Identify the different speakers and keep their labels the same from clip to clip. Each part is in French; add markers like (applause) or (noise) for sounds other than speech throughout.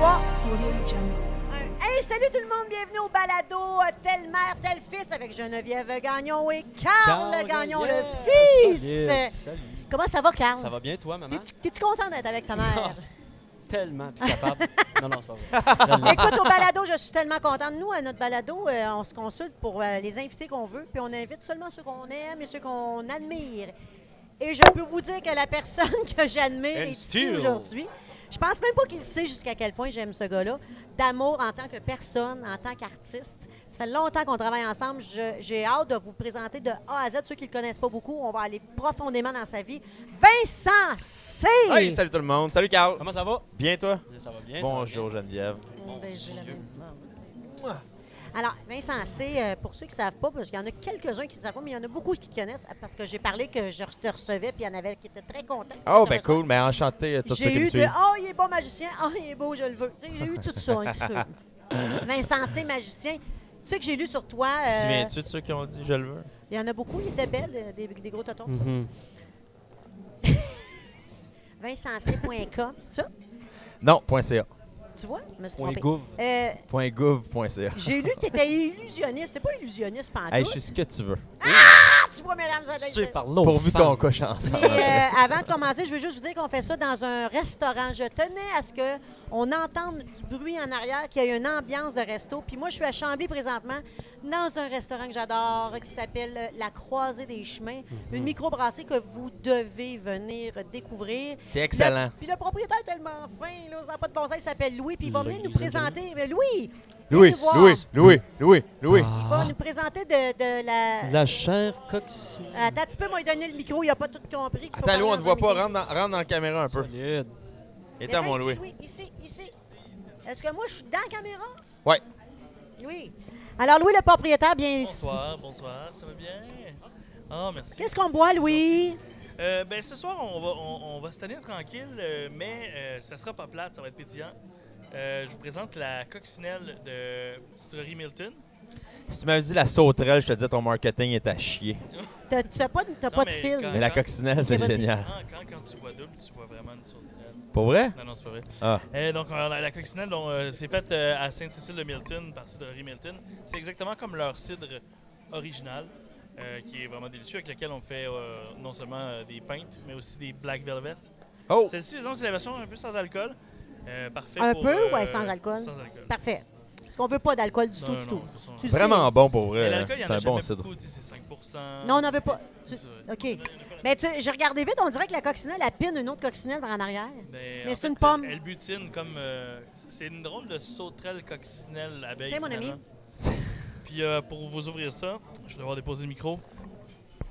Speaker 1: Audio Jungle.
Speaker 2: Euh, Hey, salut tout le monde, bienvenue au balado euh, Telle mère, tel fils avec Geneviève Gagnon et Carl Gagnon, le fils.
Speaker 3: Salut.
Speaker 2: Comment ça va, Carl?
Speaker 3: Ça va bien, toi, maman?
Speaker 2: T'es-tu- T'es-tu content d'être avec ta mère?
Speaker 3: Tellement (laughs) plus capable. non, non, c'est pas vrai. Tellement.
Speaker 2: (laughs) Écoute, au balado, je suis tellement contente. Nous, à notre balado, euh, on se consulte pour euh, les invités qu'on veut, puis on invite seulement ceux qu'on aime et ceux qu'on admire. Et je peux vous dire que la personne (laughs) que j'admire
Speaker 3: And
Speaker 2: est ici
Speaker 3: still.
Speaker 2: aujourd'hui. Je pense même pas qu'il sait jusqu'à quel point j'aime ce gars-là. D'amour en tant que personne, en tant qu'artiste. Ça fait longtemps qu'on travaille ensemble. Je- J'ai hâte de vous présenter de A à Z ceux qui ne le connaissent pas beaucoup. On va aller profondément dans sa vie. Vincent C.
Speaker 4: Hey, salut tout le monde. Salut Carl.
Speaker 3: Comment ça va?
Speaker 4: Bien toi?
Speaker 3: Ça va bien.
Speaker 4: Bonjour Geneviève.
Speaker 2: Mm, ben, j'ai la même. Alors, Vincent C, euh, pour ceux qui ne savent pas, parce qu'il y en a quelques-uns qui ne savent pas, mais il y en a beaucoup qui te connaissent, euh, parce que j'ai parlé que je te recevais, puis il y en avait qui étaient très contents.
Speaker 4: Oh ben cool, mais enchanté euh, tous ceux
Speaker 2: J'ai
Speaker 4: qui me
Speaker 2: eu de
Speaker 4: suivent.
Speaker 2: Oh, il est bon magicien, oh, il est beau, je le veux. Tu sais, J'ai eu tout ça un petit peu.
Speaker 4: (laughs)
Speaker 2: Vincent C, magicien. Tu sais que j'ai lu sur toi,
Speaker 4: Tu te
Speaker 2: euh,
Speaker 4: souviens-tu de ceux qui ont dit je le veux?
Speaker 2: il y en a beaucoup, il était belle, euh, des, des gros
Speaker 4: Mm.
Speaker 2: totons. VincentC.com, c'est ça?
Speaker 4: Non, point .ca.
Speaker 2: Tu vois? Je me suis
Speaker 3: On est
Speaker 2: trompée.
Speaker 3: gouv.
Speaker 2: Euh,
Speaker 4: Point .gouv.ca.
Speaker 2: j'ai lu que tu étais illusionniste. T'es pas illusionniste pendant
Speaker 4: Hey, je suis ce que tu veux.
Speaker 2: Ah, tu vois, mesdames, et messieurs.
Speaker 3: Super lourd.
Speaker 4: Pourvu qu'on coche ensemble.
Speaker 2: (laughs) Puis, euh, avant de commencer, je veux juste vous dire qu'on fait ça dans un restaurant. Je tenais à ce que on entende du bruit en arrière, qu'il y ait une ambiance de resto. Puis moi, je suis à Chambly présentement, dans un restaurant que j'adore, qui s'appelle euh, La Croisée des Chemins,
Speaker 4: Mhm.
Speaker 2: une microbrasserie que vous devez venir découvrir.
Speaker 4: C'est excellent.
Speaker 2: Le- puis le propriétaire est tellement fin, là, ça n'a pas de bon sens, il s'appelle Louis, puis il va
Speaker 3: Le
Speaker 2: venir nous
Speaker 3: Louis Anthony.
Speaker 2: présenter. Mais Louis,
Speaker 4: Louis,
Speaker 2: Venez voir.
Speaker 4: Louis, Louis, Louis, Louis.
Speaker 2: il va nous présenter de, de Ah. la.
Speaker 3: La chair coccinelle.
Speaker 2: Attends, tu peux me donner le micro, il n'a pas tout compris. qu'il faut
Speaker 4: Ah. Attends, Louis,
Speaker 2: parler
Speaker 4: on te
Speaker 2: dans un
Speaker 4: voit pas.
Speaker 2: micro.
Speaker 4: Rentre dans, rentre dans la caméra un peu.
Speaker 3: Solide.
Speaker 4: Éteins
Speaker 2: Mais
Speaker 4: mon
Speaker 2: ici,
Speaker 4: Louis.
Speaker 2: Oui, ici, ici. Est-ce que moi, je suis dans la caméra?
Speaker 4: Ouais.
Speaker 2: Oui. Alors, Louis, le propriétaire, bien
Speaker 5: Bonsoir, bonsoir, ça va bien? Ah, merci.
Speaker 2: Qu'est-ce qu'on boit, Louis?
Speaker 5: Euh, ben, ce soir, on va, on, on va se tenir tranquille, euh, mais euh, ça sera pas plate, ça va être pétillant. Euh, je vous présente la coccinelle de Story Milton.
Speaker 4: Si tu m'avais dit la sauterelle, je te disais ton marketing est à chier.
Speaker 2: T'as t'as pas, de- t'as
Speaker 5: Non,
Speaker 2: pas de
Speaker 5: mais
Speaker 2: fil.
Speaker 5: quand-
Speaker 4: Mais la coccinelle, c'est
Speaker 2: Ok, vas-y.
Speaker 4: génial.
Speaker 5: Ah, quand, quand tu vois double, tu vois vraiment une sauterelle.
Speaker 4: Pour vrai?
Speaker 5: Non, non, c'est pas vrai.
Speaker 4: Ah.
Speaker 5: Euh, donc, euh, la, la coccinelle, donc, euh, c'est faite euh, à Sainte-Cécile de Milton par Cidrerie Milton. C'est exactement comme leur cidre original, euh, qui est vraiment délicieux, avec lequel on fait euh, non seulement euh, des pintes, mais aussi des black velvet.
Speaker 4: Oh!
Speaker 5: Celle-ci, disons, c'est la version un peu sans alcool. Euh, parfait
Speaker 2: Un
Speaker 5: pour,
Speaker 2: peu,
Speaker 5: euh,
Speaker 2: ouais, sans alcool.
Speaker 5: Sans alcool.
Speaker 2: Parfait. Parce qu'on veut pas d'alcool du
Speaker 5: Non,
Speaker 2: tout,
Speaker 5: non,
Speaker 2: du
Speaker 5: non,
Speaker 2: tout.
Speaker 5: c'est ça.
Speaker 2: Tu
Speaker 4: Vraiment bon pour
Speaker 5: euh, Mais
Speaker 4: vrai. hein.
Speaker 5: l'alcool, il y en
Speaker 4: C'est
Speaker 5: a
Speaker 4: un
Speaker 5: jamais
Speaker 4: bon cidre.
Speaker 5: beaucoup, tu sais, c'est 5
Speaker 2: Non, on n'en veut pas. Tu-
Speaker 5: C'est ça.
Speaker 2: OK.
Speaker 5: Il y en a- il y en a pas
Speaker 2: Mais tu, j'ai regardé vite, on dirait que la coccinelle, elle pine une autre coccinelle vers en arrière.
Speaker 5: Mais,
Speaker 2: Mais
Speaker 5: en
Speaker 2: c'est une
Speaker 5: fait,
Speaker 2: pomme.
Speaker 5: Elle butine comme. euh, c'est une drôle de sauterelle coccinelle abeille.
Speaker 2: Tu sais, mon ami.
Speaker 5: finalement. Puis euh, pour vous ouvrir ça, je vais devoir déposer le micro.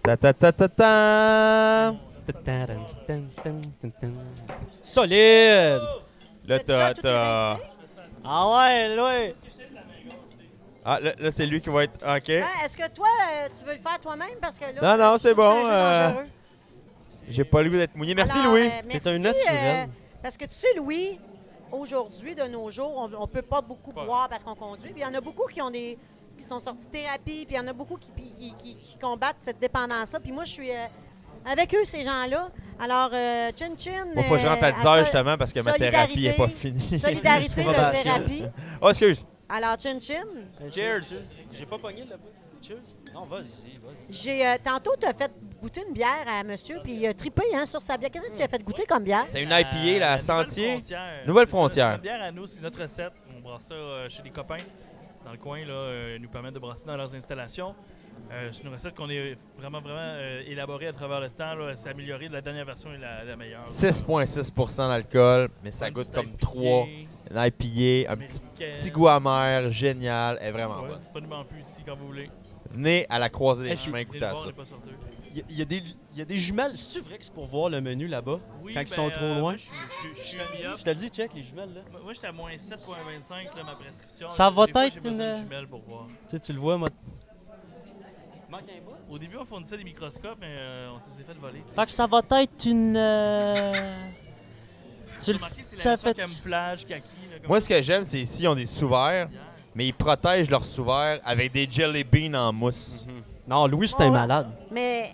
Speaker 4: Ta ta ta ta ta. Ah,
Speaker 3: Solide.
Speaker 4: Là,
Speaker 2: Fais-tu ça à
Speaker 4: t'as-
Speaker 2: tous les
Speaker 4: t'as.
Speaker 2: invités?
Speaker 3: Oh! Ah ouais, ouais.
Speaker 4: Ah, là, là, c'est lui qui va être. OK.
Speaker 2: Hein, Est-ce que toi, euh, tu veux le faire toi-même? Parce que là,
Speaker 4: Non, non, c'est
Speaker 2: je trouve
Speaker 4: bon,
Speaker 2: ça un jeu
Speaker 4: euh,
Speaker 2: dangereux.
Speaker 4: J'ai pas le goût d'être mouillé. Merci,
Speaker 2: Alors,
Speaker 4: Louis.
Speaker 2: euh,
Speaker 3: T'es
Speaker 2: merci,
Speaker 3: un naturel.
Speaker 2: parce que tu sais, Louis, aujourd'hui, de nos jours, on ne peut pas beaucoup
Speaker 5: Pas.
Speaker 2: boire parce qu'on conduit. Puis il y en a beaucoup qui ont des qui sont sortis de thérapie, puis il y en a beaucoup qui, qui- qui- qui- qui combattent cette dépendance-là. Puis moi, je suis euh, avec eux, ces gens-là. Alors, euh, Chin Chin.
Speaker 4: Moi, faut que je rentre à
Speaker 2: euh,
Speaker 4: 10 heures,
Speaker 2: so-
Speaker 4: justement, parce que ma thérapie
Speaker 2: solidarité.
Speaker 4: est pas finie.
Speaker 2: Solidarité de
Speaker 3: Approbation.
Speaker 2: thérapie.
Speaker 4: (laughs) oh, excuse.
Speaker 2: Alors, Chin Chin,
Speaker 4: Cheers.
Speaker 3: J'ai pas pogné là-bas. Cheers. Non, vas-y, vas-y.
Speaker 2: j'ai, euh, tantôt, tu as fait goûter une bière à monsieur, puis il a trippé hein, sur sa bière. Qu'est-ce que tu as fait goûter comme bière?
Speaker 4: C'est une
Speaker 5: À
Speaker 4: IPA, là,
Speaker 5: la
Speaker 4: à Sentier.
Speaker 5: Euh, Frontière.
Speaker 4: Nouvelle
Speaker 5: C'est ça,
Speaker 4: Frontière.
Speaker 5: C'est notre bière à nous, c'est notre recette. On brasse ça euh, chez des copains dans le coin. Là, euh, ils nous permettent de brasser dans leurs installations. Euh, c'est une recette qu'on a vraiment, vraiment euh, élaborée à travers le temps. là. C'est amélioré de la dernière version et la, la meilleure.
Speaker 4: 6,6 d'alcool, mais ça
Speaker 5: Un
Speaker 4: goûte
Speaker 5: petit
Speaker 4: comme
Speaker 5: IPA,
Speaker 4: 3. Une IPA, un petit,
Speaker 5: américaine.
Speaker 4: petit goût amer, génial. Elle est vraiment
Speaker 5: Ouais,
Speaker 4: bonne.
Speaker 5: C'est pas du plus ici quand vous voulez.
Speaker 4: Venez à la croisée des
Speaker 3: Hey,
Speaker 4: chemins
Speaker 5: Venez
Speaker 4: goûter
Speaker 5: le
Speaker 4: à
Speaker 5: voir,
Speaker 4: ça.
Speaker 5: on est pas sorteux.
Speaker 3: Il y, a des- y a des jumelles. C'est-tu vrai que c'est pour voir le menu là-bas?
Speaker 5: Oui,
Speaker 3: Quand ils
Speaker 5: ben,
Speaker 3: sont trop
Speaker 5: euh,
Speaker 3: loin.
Speaker 5: moi, Je suis- je suis- je suis à
Speaker 3: Je te le dis, check les jumelles là.
Speaker 5: Moi, moi, j'étais à moins 7,25 là, ma prescription.
Speaker 3: Ça
Speaker 5: Là,
Speaker 3: va
Speaker 5: des fois,
Speaker 3: être
Speaker 5: j'ai besoin
Speaker 3: une- euh,
Speaker 5: de jumelles pour voir.
Speaker 3: Tu sais, tu le vois, moi.
Speaker 5: Au début, on fournissait des microscopes, mais euh, on s'est fait voler.
Speaker 3: Fait que ça va être une.
Speaker 5: (laughs)
Speaker 3: euh, Tu le.
Speaker 5: Remarquez, c'est
Speaker 3: ça
Speaker 5: la version
Speaker 3: fait-
Speaker 5: camouflage, kaki. Là, comme
Speaker 4: Moi, ce que j'aime, c'est ici, ils ont des sous-verts,
Speaker 5: hier.
Speaker 4: mais ils protègent leurs sous-verts avec des jelly beans en mousse.
Speaker 5: Mhm.
Speaker 3: Non, Louis, c'est un
Speaker 2: Ouais.
Speaker 3: malade.
Speaker 2: Mais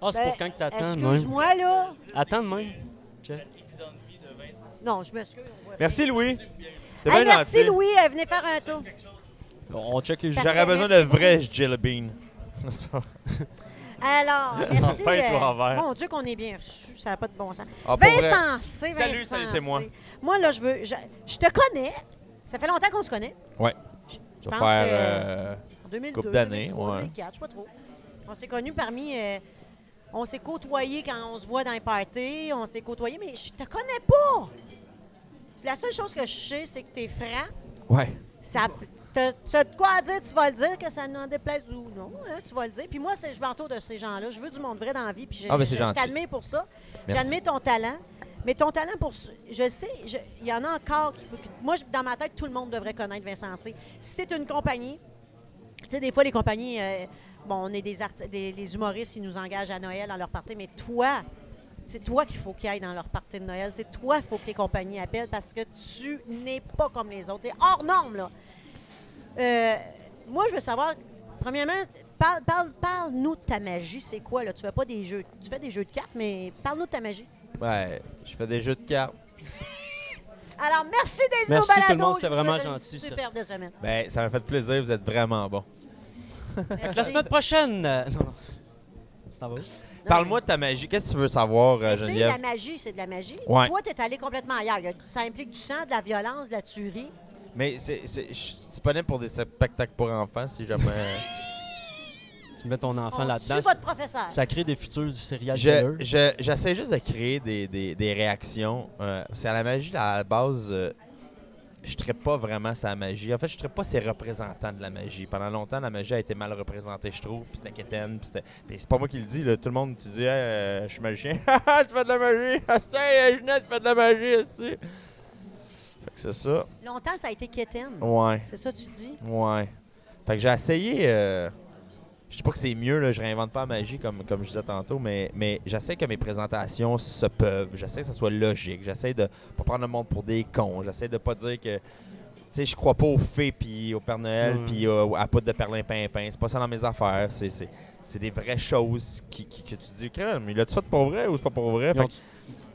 Speaker 3: Ah, c'est
Speaker 2: Ben,
Speaker 3: Ah, pour quand que t'attends, même.
Speaker 2: excuse-moi, là.
Speaker 3: Attends de même.
Speaker 5: Épidémie de 20.
Speaker 2: Non, je m'excuse. on voit
Speaker 4: Merci,
Speaker 2: rien.
Speaker 4: Louis. T'es
Speaker 2: Hey,
Speaker 4: bien
Speaker 2: merci,
Speaker 4: gentil.
Speaker 2: Louis. euh, venez faire un tour.
Speaker 3: On check les jeux.
Speaker 2: Parfait.
Speaker 4: J'aurais besoin de
Speaker 2: Merci
Speaker 4: vrais jelly beans. (laughs)
Speaker 2: Alors, merci. euh,
Speaker 4: Enfin, toi, envers.
Speaker 2: mon Dieu, qu'on est bien reçus. Ça n'a pas de bon sens.
Speaker 4: Ah, pour vrai.
Speaker 2: Vincent C.
Speaker 4: Salut,
Speaker 2: Vincent
Speaker 4: salut, c'est
Speaker 2: C.
Speaker 4: moi.
Speaker 2: Moi, là, je veux. Je, je te connais. Ça fait longtemps qu'on se connaît.
Speaker 4: Ouais. Je vais
Speaker 2: pense,
Speaker 4: faire.
Speaker 2: euh,
Speaker 4: euh,
Speaker 2: En 2002.
Speaker 4: Couple d'années,
Speaker 2: 2003,
Speaker 4: ouais.
Speaker 2: 2004, je sais pas trop. On s'est connus parmi. euh, on s'est côtoyés quand on se voit dans les parties. On s'est côtoyés, mais je te connais pas. La seule chose que je sais, c'est que t'es franc.
Speaker 4: Ouais.
Speaker 2: Ça, t'as, t'as de quoi à dire, tu vas le dire, que ça n'en déplaise ou non, hein, tu vas le dire. Puis moi, c'est- je m'entoure de ces gens-là. Je veux du monde vrai dans la vie, puis je,
Speaker 4: Ah, ben,
Speaker 2: je-
Speaker 4: c'est
Speaker 2: je
Speaker 4: gentil.
Speaker 2: t'admets pour ça.
Speaker 4: Merci.
Speaker 2: J'admets ton talent. Mais ton talent pour... ce- Je sais, je- il y en a encore qui... faut que- Moi, je- dans ma tête, tout le monde devrait connaître Vincent C. Si t'es une compagnie, tu sais, des fois, les compagnies... euh, bon, on est des, art- des les humoristes, ils nous engagent à Noël dans leur party, mais toi... C'est toi qu'il faut qu'ils aillent dans leur partie de Noël. C'est toi qu'il faut que les compagnies appellent parce que tu n'es pas comme les autres. T'es hors norme, là. Euh, moi, je veux savoir, premièrement, parle, parle, parle-nous de ta magie. C'est quoi, là? Tu fais pas des jeux... Tu fais des jeux de cartes, mais parle-nous de ta magie.
Speaker 4: Ouais, je fais des jeux de cartes.
Speaker 2: Alors, merci d'être venu au
Speaker 3: Merci
Speaker 2: balado.
Speaker 3: tout le monde, c'était
Speaker 2: Je vous
Speaker 3: vraiment
Speaker 2: souhaite une
Speaker 3: gentil, ça.
Speaker 2: Superbe de semaine.
Speaker 4: Ben, ça m'a fait plaisir, vous êtes vraiment bon.
Speaker 2: Merci.
Speaker 3: La semaine prochaine. euh, (laughs) Non, non. Tu t'en vas où?
Speaker 4: Parle-moi de ta magie. Qu'est-ce que tu veux savoir,
Speaker 2: Mais tu
Speaker 4: euh,
Speaker 2: sais, la
Speaker 4: Geneviève?
Speaker 2: magie, c'est de la magie.
Speaker 4: Ouais.
Speaker 2: Toi, t'es allé complètement ailleurs. Il y a- Ça implique du sang, de la violence, de la tuerie.
Speaker 4: Mais c'est, c'est, je suis disponible pour des spectacles pour enfants si jamais. euh,
Speaker 3: Tu mets ton enfant
Speaker 2: On
Speaker 3: là-dedans.
Speaker 2: tue votre professeur.
Speaker 3: ça- Ça crée des futurs du serial
Speaker 4: Je-
Speaker 3: killer.
Speaker 4: je- J'essaie juste de créer des, des- des réactions. euh, c'est à la magie, là, à la base, euh, je ne pas vraiment sa magie. En fait, je ne pas ses représentants de la magie. Pendant longtemps, la magie a été mal représentée, je trouve. Puis c'était quétaine. Puis c'était- puis c'est pas moi qui le dis. là. Tout le monde, tu dis, Hey, euh, je suis magicien. (laughs) Ah, tu fais de la magie. (laughs) Ah, ça, euh, Ginette, tu fais de la magie aussi. Fait que c'est ça.
Speaker 2: Longtemps, ça a été quétaine.
Speaker 4: Ouais.
Speaker 2: C'est ça que tu dis?
Speaker 4: Ouais. Fait que j'ai essayé. euh, je dis pas que c'est mieux, là, je réinvente pas la magie comme, comme je disais tantôt, mais, mais j'essaie que mes présentations se peuvent. J'essaie que ça soit logique. J'essaie de pas prendre le monde pour des cons. J'essaie de pas dire que. Tu sais, je crois pas aux fées, puis au Père Noël,
Speaker 3: Ouais.
Speaker 4: puis euh, à poudre de perlin-pimpin. C'est pas ça dans mes affaires. C'est, c'est, c'est des vraies choses qui, qui- que tu dis. Crème, mais là, tu ça de pour vrai ou c'est pas pour vrai?
Speaker 3: Ils
Speaker 4: Fait
Speaker 3: ont-
Speaker 4: que-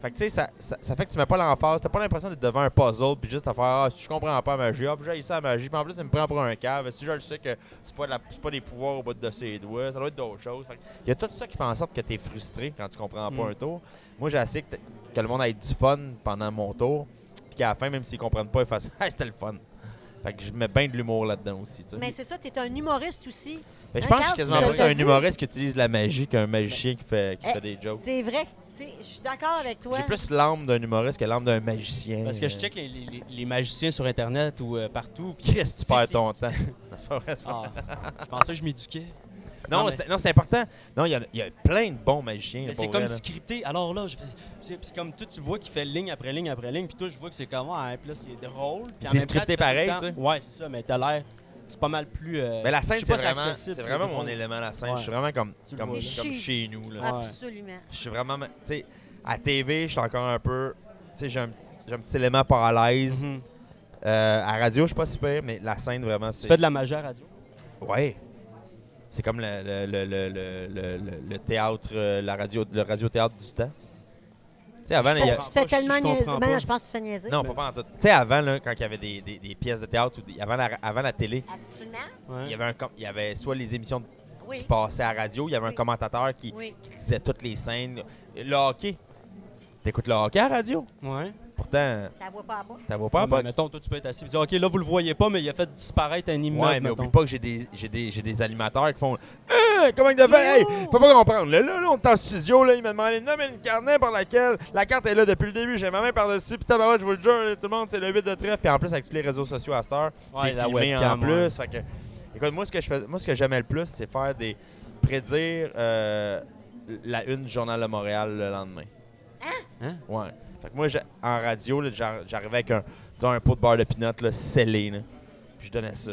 Speaker 4: fait que tu sais, ça, ça, ça fait que tu mets pas l'emphase, t'as pas l'impression d'être devant un puzzle, puis juste à faire Ah, si je comprends pas la magie, hop, j'ai ça la magie, puis en plus, ça me prend pour un cave, si je le sais que c'est pas, de la- c'est pas des pouvoirs au bout de ses doigts, ça doit être d'autres choses. Fait que Il y a tout ça qui fait en sorte que t'es frustré quand tu comprends pas
Speaker 3: Mm.
Speaker 4: un tour. Moi, j'ai essayé que, t- que le monde ait du fun pendant mon tour, puis qu'à la fin, même s'ils comprennent pas, ils fassent (laughs) Ah, c'était le fun. Fait que je mets bien de l'humour là-dedans aussi, tu sais.
Speaker 2: Mais c'est ça, t'es un humoriste aussi.
Speaker 4: Fait que je pense
Speaker 2: regarde,
Speaker 4: que je suis quasiment
Speaker 2: tu
Speaker 4: plus
Speaker 2: l'as
Speaker 4: un
Speaker 2: vu.
Speaker 4: humoriste qui utilise la magie qu'un magicien qui fait, qui
Speaker 2: Eh,
Speaker 4: fait des jokes.
Speaker 2: C'est vrai. C'est- Je suis d'accord avec toi.
Speaker 4: J'ai plus l'âme d'un humoriste que l'âme d'un magicien.
Speaker 3: Parce que je
Speaker 4: euh.
Speaker 3: check les, les- les- les magiciens sur Internet ou euh, partout. puis-
Speaker 4: Chris, tu perds
Speaker 3: c'est-
Speaker 4: ton temps. (laughs) Non, c'est pas vrai, c'est pas
Speaker 3: Ah, (laughs) je pensais que je m'éduquais.
Speaker 4: vrai. Non,
Speaker 3: non, mais-
Speaker 4: c'est- non, c'est important. Non, il y, a- il y a plein de bons magiciens.
Speaker 3: Mais
Speaker 4: pour
Speaker 3: c'est comme
Speaker 4: vrai, là.
Speaker 3: scripté. Alors là, je fais- c'est c'est comme toi, tu vois qu'il fait ligne après ligne après ligne, puis toi, je vois que c'est comme ouais, puis là, c'est drôle. puis en
Speaker 4: C'est
Speaker 3: même temps, tu
Speaker 4: scripté
Speaker 3: fais tout le
Speaker 4: pareil,
Speaker 3: temps-
Speaker 4: tu sais.
Speaker 3: Ouais, c'est ça, mais t'as l'air. C'est pas mal plus. euh,
Speaker 4: Mais la
Speaker 3: je
Speaker 4: scène,
Speaker 3: sais
Speaker 4: c'est
Speaker 3: pas si
Speaker 4: vraiment,
Speaker 3: accessible,
Speaker 4: c'est
Speaker 3: c'est
Speaker 4: vraiment
Speaker 3: drôle.
Speaker 4: mon élément, la scène.
Speaker 3: Ouais.
Speaker 4: Je suis vraiment comme,
Speaker 3: Tu le
Speaker 4: comme,
Speaker 3: vois,
Speaker 4: comme
Speaker 2: là.
Speaker 4: chez nous. Là.
Speaker 3: Ouais.
Speaker 2: Absolument.
Speaker 4: Je suis vraiment. Tu sais, à TV, je suis encore un peu. Tu sais, j'ai un, petit- j'ai un petit élément pas à l'aise.
Speaker 3: Mhm.
Speaker 4: Euh, à radio, je suis pas super, mais la scène, vraiment, c'est.
Speaker 3: Tu fais de la majeure radio.
Speaker 4: Ouais. C'est comme le, le- le- le- le- le- le- le théâtre, euh, la radio, le radio-théâtre du temps. Tu sais, avant, il y a.
Speaker 2: Tu te fais
Speaker 3: Je- je
Speaker 2: tellement
Speaker 3: comprends
Speaker 2: niaiser.
Speaker 3: pas.
Speaker 2: Ben, je pense que tu te fais niaiser.
Speaker 4: Non, pas, pas en tout. Tu sais, avant, là, quand il y avait des, des- des pièces de théâtre ou des- avant, la, avant la télé,
Speaker 2: Absolument.
Speaker 3: Ouais.
Speaker 4: il y avait un com- il y avait soit les émissions de- qui
Speaker 2: Oui.
Speaker 4: passaient à la radio, il y avait un
Speaker 2: Oui.
Speaker 4: commentateur qui,
Speaker 2: Oui.
Speaker 4: qui disait toutes les scènes. Le hockey. T'écoutes le hockey à la radio?
Speaker 3: Ouais.
Speaker 4: Pourtant,
Speaker 2: Ça voit pas à bas.
Speaker 4: t'as vois
Speaker 3: Ah,
Speaker 4: pas.
Speaker 3: ben,
Speaker 4: pas-
Speaker 3: mettons, toi, tu peux être assis. et Dire, OK, là, vous le voyez pas, mais il a fait disparaître un immeuble.
Speaker 4: Ouais, mais
Speaker 3: mettons.
Speaker 4: oublie pas que j'ai des, j'ai des, j'ai des animateurs qui font Ah, Comment il fait Hey,
Speaker 2: Yo!
Speaker 4: Faut pas comprendre. Là, là, là, on est en studio, là, il m'a demandé de nommer une carnet par laquelle la carte est là depuis le début. J'ai ma main par-dessus, puis tabarouette, je vous le jure, tout le monde, c'est le 8 de trèfle. Puis en plus, avec tous les réseaux sociaux à cette heure,
Speaker 3: Ouais,
Speaker 4: c'est
Speaker 3: la
Speaker 4: filmé en
Speaker 3: webcam,
Speaker 4: plus.
Speaker 3: ouais.
Speaker 4: Fait que, écoute, moi, ce que je fais, moi, ce que j'aimais le plus, c'est faire des. prédire euh, la une du Journal de Montréal le lendemain.
Speaker 3: Hein?
Speaker 4: Ouais. Fait que moi, j'ai- en radio, là, j'ar- j'arrivais avec un, disons, un pot de beurre de pinot là, scellé. là. Puis je donnais ça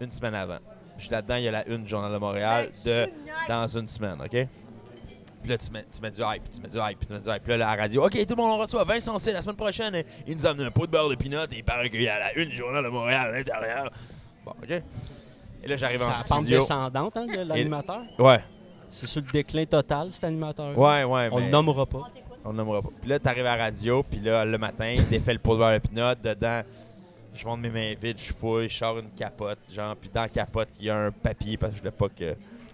Speaker 4: une semaine avant. Puis là-dedans, il y a la une du Journal de Montréal de dans une semaine, OK? Puis là, tu mets, tu mets du hype, tu mets du hype, tu mets du hype. Puis là, la radio, OK, tout le monde, on reçoit Vincent C. la semaine prochaine. hein. Il nous a amené un pot de beurre de pinot et il paraît qu'il y a la une du Journal de Montréal à l'intérieur. Bon, OK? Et là, j'arrive en
Speaker 3: C'est la pente
Speaker 4: studio.
Speaker 3: descendante, hein, de l'animateur.
Speaker 4: Ouais,
Speaker 3: C'est sur le déclin total, cet animateur.
Speaker 4: ouais, ouais.
Speaker 3: On
Speaker 4: mais-
Speaker 3: le nommera pas.
Speaker 2: On t'écoute.
Speaker 4: On nommera pas. Puis là, t'arrives à la radio, puis là, le matin, il défait le pot de beurre à pinot. Dedans, je monte mes mains vides, je fouille, je sors une capote, genre, puis dans la capote, il y a un papier, parce que je voulais pas que le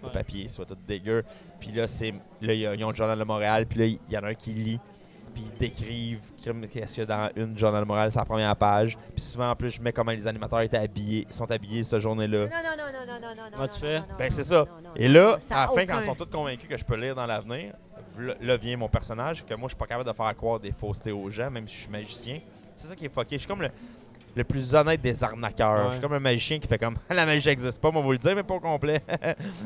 Speaker 3: Ouais.
Speaker 4: papier soit tout dégueu. Puis là, c'est, là, il y a- ils ont le Journal de Montréal, puis là, il y en a un qui lit, puis ils décrivent comme qu'est-ce qu'il y a dans une Journal de Montréal, c'est la première page. Puis souvent, en plus, je mets comment les animateurs étaient habillés, sont habillés cette journée-là.
Speaker 2: Non, non, non, non, non, non, non, non.
Speaker 3: Comment tu
Speaker 2: non,
Speaker 3: fais?
Speaker 2: non, non,
Speaker 4: Ben,
Speaker 2: non,
Speaker 4: c'est
Speaker 2: non,
Speaker 4: ça.
Speaker 2: non, non,
Speaker 4: Et
Speaker 2: non,
Speaker 4: là,
Speaker 2: non, ça
Speaker 4: à
Speaker 2: a
Speaker 4: la fin,
Speaker 2: aucun-
Speaker 4: quand ils sont tous convaincus que je peux lire dans l'avenir, v'là- là vient mon personnage, que moi, je suis pas capable de faire croire des faussetés aux gens, même si je suis magicien. C'est ça qui est fucké. Je suis comme le, le plus honnête des arnaqueurs.
Speaker 3: Ouais.
Speaker 4: Je suis comme un magicien qui fait comme (laughs) la magie n'existe pas, moi, vous le dire, mais pas au complet. (laughs)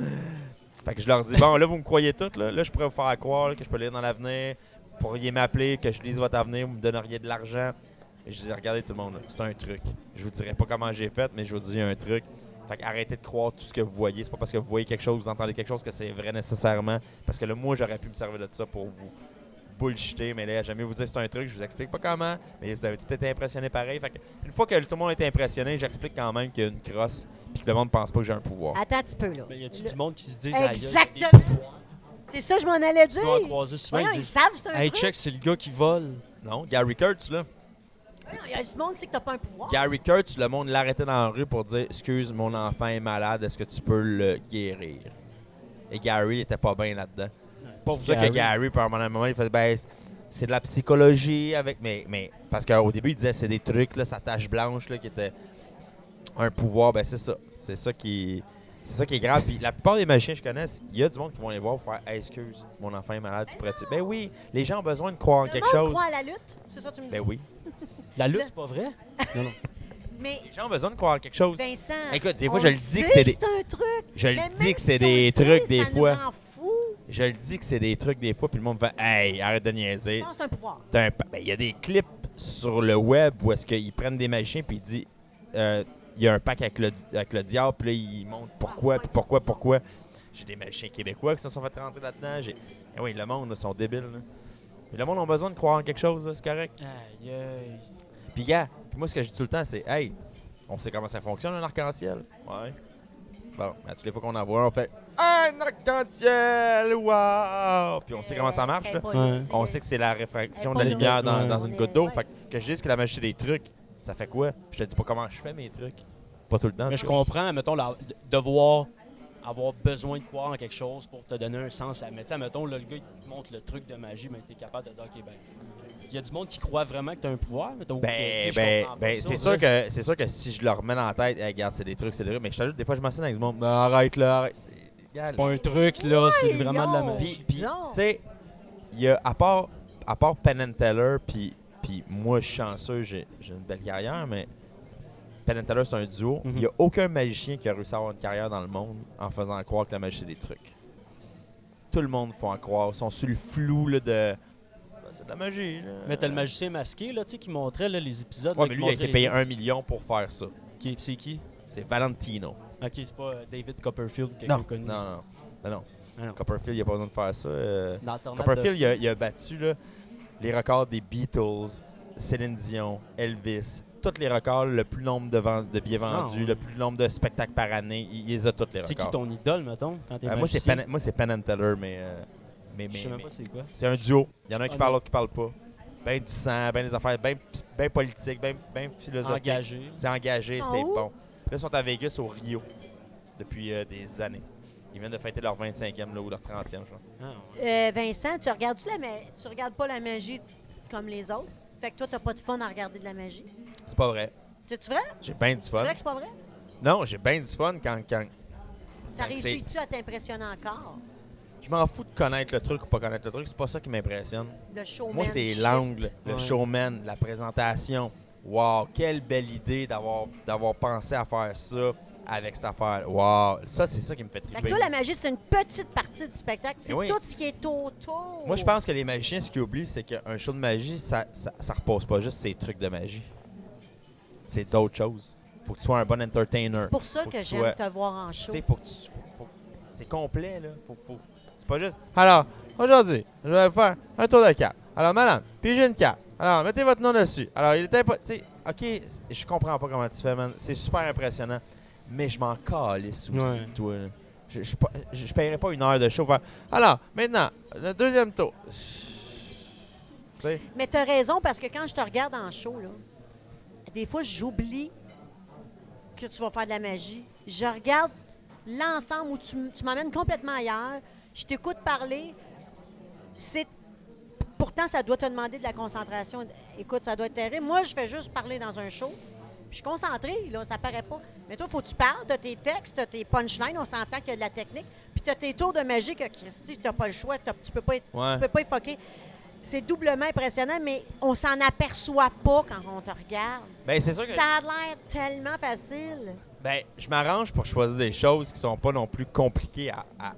Speaker 4: fait que je leur dis, bon, là, vous me croyez toutes, là, là je pourrais vous faire croire là, que je peux lire dans l'avenir, vous pourriez m'appeler, que je lise votre avenir, vous me donneriez de l'argent. Et je dis, regardez tout le monde, là, c'est un truc. Je vous dirai pas comment j'ai fait, mais je vous dis un truc. Fait arrêtez de croire tout ce que vous voyez. C'est pas parce que vous voyez quelque chose, vous entendez quelque chose que c'est vrai nécessairement. Parce que là, moi, j'aurais pu me servir de ça pour vous bullshiter, mais là, jamais vous dire c'est un truc, je vous explique pas comment, mais vous avez tout été impressionné pareil. Fait que, une fois que tout le monde est impressionné, j'explique quand même qu'il y a une crosse puis que le monde pense pas que j'ai un pouvoir.
Speaker 2: Attends un petit peu, là.
Speaker 3: Mais Ben, y a-tu
Speaker 2: Le-
Speaker 3: du monde qui se dit
Speaker 2: Exactement. C'est ça, je m'en allais
Speaker 3: Tu dois en
Speaker 2: dire.
Speaker 3: croiser souvent.
Speaker 2: Voyons,
Speaker 3: ils
Speaker 2: ils
Speaker 3: disent
Speaker 2: savent, c'est un
Speaker 3: Hey,
Speaker 2: truc.
Speaker 3: check, c'est le gars qui vole.
Speaker 4: Non, Gary Kurtz, là.
Speaker 2: Voyons, Il y a du monde qui sait que t'as pas un pouvoir.
Speaker 4: Gary Kurtz, le monde l'arrêtait dans la rue pour dire Excuse, mon enfant est malade, est-ce que tu peux le guérir Et Gary il était pas bien là-dedans. Pas pour ça que Gary, par un moment, il faisait ben, c'est- c'est de la psychologie avec. Mais, mais parce qu'au début, il disait c'est des trucs, là, sa tache blanche là, qui était un pouvoir. Ben, c'est ça. C'est ça qui. C'est ça qui est grave. Puis la plupart des magiciens que je connais, il y a du monde qui vont les voir pour faire Hey, excuse, mon enfant est malade, tu pourrais-tu. Ben oui, les gens ont besoin de croire en
Speaker 2: Le
Speaker 4: quelque
Speaker 2: monde
Speaker 4: chose.
Speaker 2: croit à la lutte, c'est ça que tu me dis.
Speaker 4: Ben oui.
Speaker 3: La
Speaker 2: Le-
Speaker 3: lutte, c'est pas vrai? Non, non.
Speaker 2: Mais
Speaker 4: Les gens ont besoin de croire en quelque chose.
Speaker 2: Vincent,
Speaker 4: Écoute, des fois,
Speaker 2: on
Speaker 4: je le dis que c'est des-
Speaker 2: C'est un truc.
Speaker 4: Je
Speaker 2: Mais
Speaker 4: le dis
Speaker 2: même
Speaker 4: que c'est
Speaker 2: si on
Speaker 4: des
Speaker 2: le
Speaker 4: trucs
Speaker 2: sait,
Speaker 4: des
Speaker 2: ça nous
Speaker 4: fois.
Speaker 2: en fout.
Speaker 4: Je le dis que c'est des trucs des fois, puis le monde fait Hey, arrête de niaiser.
Speaker 2: Non, c'est un pouvoir.
Speaker 4: T'as un pa- ben, Il y a des clips sur le web où est-ce qu'ils prennent des magiciens, puis ils disent euh, Il y a un pack avec le, avec le diable, puis là, ils montrent pourquoi, puis pourquoi, pourquoi. J'ai des magiciens québécois qui se sont fait rentrer là-dedans. J'ai... Eh oui, le monde, là, sont débiles. là. Mais le monde a besoin de croire en quelque chose, là, c'est correct.
Speaker 3: Aïe, aïe.
Speaker 4: Puis, gars, puis moi, ce que je dis tout le temps, c'est Hey, on sait comment ça fonctionne, un arc-en-ciel. Ouais. Bon, à toutes les fois qu'on en voit un, on fait Un arc-en-ciel, waouh! Puis on sait comment ça
Speaker 2: Eh,
Speaker 4: marche, là.
Speaker 3: Ouais.
Speaker 4: On sait que c'est la réfraction de
Speaker 2: Elle
Speaker 4: la
Speaker 2: est pas
Speaker 3: là.
Speaker 4: lumière dans,
Speaker 3: Ouais.
Speaker 4: dans une goutte d'eau.
Speaker 2: Ouais.
Speaker 4: Fait que, que je dise que la magie c'est des trucs, ça fait quoi? Je te dis pas comment je fais mes trucs. Pas tout le temps.
Speaker 3: Mais je comprends, mettons, la- de- devoir avoir besoin de croire en quelque chose pour te donner un sens à. Mais tu sais, mettons, là, le gars, il te montre le truc de magie, mais t'es capable de dire, OK, ben. Il y a du monde qui croit vraiment que t'as un pouvoir, mais donc, euh, tu
Speaker 4: Ben,
Speaker 3: sais, je
Speaker 4: ben,
Speaker 3: comprends pas
Speaker 4: ben,
Speaker 3: ça,
Speaker 4: c'est
Speaker 3: on dirait.
Speaker 4: sûr que c'est sûr que si je leur remets dans la tête, Eh, regarde, c'est des trucs, c'est des trucs. Mais je t'ajoute, des fois, je m'enseigne avec du monde. Non, arrête là, arrête. Regarde,
Speaker 3: C'est pas un truc, là, c'est vraiment de la
Speaker 2: non.
Speaker 3: magie.
Speaker 4: Puis, puis,
Speaker 2: Non.
Speaker 4: tu sais, il y a, à part, à part Penn and Teller, puis, puis moi, je suis chanceux, j'ai j'ai une belle carrière, mais Penn and Teller, c'est un duo. Il
Speaker 3: Mhm.
Speaker 4: n'y a aucun magicien qui a réussi à avoir une carrière dans le monde en faisant croire que la magie, c'est des trucs. Tout le monde faut en croire. Ils sont sur le flou là, de. Ben, c'est de la magie. Là.
Speaker 3: Mais t'as le magicien masqué, là, tu sais, qui montrait là, les épisodes.
Speaker 4: Ouais,
Speaker 3: là,
Speaker 4: mais
Speaker 3: qui
Speaker 4: lui, il a été
Speaker 3: montraient
Speaker 4: payé
Speaker 3: les-
Speaker 4: un million pour faire ça.
Speaker 3: Qui- C'est qui
Speaker 4: C'est Valentino.
Speaker 3: Ok, c'est pas euh, David Copperfield, quelqu'un
Speaker 4: Non, non,
Speaker 3: connu.
Speaker 4: non. Ben non.
Speaker 3: Ah, non.
Speaker 4: Copperfield, il a pas besoin de faire ça. euh,
Speaker 3: Dans la tornade
Speaker 4: Copperfield,
Speaker 3: de-
Speaker 4: il a, il a battu là, les records des Beatles, Céline Dion, Elvis, tous les records, le plus nombre de, vend- de billets
Speaker 3: Ah,
Speaker 4: vendus,
Speaker 3: ouais.
Speaker 4: le plus nombre de spectacles par année. Il, il les a tous les records.
Speaker 3: C'est qui ton idole, mettons, quand t'es
Speaker 4: Euh, moi, c'est
Speaker 3: magicien?
Speaker 4: Penn, moi, c'est Penn and Teller, mais, euh, mais,
Speaker 3: Je
Speaker 4: mais-
Speaker 3: sais même
Speaker 4: mais-
Speaker 3: pas c'est quoi.
Speaker 4: c'est un duo. Il y en a un qui
Speaker 3: Ah,
Speaker 4: parle,
Speaker 3: non.
Speaker 4: l'autre qui parle pas. Ben du sang, ben des affaires, ben, ben politique, ben, ben philosophique.
Speaker 3: Engagé.
Speaker 4: C'est engagé, c'est
Speaker 2: Oh.
Speaker 4: bon. Là, ils sont à Vegas, au Rio, depuis euh, des années. Ils viennent de fêter leur 25e là, ou leur 30e, je crois.
Speaker 3: Ah, ouais.
Speaker 2: Euh, Vincent, tu regardes -tu, la ma- tu regardes pas la magie comme les autres? Fait que toi, t'as pas de fun à regarder de la magie.
Speaker 4: C'est pas vrai.
Speaker 2: C'est-tu vrai?
Speaker 4: J'ai bien du
Speaker 2: C'est
Speaker 4: fun.
Speaker 2: vrai que c'est pas vrai?
Speaker 4: Non, j'ai bien du fun quand, quand.
Speaker 2: Ça
Speaker 4: Ben,
Speaker 2: réussit-tu à t'impressionner encore?
Speaker 4: Je m'en fous de connaître le truc ou pas connaître le truc, c'est pas ça qui m'impressionne.
Speaker 2: Le showman.
Speaker 4: Moi, c'est
Speaker 2: shit.
Speaker 4: l'angle, le
Speaker 3: Ouais.
Speaker 4: showman, la présentation. Wow, quelle belle idée d'avoir d'avoir pensé à faire ça avec cette affaire. Wow, ça, c'est ça qui me fait
Speaker 2: Fait que
Speaker 4: triper.
Speaker 2: toi, la magie, c'est une petite partie du spectacle. C'est
Speaker 4: Eh oui.
Speaker 2: tout ce qui est autour.
Speaker 4: Moi, je pense que les magiciens, ce qu'ils oublient, c'est qu'un show de magie, ça, ça, ça repose pas juste ces trucs de magie. C'est d'autres choses. Faut que tu sois un bon entertainer.
Speaker 2: C'est pour ça
Speaker 4: Faut
Speaker 2: que
Speaker 4: tu
Speaker 2: j'aime
Speaker 4: sois-
Speaker 2: te voir en show.
Speaker 4: Tu sais, faut que tu. faut- faut- c'est complet, là. Faut, faut- C'est pas juste. Alors, aujourd'hui, je vais faire un tour de carte. Alors, madame, puis j'ai une carte. Alors, mettez votre nom dessus. Alors, il était pas. Tu sais, OK, c- je comprends pas comment tu fais, man. C'est super impressionnant. Mais je m'en calisse aussi,
Speaker 3: Ouais.
Speaker 4: de toi, là. Je, je, pa- je, je paierais pas une heure de show. pour faire, Alors, maintenant, le deuxième tour. Tu sais,
Speaker 2: Mais tu as raison parce que quand je te regarde en show, là, des fois, j'oublie que tu vas faire de la magie. Je regarde l'ensemble où tu, m- tu m'emmènes complètement ailleurs. Je t'écoute parler. C'est Pourtant, ça doit te demander de la concentration. Écoute, ça doit être terrible. Moi, je fais juste parler dans un show. Puis Je suis concentrée, là, ça paraît pas. Mais toi, faut que tu parles, t'as tes textes, t'as tes punchlines, on s'entend qu'il y a de la technique. Puis t'as tes tours de magie que Christy, t'as pas le choix, t'as- tu peux pas être-
Speaker 4: Ouais.
Speaker 2: tu peux pas être fucké. C'est doublement impressionnant, mais on s'en aperçoit pas quand on te regarde.
Speaker 4: ben, c'est sûr que
Speaker 2: Ça a l'air tellement facile.
Speaker 4: ben, je m'arrange pour choisir des choses qui sont pas non plus compliquées à. à-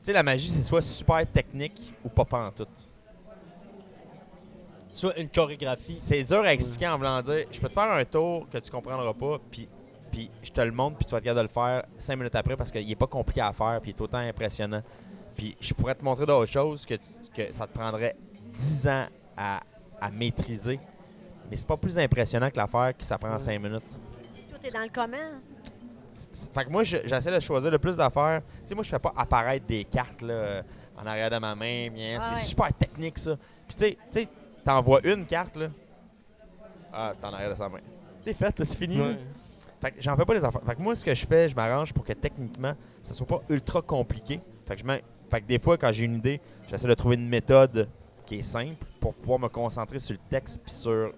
Speaker 4: Tu sais, la magie, c'est soit super technique ou pas pas en tout.
Speaker 3: Soit une chorégraphie.
Speaker 4: C'est dur à expliquer en voulant dire je peux te faire un tour que tu comprendras pas, puis puis je te le montre, puis tu vas être capable de le faire cinq minutes après parce qu'il est pas compliqué à faire, puis il est autant impressionnant. Puis je pourrais te montrer d'autres choses que, tu- que ça te prendrait 10 ans à, à maîtriser. Mais c'est pas plus impressionnant que l'affaire qui ça prend cinq minutes.
Speaker 2: Tout est dans le comment.
Speaker 4: C'est- c'est- Fait que moi, je- j'essaie de choisir le plus d'affaires. Tu sais, moi, je fais pas apparaître des cartes là, euh, en arrière de ma main. bien.
Speaker 2: Ah
Speaker 4: c'est
Speaker 2: ouais.
Speaker 4: super technique, ça. Puis, tu sais- tu sais, t'envoies une carte, là. Ah, c'est en arrière de sa main. C'est fait, là, c'est fini. là. Fait que j'en fais pas les affaires. Fait que moi, ce que je fais, je m'arrange pour que techniquement, ça soit pas ultra compliqué. Fait que, je mets- fait que des fois, quand j'ai une idée, j'essaie de trouver une méthode qui est simple pour pouvoir me concentrer sur le texte puis sur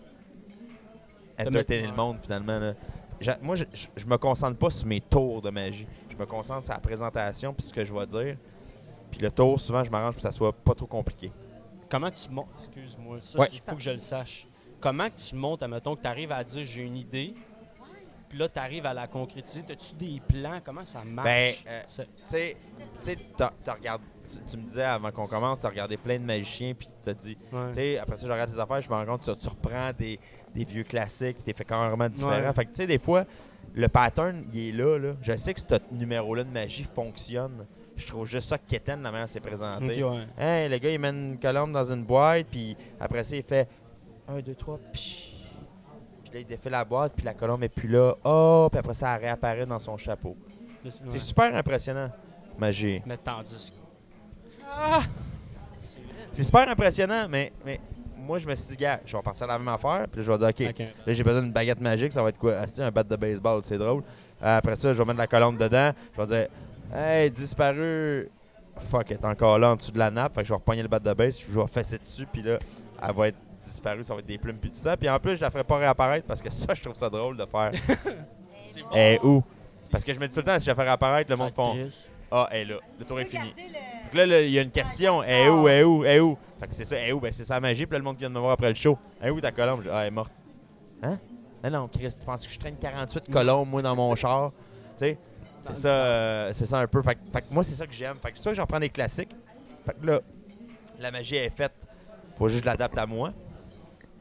Speaker 4: entertainer
Speaker 3: met-
Speaker 4: le monde finalement. là. J'a- Moi, je, je- je me concentre pas sur mes tours de magie. Je me concentre sur la présentation puis ce que je vais dire. Puis le tour, souvent, je m'arrange pour que ça soit pas trop compliqué.
Speaker 3: Comment tu montes Excuse-moi, ça,
Speaker 4: Ouais.
Speaker 3: c'est- il faut que je le sache. Comment que tu montes, admettons, que tu arrives à dire j'ai une idée, puis là, tu arrives à la concrétiser. As-tu des plans Comment ça marche
Speaker 4: Ben, euh,
Speaker 3: Ça-
Speaker 4: Tu sais, tu sais, t'as- t'as regardé- tu, tu me disais avant qu'on commence, tu as regardé plein de magiciens puis tu as dit
Speaker 3: ouais.
Speaker 4: Tu sais, après ça, je regarde tes affaires, je me rends compte que tu, tu reprends des, des vieux classiques, t'es fait carrément différent.
Speaker 3: Ouais.
Speaker 4: Fait que, tu sais, des fois, le pattern, il est là, là. Je sais que ce numéro-là de magie fonctionne. Je trouve juste ça quétaine, la manière c'est présenté.
Speaker 3: Ok, ouais.
Speaker 4: Hey, le gars, il met une colombe dans une boîte, puis après ça, il fait 1, 2, 3, puis puis là, il défait la boîte, puis la colombe est plus là. Oh, puis après ça, elle réapparaît dans son chapeau.
Speaker 3: Ouais.
Speaker 4: C'est super impressionnant, magie.
Speaker 3: Mais tandis que-
Speaker 4: C'est super impressionnant, mais, mais moi, je me suis dit, gars, je vais partir à la même affaire, puis là, je vais dire, OK,
Speaker 3: Ok.
Speaker 4: Là, j'ai besoin d'une baguette magique, ça va être quoi? Ah, c'est un bat de baseball, c'est drôle. Euh, Après ça, je vais mettre la colombe dedans. Je vais dire, hey, disparu. Fuck, elle est encore là en dessous de la nappe. Fait que je vais repogner le bat de base, je vais fesser dessus, puis là, elle va être disparue, ça va être des plumes puis tout ça. Puis en plus, je la ferai pas réapparaître parce que ça, je trouve ça drôle de faire.
Speaker 5: C'est
Speaker 4: Elle est où? Parce que je me dis tout le temps, si je la fais réapparaître, le monde fond.
Speaker 3: Sacrifice.
Speaker 4: Ah, elle est là. Le tour est
Speaker 2: Tu peux
Speaker 4: fini.
Speaker 2: garder le-
Speaker 4: Donc là, là, il y a une question. Eh où, eh où, eh où? Fait que c'est ça, eh où? Ben, c'est ça la magie. Puis là, le monde vient de me voir après le show. Eh où ta colombe? Je dis, ah, elle est morte. Hein? Non, non, Chris, tu penses que je traîne 48 colombes, moi, dans mon char? Tu sais? C'est ça, euh, c'est ça un peu. Fait, que- fait que moi, c'est ça que j'aime. Fait que c'est ça que j'en prends des classiques. Fait que là, la magie est faite. Faut juste que je l'adapte à moi.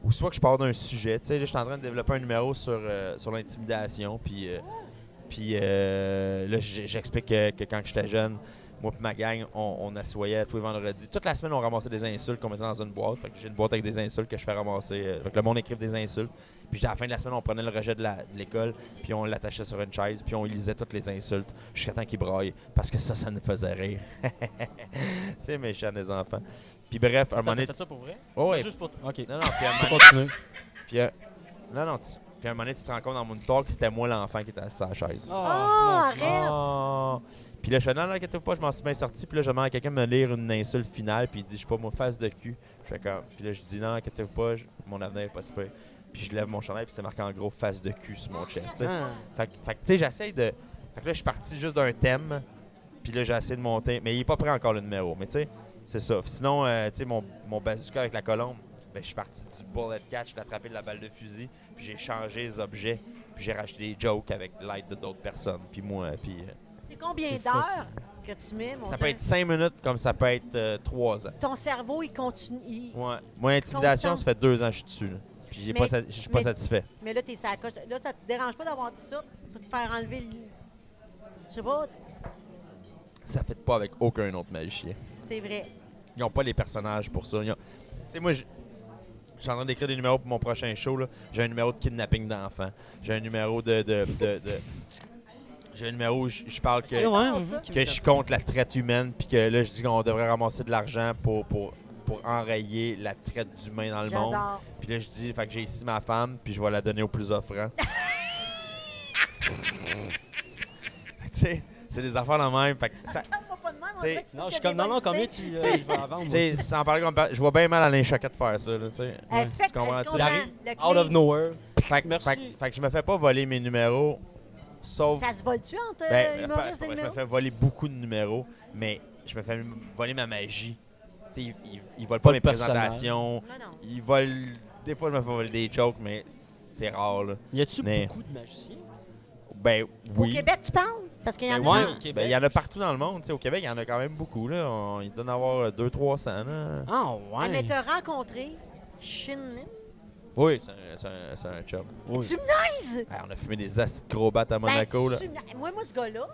Speaker 4: Ou soit que je pars d'un sujet. Tu sais, là, je suis en train de développer un numéro sur, euh, sur l'intimidation. Puis, euh, puis euh, là, j- j'explique que, que quand j'étais jeune, moi et ma gang, on, on assoyait tous les vendredis. Toute la semaine, on ramassait des insultes qu'on mettait dans une boîte. Fait que j'ai une boîte avec des insultes que je fais ramasser. euh, fait que le monde écrive des insultes. Puis à la fin de la semaine, on prenait le rejet de la- de l'école, puis on l'attachait sur une chaise, puis on lisait toutes les insultes jusqu'à temps qu'il braille. Parce que ça, ça nous faisait rire. (laughs) C'est méchant, des enfants. Puis bref, un moment
Speaker 5: T'as
Speaker 4: donné.
Speaker 5: fait ça pour vrai?
Speaker 4: Ouais,
Speaker 5: C'est
Speaker 4: Oh ouais.
Speaker 5: Juste pour
Speaker 3: Ok.
Speaker 4: Non, non, puis à un moment donné-
Speaker 3: Continue.
Speaker 4: puis, euh, non, non, tu- puis à un moment donné, tu te rends compte dans mon histoire que c'était moi l'enfant qui était assis à la chaise.
Speaker 5: Oh,
Speaker 2: Ah,
Speaker 3: mon Dieu.
Speaker 2: arrête!
Speaker 4: Oh. Puis là, je fais non, non, inquiète pas, je m'en suis bien sorti. Puis là, je demande à quelqu'un de me lire une insulte finale. Puis il dit, je sais pas, moi, face de cul. Je fais comme. Puis là, je dis, non, inquiète pas, je- mon avenir est pas si pire. Puis je lève mon chandail, puis c'est marqué en gros face de cul sur mon chest. tu sais.
Speaker 3: Ah.
Speaker 4: Fait, que- fait que, tu sais, j'essaye de. Fait que là, je suis parti juste d'un thème, puis là, j'ai essayé de monter. Mais il est pas prêt encore le numéro, mais tu sais, c'est ça. Sinon, euh, tu sais, mon, mon bazooka avec la colombe, ben, je suis parti du bullet catch, de l'attraper de la balle de fusil, puis j'ai changé les objets, puis j'ai racheté des jokes avec l'aide de d'autres personnes, puis moi, puis. euh,
Speaker 2: C'est combien
Speaker 4: C'est
Speaker 2: d'heures que tu mets, mon Dieu?
Speaker 4: ça peut être 5 minutes comme ça peut être 3 ans.
Speaker 2: Ton cerveau, il continue. il-
Speaker 4: Ouais. Moi, intimidation,
Speaker 2: Constant.
Speaker 4: ça fait 2 ans que je suis dessus. là. Puis j'ai
Speaker 2: Mais-
Speaker 4: pas sa- je suis pas
Speaker 2: mais-
Speaker 4: satisfait.
Speaker 2: Mais là, t'es sur la coche. Là, ça te dérange pas d'avoir dit ça pour te faire enlever le. Je sais pas,
Speaker 4: Ça fait pas avec aucun autre magicien.
Speaker 2: c'est vrai.
Speaker 4: Ils ont pas les personnages pour ça. Ils ont- Tu sais, moi, je je suis en train d'écrire des numéros pour mon prochain show. là. J'ai un numéro de kidnapping d'enfants. J'ai un numéro de. de, de- de- J'ai un numéro où je je parle que.
Speaker 3: Ouais, ouais,
Speaker 2: ça.
Speaker 3: ouais.
Speaker 4: que je suis contre la traite humaine, puis que là, je dis qu'on devrait ramasser de l'argent pour, pour, pour enrayer la traite d'humains dans le monde.
Speaker 2: J'adore.
Speaker 4: Puis là, je dis, fait que j'ai ici ma femme, puis je vais la donner au plus offrant. tu sais, c'est des affaires de même. Fait que ça,
Speaker 2: Parle-moi pas de même, on
Speaker 4: T'sais,
Speaker 2: dirait que tu
Speaker 3: Non,
Speaker 2: trouves
Speaker 3: je suis
Speaker 2: qu'il y a
Speaker 3: comme, non,
Speaker 2: des
Speaker 3: non,
Speaker 2: bonnes
Speaker 3: combien
Speaker 2: idées.
Speaker 3: tu euh, il va en vendre?
Speaker 4: tu
Speaker 3: moi?
Speaker 4: sais, sans parler comme. Je vois bien mal à Alain Choquette faire ça, là, tu sais.
Speaker 2: Elle Eh, fait-
Speaker 4: Tu
Speaker 2: elle
Speaker 4: comprends, tu-
Speaker 2: comprend.
Speaker 3: J'arrive
Speaker 2: Le
Speaker 3: Out of
Speaker 2: clé,
Speaker 3: nowhere.
Speaker 4: Fait, que-
Speaker 3: Merci.
Speaker 4: fait que- fait que je me fais pas voler mes numéros, sauf.
Speaker 2: Ça se vole-tu entre euh,
Speaker 4: Ben, pas-
Speaker 2: humoristes
Speaker 4: pas-
Speaker 2: et
Speaker 4: je me
Speaker 2: numéros?
Speaker 4: fais voler beaucoup de numéros, mais je me fais m- voler ma magie. Tu sais, Ils, ils, ils volent
Speaker 3: Pas
Speaker 4: pas
Speaker 3: de
Speaker 4: mes
Speaker 3: personnage.
Speaker 4: présentations.
Speaker 2: Non, non.
Speaker 4: Ils volent. Des fois, je me fais voler des jokes, mais c'est rare, là.
Speaker 3: Y a-tu
Speaker 4: Mais-
Speaker 3: beaucoup de magiciens?
Speaker 4: Ben
Speaker 2: Au
Speaker 4: oui.
Speaker 2: Québec, tu parles? Parce qu'il y
Speaker 4: Ben
Speaker 2: en
Speaker 4: oui,
Speaker 2: a...
Speaker 3: ouais.
Speaker 4: ben,
Speaker 3: au Québec.
Speaker 4: ben, il y en a partout dans le monde. tu sais, Au Québec, il y en a quand même beaucoup. Là. On, il doit en avoir euh, 200-300. là.
Speaker 3: Ah,
Speaker 2: Ah, Mais
Speaker 3: ouais.
Speaker 2: t'as rencontré Shin
Speaker 4: Oui, c'est un, c'est un, c'est un chum.
Speaker 3: Oui.
Speaker 2: Tu me niaises!
Speaker 4: Ah, on a fumé des acides gros battes à
Speaker 2: Ben,
Speaker 4: Monaco. là.
Speaker 2: tu me niaises. Moi, moi, ce gars-là,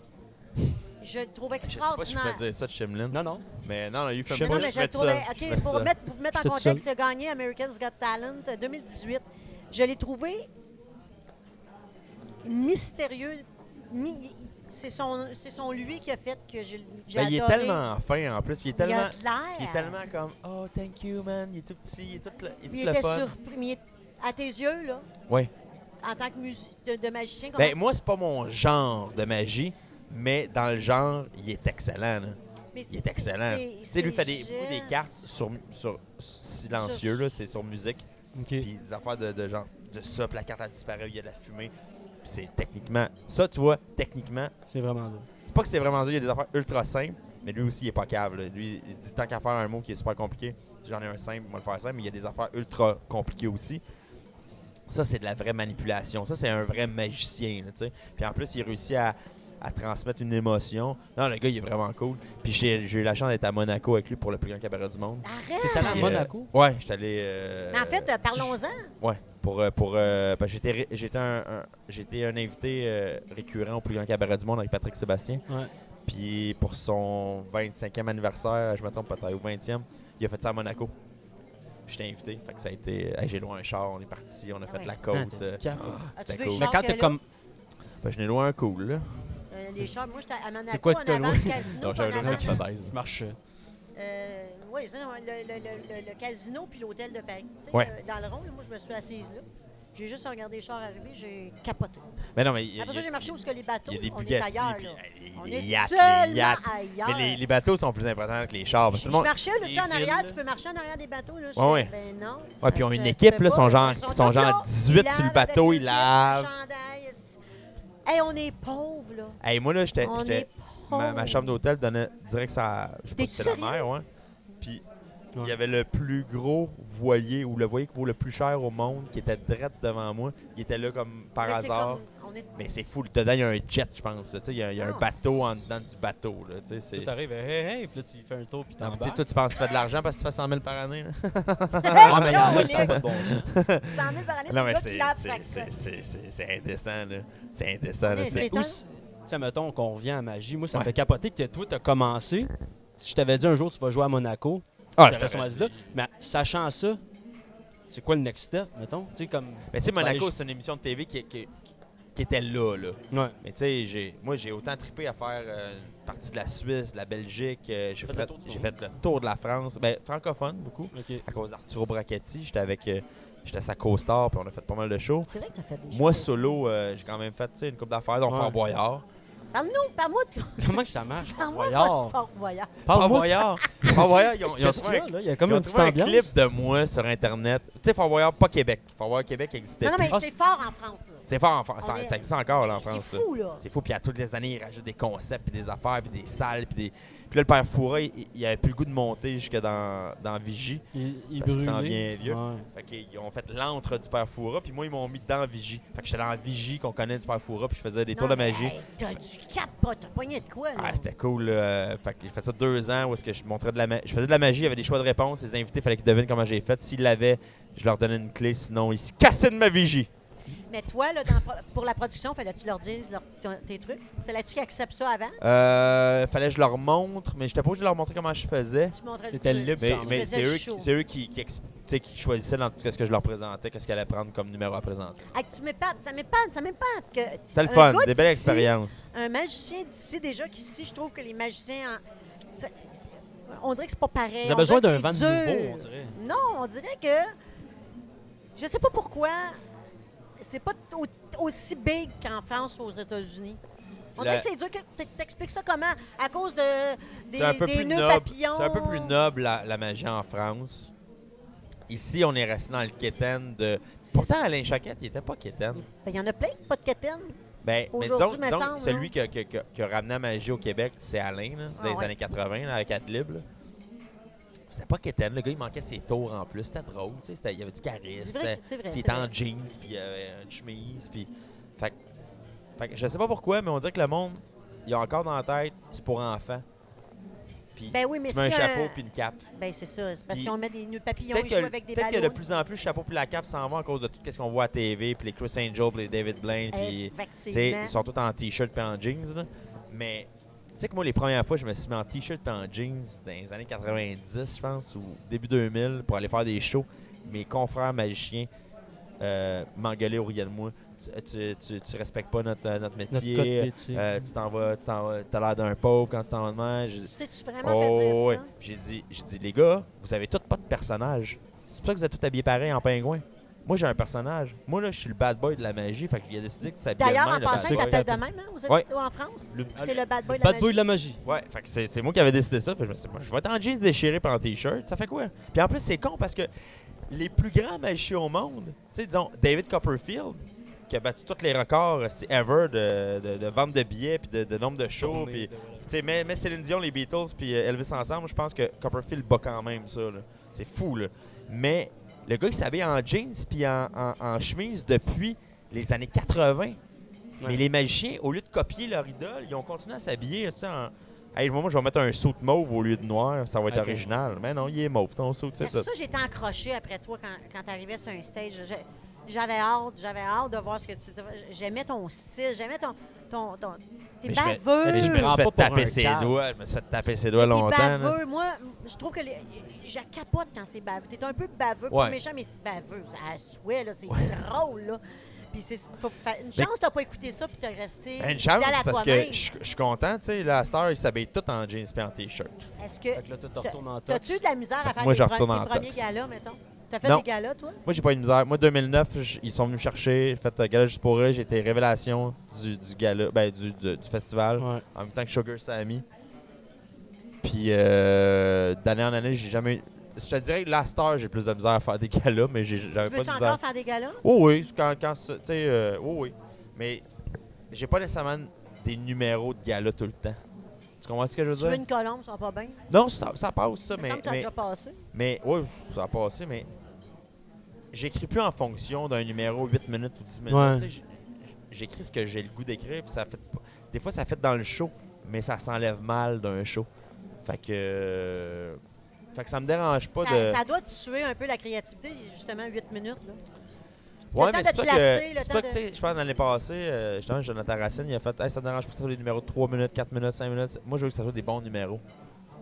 Speaker 2: je le trouve
Speaker 4: Je sais pas si je
Speaker 2: extraordinaire.
Speaker 4: peux dire ça de Chimlin.
Speaker 3: Non, non.
Speaker 4: Mais non, il a eu
Speaker 3: Je sais
Speaker 2: Non,
Speaker 3: Moi,
Speaker 2: mais je
Speaker 4: mets
Speaker 2: le
Speaker 4: ça,
Speaker 2: trouvais.
Speaker 4: je
Speaker 2: OK,
Speaker 4: mets
Speaker 2: pour
Speaker 4: ça.
Speaker 2: mettre, pour mettre en
Speaker 3: J'étais tout
Speaker 2: contexte, il a gagné American's Got Talent euh, 2018. Je l'ai trouvé mystérieux. mi- C'est son, c'est son lui qui a fait que j'ai j'ai
Speaker 4: Ben,
Speaker 2: adoré.
Speaker 4: il est tellement fin en plus. puis Il est
Speaker 2: Il
Speaker 4: tellement.
Speaker 2: a de l'air.
Speaker 4: Il est tellement comme Oh, thank you, man. Il est tout petit, il est tout le, il est
Speaker 2: Il
Speaker 4: tout le
Speaker 2: était
Speaker 4: fun.
Speaker 2: surpris. mais il est- À tes yeux, là,
Speaker 4: Ouais.
Speaker 2: en tant que musi- de, de magicien, comment-
Speaker 4: Ben, moi, c'est pas mon genre de magie, mais dans le genre, il est excellent. là.
Speaker 2: mais
Speaker 4: Il est
Speaker 2: c'est-
Speaker 4: excellent.
Speaker 2: c'est-
Speaker 4: Tu sais, lui
Speaker 2: c'est
Speaker 4: fait des, des
Speaker 2: juste-
Speaker 4: cartes sur, sur silencieux,
Speaker 2: Sur-
Speaker 4: là, c'est sur musique.
Speaker 3: OK.
Speaker 4: Puis des affaires de, de genre de ça, puis la carte a disparu, il y a de la fumée. Puis c'est techniquement. Ça, tu vois, techniquement,
Speaker 3: C'est vraiment là.
Speaker 4: c'est pas que c'est vraiment dur, il y a des affaires ultra simples, mais lui aussi, il est pas cave. là. Lui, il dit tant qu'à faire un mot qui est super compliqué, j'en ai un simple, moi le faire simple, mais il y a des affaires ultra compliquées aussi. Ça, c'est de la vraie manipulation. Ça, c'est un vrai magicien, là, tu sais. Puis en plus, il réussit à, à transmettre une émotion. Non, le gars, il est vraiment cool. Puis j'ai j'ai eu la chance d'être à Monaco avec lui pour le plus grand cabaret du monde.
Speaker 3: T'es allé à
Speaker 2: Arrête!
Speaker 4: euh,
Speaker 3: Monaco?
Speaker 4: Ouais, j'étais allé. euh,
Speaker 2: Mais en fait, euh, parlons-en.
Speaker 4: Ouais, pour. euh, pour euh, parce que j'étais ré- j'étais un, un- j'étais un invité euh, récurrent au plus grand cabaret du monde avec Patrick Sébastien.
Speaker 3: Ouais.
Speaker 4: Puis pour son 25e anniversaire, je me trompe peut-être, ou 20e, il a fait ça à Monaco. Puis J'étais invité, fait que ça a été. hey, J'ai loin un char, on est parti, on a
Speaker 2: Ah
Speaker 4: fait
Speaker 2: ouais.
Speaker 4: la
Speaker 3: Ah,
Speaker 4: côte.
Speaker 3: t'as
Speaker 4: euh,
Speaker 3: dit capote.
Speaker 2: As-tu
Speaker 4: c'était
Speaker 2: vu les
Speaker 4: cool.
Speaker 2: chars
Speaker 3: Mais
Speaker 2: qu'il y
Speaker 3: quand
Speaker 2: a
Speaker 3: t'es
Speaker 2: là?
Speaker 3: comme.
Speaker 4: Ben, je n'ai loin un cool, là.
Speaker 2: Euh, les chars, moi, j'étais à Monaco,
Speaker 3: quoi que
Speaker 2: en
Speaker 3: t'as
Speaker 2: avant
Speaker 3: loué?
Speaker 2: le casino,
Speaker 4: Non,
Speaker 2: puis en
Speaker 4: j'avais loin un
Speaker 2: avant le-
Speaker 4: Mercedes.
Speaker 3: Je marchais.
Speaker 2: Euh, oui, ça, non, le, le- le- le- le casino puis l'hôtel de Paris. tu sais,
Speaker 4: Ouais.
Speaker 2: euh, dans le rond, là, moi, je me suis assise là. J'ai juste regardé les chars arriver, j'ai capoté.
Speaker 4: Mais non, mais il y a,
Speaker 2: Après ça, j'ai marché où ce que les
Speaker 4: il
Speaker 2: bateaux,
Speaker 4: y a des
Speaker 2: on est
Speaker 4: Bugatti,
Speaker 2: ailleurs.
Speaker 4: puis,
Speaker 2: Là.
Speaker 4: euh,
Speaker 2: On
Speaker 4: les
Speaker 2: est
Speaker 4: yachts, les
Speaker 2: tellement
Speaker 4: yachts.
Speaker 2: ailleurs.
Speaker 4: Mais les, les bateaux sont plus importants que les chars. parce
Speaker 2: je, je
Speaker 4: que tout le monde-
Speaker 2: marchais là, tu sais, en
Speaker 4: les
Speaker 2: arrière,
Speaker 4: villes,
Speaker 2: tu peux marcher en arrière des bateaux. Là, je
Speaker 4: Ah, ben, Ouais,
Speaker 2: fais, Ben non.
Speaker 4: Ouais, puis ils ont
Speaker 2: Ça,
Speaker 4: une
Speaker 2: ça
Speaker 4: équipe,
Speaker 2: fait
Speaker 4: là,
Speaker 2: pas,
Speaker 4: sont
Speaker 2: là,
Speaker 4: genre,
Speaker 2: ils
Speaker 4: ils sont
Speaker 2: tous
Speaker 4: genre
Speaker 2: là,
Speaker 4: 18 sur le
Speaker 2: lavent
Speaker 4: bateau,
Speaker 2: avec
Speaker 4: ils
Speaker 2: le
Speaker 4: lavent.
Speaker 2: chandail. Hey, on est pauvres, là.
Speaker 4: Hey, moi, là, j'étais.
Speaker 2: On
Speaker 4: j'étais-
Speaker 2: est pauvres.
Speaker 4: Ma, ma chambre d'hôtel donnait direct ça. Je sais pas si
Speaker 2: T'es-tu
Speaker 4: c'était la
Speaker 2: sérieux?
Speaker 4: mer, ouais. Puis il
Speaker 3: Ouais.
Speaker 4: y avait le plus gros voilier ou le voilier qui vaut le plus cher au monde qui était direct devant moi. Il était là comme par
Speaker 2: Mais c'est
Speaker 4: hasard.
Speaker 2: comme- Ah. on est- (laughs)
Speaker 4: Mais (laughs) c'est fou, dedans il y a un jet, je pense. là. Tu sais, Il y a, il y a
Speaker 2: Non,
Speaker 4: un bateau en dedans du bateau. Là. Tu sais, c'est-
Speaker 3: Tout arrive, hey, hey, puis là, tu fais un tour, puis
Speaker 4: Non, mais tu sais,
Speaker 3: t'embarques.
Speaker 4: toi, tu penses que tu fais de l'argent parce que tu fais 100 000 par année. là.
Speaker 3: Ah, mais
Speaker 2: Non,
Speaker 3: y'en a,
Speaker 2: mais-
Speaker 3: ça a pas de bon
Speaker 2: 100 000
Speaker 3: sens.
Speaker 2: par année,
Speaker 4: Non,
Speaker 2: c'est le
Speaker 4: mais
Speaker 2: gars qui
Speaker 4: c'est
Speaker 2: lave sa-
Speaker 4: c'est- c'est- c'est- c'est- c'est indécent. là. C'est indécent. là.
Speaker 2: Mais
Speaker 4: C'est-
Speaker 2: c'est-
Speaker 3: Ou si- Tu sais, mettons qu'on revient à magie. Moi, ça me
Speaker 4: Ouais.
Speaker 3: fait capoter que toi, t'as commencé. Si je t'avais dit un jour, tu vas jouer à Monaco,
Speaker 4: Ah, je
Speaker 3: t'aurais sûrement
Speaker 4: t'aurais
Speaker 3: dit
Speaker 4: dit.
Speaker 3: là. Mais sachant ça, c'est quoi le next step, mettons? Tu sais, comme.
Speaker 4: Mais tu sais,
Speaker 3: Ben,
Speaker 4: Monaco,
Speaker 3: je-
Speaker 4: c'est une émission de TV qui, qui- qui était là. là.
Speaker 3: Ouais.
Speaker 4: Mais tu sais, j'ai- moi, j'ai autant trippé à faire euh, une partie de la Suisse, de la Belgique. euh, j'ai
Speaker 3: Fait
Speaker 4: fait,
Speaker 3: le tour du
Speaker 4: j'ai
Speaker 3: monde.
Speaker 4: fait le tour de la France. Ben, francophone, beaucoup.
Speaker 3: OK. (laughs)
Speaker 4: À cause d'Arturo Brachetti, j'étais avec. euh, j'étais à sa co-star, puis on a fait pas mal de shows.
Speaker 2: C'est vrai que t'as fait des
Speaker 4: Moi,
Speaker 2: choses.
Speaker 4: solo, euh, j'ai quand même fait tu sais, une coupe d'affaires, dont
Speaker 3: Ouais.
Speaker 4: Fort Boyard.
Speaker 2: Parle-nous, parle-moi de
Speaker 3: Comment que ça marche?
Speaker 2: parle-moi
Speaker 3: Voyard.
Speaker 2: de Fort Boyard.
Speaker 4: Fort
Speaker 3: Parle-moi.
Speaker 4: Boyard! Fort Boyard, ils ont, ils ont
Speaker 3: Qu'est-ce qu'il
Speaker 4: trouvé
Speaker 3: y
Speaker 4: un,
Speaker 3: a, là? Il y a
Speaker 4: ils
Speaker 3: comme
Speaker 4: ont
Speaker 3: une petite
Speaker 4: trouvé un
Speaker 3: ambiance.
Speaker 4: clip de moi sur Internet. Tu sais, Fort Boyard, pas Québec. Fort Boyard, Québec existait
Speaker 2: Non, non,
Speaker 4: plus.
Speaker 2: mais
Speaker 4: Ah,
Speaker 2: c'est fort en France. là.
Speaker 4: c'est fort en France.
Speaker 2: On
Speaker 4: Ça,
Speaker 2: est-
Speaker 4: ça existe encore, là, en France.
Speaker 2: C'est
Speaker 4: là.
Speaker 2: fou, là.
Speaker 4: C'est fou, puis à toutes les années, ils rajoutent des concepts, puis des affaires, puis des salles, puis des... Puis là, le père Foura, il, il avait plus le goût de monter jusque dans, dans Vigie.
Speaker 3: Il, il
Speaker 4: Parce qu'il s'en
Speaker 3: brûlait.
Speaker 4: vient vieux.
Speaker 3: Ouais.
Speaker 4: Fait qu'ils ont fait l'antre du père Foura, puis moi, ils m'ont mis dans Vigie. Fait que j'étais dans Vigie qu'on connaît du père Foura, puis je faisais des
Speaker 2: Non,
Speaker 4: tours de
Speaker 2: mais,
Speaker 4: magie.
Speaker 2: hey, T'as du capote, t'as pogné de quoi, là?
Speaker 4: Ah, c'était cool. là. Euh, Fait que j'ai fait ça deux ans où est-ce que je montrais de la magie. Je faisais de la magie, il y avait des choix de réponses. Les invités, fallait qu'ils devinent comment j'ai fait. S'ils l'avaient, je leur donnais une clé, sinon ils se cassaient de ma Vigie.
Speaker 2: Mais toi, là, dans- pour la production, fallait-tu leur dire leur- ton- tes trucs? Fallait-tu qu'ils acceptent ça avant?
Speaker 4: Euh, fallait que je leur montre, mais j'étais pas obligé de leur montrer comment je faisais.
Speaker 2: Tu montrais le
Speaker 3: C'était
Speaker 2: truc.
Speaker 3: libre,
Speaker 4: Mais,
Speaker 3: Ça, on
Speaker 4: mais
Speaker 2: faisait
Speaker 4: c'est eux,
Speaker 2: chaud.
Speaker 4: qui- c'est eux qui, qui, exp- tu sais, qui choisissaient dans tout ce que je leur présentais, qu'est-ce qu'elle allait prendre comme numéro à présenter.
Speaker 2: Ah, que tu m'épates, ça m'épate, ça m'épate. que
Speaker 4: C'était le
Speaker 2: Un
Speaker 4: fun,
Speaker 2: gars
Speaker 4: des belles
Speaker 2: d'ici-
Speaker 4: expériences.
Speaker 2: Un magicien d'ici, déjà qu'ici, je trouve que les magiciens... en- ça- on dirait que c'est pas pareil.
Speaker 3: Vous avez
Speaker 2: On
Speaker 3: besoin
Speaker 2: dirait
Speaker 3: d'un
Speaker 2: que
Speaker 3: van
Speaker 2: c'est dur.
Speaker 3: nouveau, on dirait.
Speaker 2: Non, on dirait que. Je sais pas pourquoi. C'est pas au- aussi big qu'en France ou aux États-Unis. On
Speaker 4: La-
Speaker 2: dirait que c'est dur. que- t- T'expliques ça comment? À cause de, des,
Speaker 4: C'est un peu
Speaker 2: des
Speaker 4: plus
Speaker 2: nœuds
Speaker 4: noble.
Speaker 2: papillons.
Speaker 4: C'est un peu plus noble la, la magie en France. Ici, on est resté dans le quétaine de.
Speaker 2: C'est
Speaker 4: Pourtant,
Speaker 2: ça.
Speaker 4: Alain Choquette, il était pas quétaine.
Speaker 2: Ben, Il y en a plein, pas de quétaine.
Speaker 4: Ben, mais
Speaker 2: Aujourd'hui,
Speaker 4: disons,
Speaker 2: me
Speaker 4: disons que
Speaker 2: semble,
Speaker 4: celui qui a, qui a- qui a- qui a ramené la magie au Québec, c'est Alain, là,
Speaker 2: Ah
Speaker 4: dans les
Speaker 2: ouais.
Speaker 4: années 80, là, avec Adlib. là. C'était pas quétaine. Le gars, il manquait de ses tours en plus. C'était drôle. tu sais, c'était- Il y avait du charisme.
Speaker 2: C'est vrai, que- c'est vrai.
Speaker 4: Puis Il
Speaker 2: c'est
Speaker 4: était en
Speaker 2: vrai.
Speaker 4: jeans, puis il avait une chemise, puis... Fait que- fait que je sais pas pourquoi, mais on dirait que le monde, il a encore dans la tête, c'est pour enfants. Puis
Speaker 2: Ben oui, mais
Speaker 4: tu mets un
Speaker 2: si
Speaker 4: chapeau
Speaker 2: un-
Speaker 4: puis une cape.
Speaker 2: Ben, c'est ça. C'est parce
Speaker 4: Puis-
Speaker 2: qu'on met des nœuds papillons,
Speaker 4: Peut-être
Speaker 2: ils jouent
Speaker 4: que,
Speaker 2: avec des
Speaker 4: peut-être que
Speaker 2: ballons.
Speaker 4: de plus en plus, le chapeau puis la cape s'en vont à cause de tout ce qu'on voit à TV, puis les Chris Angel, puis les David Blaine,
Speaker 2: Euh,
Speaker 4: puis... Tu sais,
Speaker 2: Effectivement.
Speaker 4: ils sont tous en T-shirt puis en jeans, là. Mais... Tu sais que moi, les premières fois, je me suis mis en T-shirt puis en jeans dans les années 90, je pense, ou début 2000, pour aller faire des shows. Mes confrères magiciens euh, m'engueulaient au rien de moi. Tu, tu, tu, tu respectes pas notre, euh, notre
Speaker 3: Notre
Speaker 4: métier.
Speaker 3: code d'éthique.
Speaker 4: euh, tu t'en vas, tu t'en vas- t'as l'air d'un pauvre quand tu t'en vas de même.
Speaker 2: Tu
Speaker 4: J'ai-
Speaker 2: tu t'es-tu vraiment fait dire
Speaker 4: Oh, ouais.
Speaker 2: ça?
Speaker 4: J'ai dit, j'ai dit, les gars, vous avez tous pas de personnage. C'est pour ça que vous êtes tous habillés pareil en pingouin. Moi, j'ai un personnage. Moi, là, je suis le bad boy de la magie. Fait qu'il a décidé que ça
Speaker 2: D'ailleurs, en passant,
Speaker 3: bad
Speaker 2: ils
Speaker 3: boy.
Speaker 2: t'appellent de même, hein, aux Éta-
Speaker 4: Ouais.
Speaker 2: ou en France.
Speaker 4: Le-
Speaker 2: C'est le bad boy de la
Speaker 3: Bad boy de la magie.
Speaker 4: Ouais, fait que c'est c'est moi qui avais décidé ça. Fait que je me suis dit, moi, je vais être en jeans déchiré par en t-shirt. Ça fait quoi? Puis en plus, c'est con parce que les plus grands magiciens au monde, tu sais, disons, David Copperfield, qui a battu tous les records euh, c'est ever de, de, de vente de billets, puis de, de nombre de shows,
Speaker 3: Tournée
Speaker 4: puis
Speaker 3: de- voilà.
Speaker 4: Tu sais, mais, mais Céline Dion, les Beatles, puis euh, Elvis ensemble, je pense que Copperfield bat quand même ça. là. C'est fou, là. Mais le gars, il s'habille en jeans puis en, en- en chemise depuis les années 80. Mais les magiciens, au lieu de copier leur idole, ils ont continué à s'habiller, tu sais, en... Hey, moi, je vais mettre un saut mauve au lieu de noir, ça va être
Speaker 3: Ok.
Speaker 4: original. Mais non, il est mauve, ton saut, c'est
Speaker 2: Parce que
Speaker 4: ça.
Speaker 2: Ben, ça, j'étais accrochée après toi quand, quand t'arrivais sur un stage. Je- J'avais hâte, j'avais hâte de voir ce que tu. J'aimais ton style, j'aimais ton. ton, ton t'es
Speaker 4: Mais je vais-
Speaker 2: baveux.
Speaker 4: Mais je
Speaker 3: prends
Speaker 4: me suis
Speaker 3: pas
Speaker 4: fait
Speaker 3: pour
Speaker 4: taper
Speaker 3: un
Speaker 4: ses
Speaker 3: cave.
Speaker 4: doigts, je me suis fait taper ses doigts
Speaker 2: T'es
Speaker 4: longtemps. là.
Speaker 2: baveux. Moi, je trouve que. Les, je capote quand c'est baveux. T'es un peu baveux.
Speaker 4: Ouais.
Speaker 2: Pas méchant, mais baveux. À souhait, là. C'est
Speaker 4: Ouais.
Speaker 2: drôle, là. Puis c'est. faut- fa- une chance, t'as pas écouté ça, puis t'es resté.
Speaker 4: Ben, une chance,
Speaker 2: fidèle à
Speaker 4: parce que
Speaker 2: toi-même.
Speaker 4: je je suis content, tu sais, là, à cette heure, ils s'habillent tous en jeans puis en t-shirt.
Speaker 2: Est-ce que.
Speaker 3: Fait que là, tu te retournes en top.
Speaker 2: T'as-tu de la misère à faire
Speaker 4: Moi,
Speaker 2: tes
Speaker 4: je
Speaker 2: pre-
Speaker 4: retourne en
Speaker 2: tes premiers
Speaker 4: tops.
Speaker 2: galas, mettons? T'as fait
Speaker 4: Non.
Speaker 2: des galas, toi?
Speaker 4: Moi, j'ai pas eu de misère. Moi, 2009, j- ils sont venus me chercher. J'ai fait euh, Gala juste pour eux. J'ai été révélation du, du gala, ben, du, du- du festival,
Speaker 3: Ouais.
Speaker 4: en même temps que Sugar Sammy. Puis, euh, d'année en année, j'ai jamais eu. Je te dirais que la star, j'ai plus de misère à faire des galas, mais j'ai-
Speaker 2: Tu
Speaker 4: j'avais pas
Speaker 2: veux-tu
Speaker 4: de
Speaker 2: encore
Speaker 4: misère.
Speaker 2: faire des galas?
Speaker 4: Oh oui, c'est quand, quand ça- tu sais, euh, oh oui. Mais j'ai pas nécessairement des numéros de gala tout le temps. Tu comprends ce que je
Speaker 2: Tu
Speaker 4: veux
Speaker 2: veux
Speaker 4: dire?
Speaker 2: une colombe, ça va pas bien?
Speaker 4: Non, ça, ça passe, ça,
Speaker 2: Il me
Speaker 4: mais.
Speaker 2: semble que t'as
Speaker 4: mais-
Speaker 2: déjà passé.
Speaker 4: mais oui, ça a passé, mais j'écris plus en fonction d'un numéro 8 minutes ou 10 minutes.
Speaker 3: Ouais.
Speaker 4: Tu sais, j- J'écris ce que j'ai le goût d'écrire, puis ça fait pas- des fois ça fait dans le show, mais ça s'enlève mal d'un show. Fait que fait que ça me dérange pas
Speaker 2: Ça,
Speaker 4: de
Speaker 2: ça doit tuer un peu la créativité, justement, 8 minutes. Là.
Speaker 4: Ouais,
Speaker 2: le temps
Speaker 4: mais
Speaker 2: de
Speaker 4: c'est
Speaker 2: te
Speaker 4: pour ça
Speaker 2: placer,
Speaker 4: que
Speaker 2: le
Speaker 4: c'est pour ça
Speaker 2: temps
Speaker 4: que, tu sais, je pense que l'année passée, euh, justement Jonathan Racine, il a fait hey, ça me dérange pas que ça soit des numéros de 3 minutes, 4 minutes, 5 minutes. Moi, je veux que ça soit des bons numéros.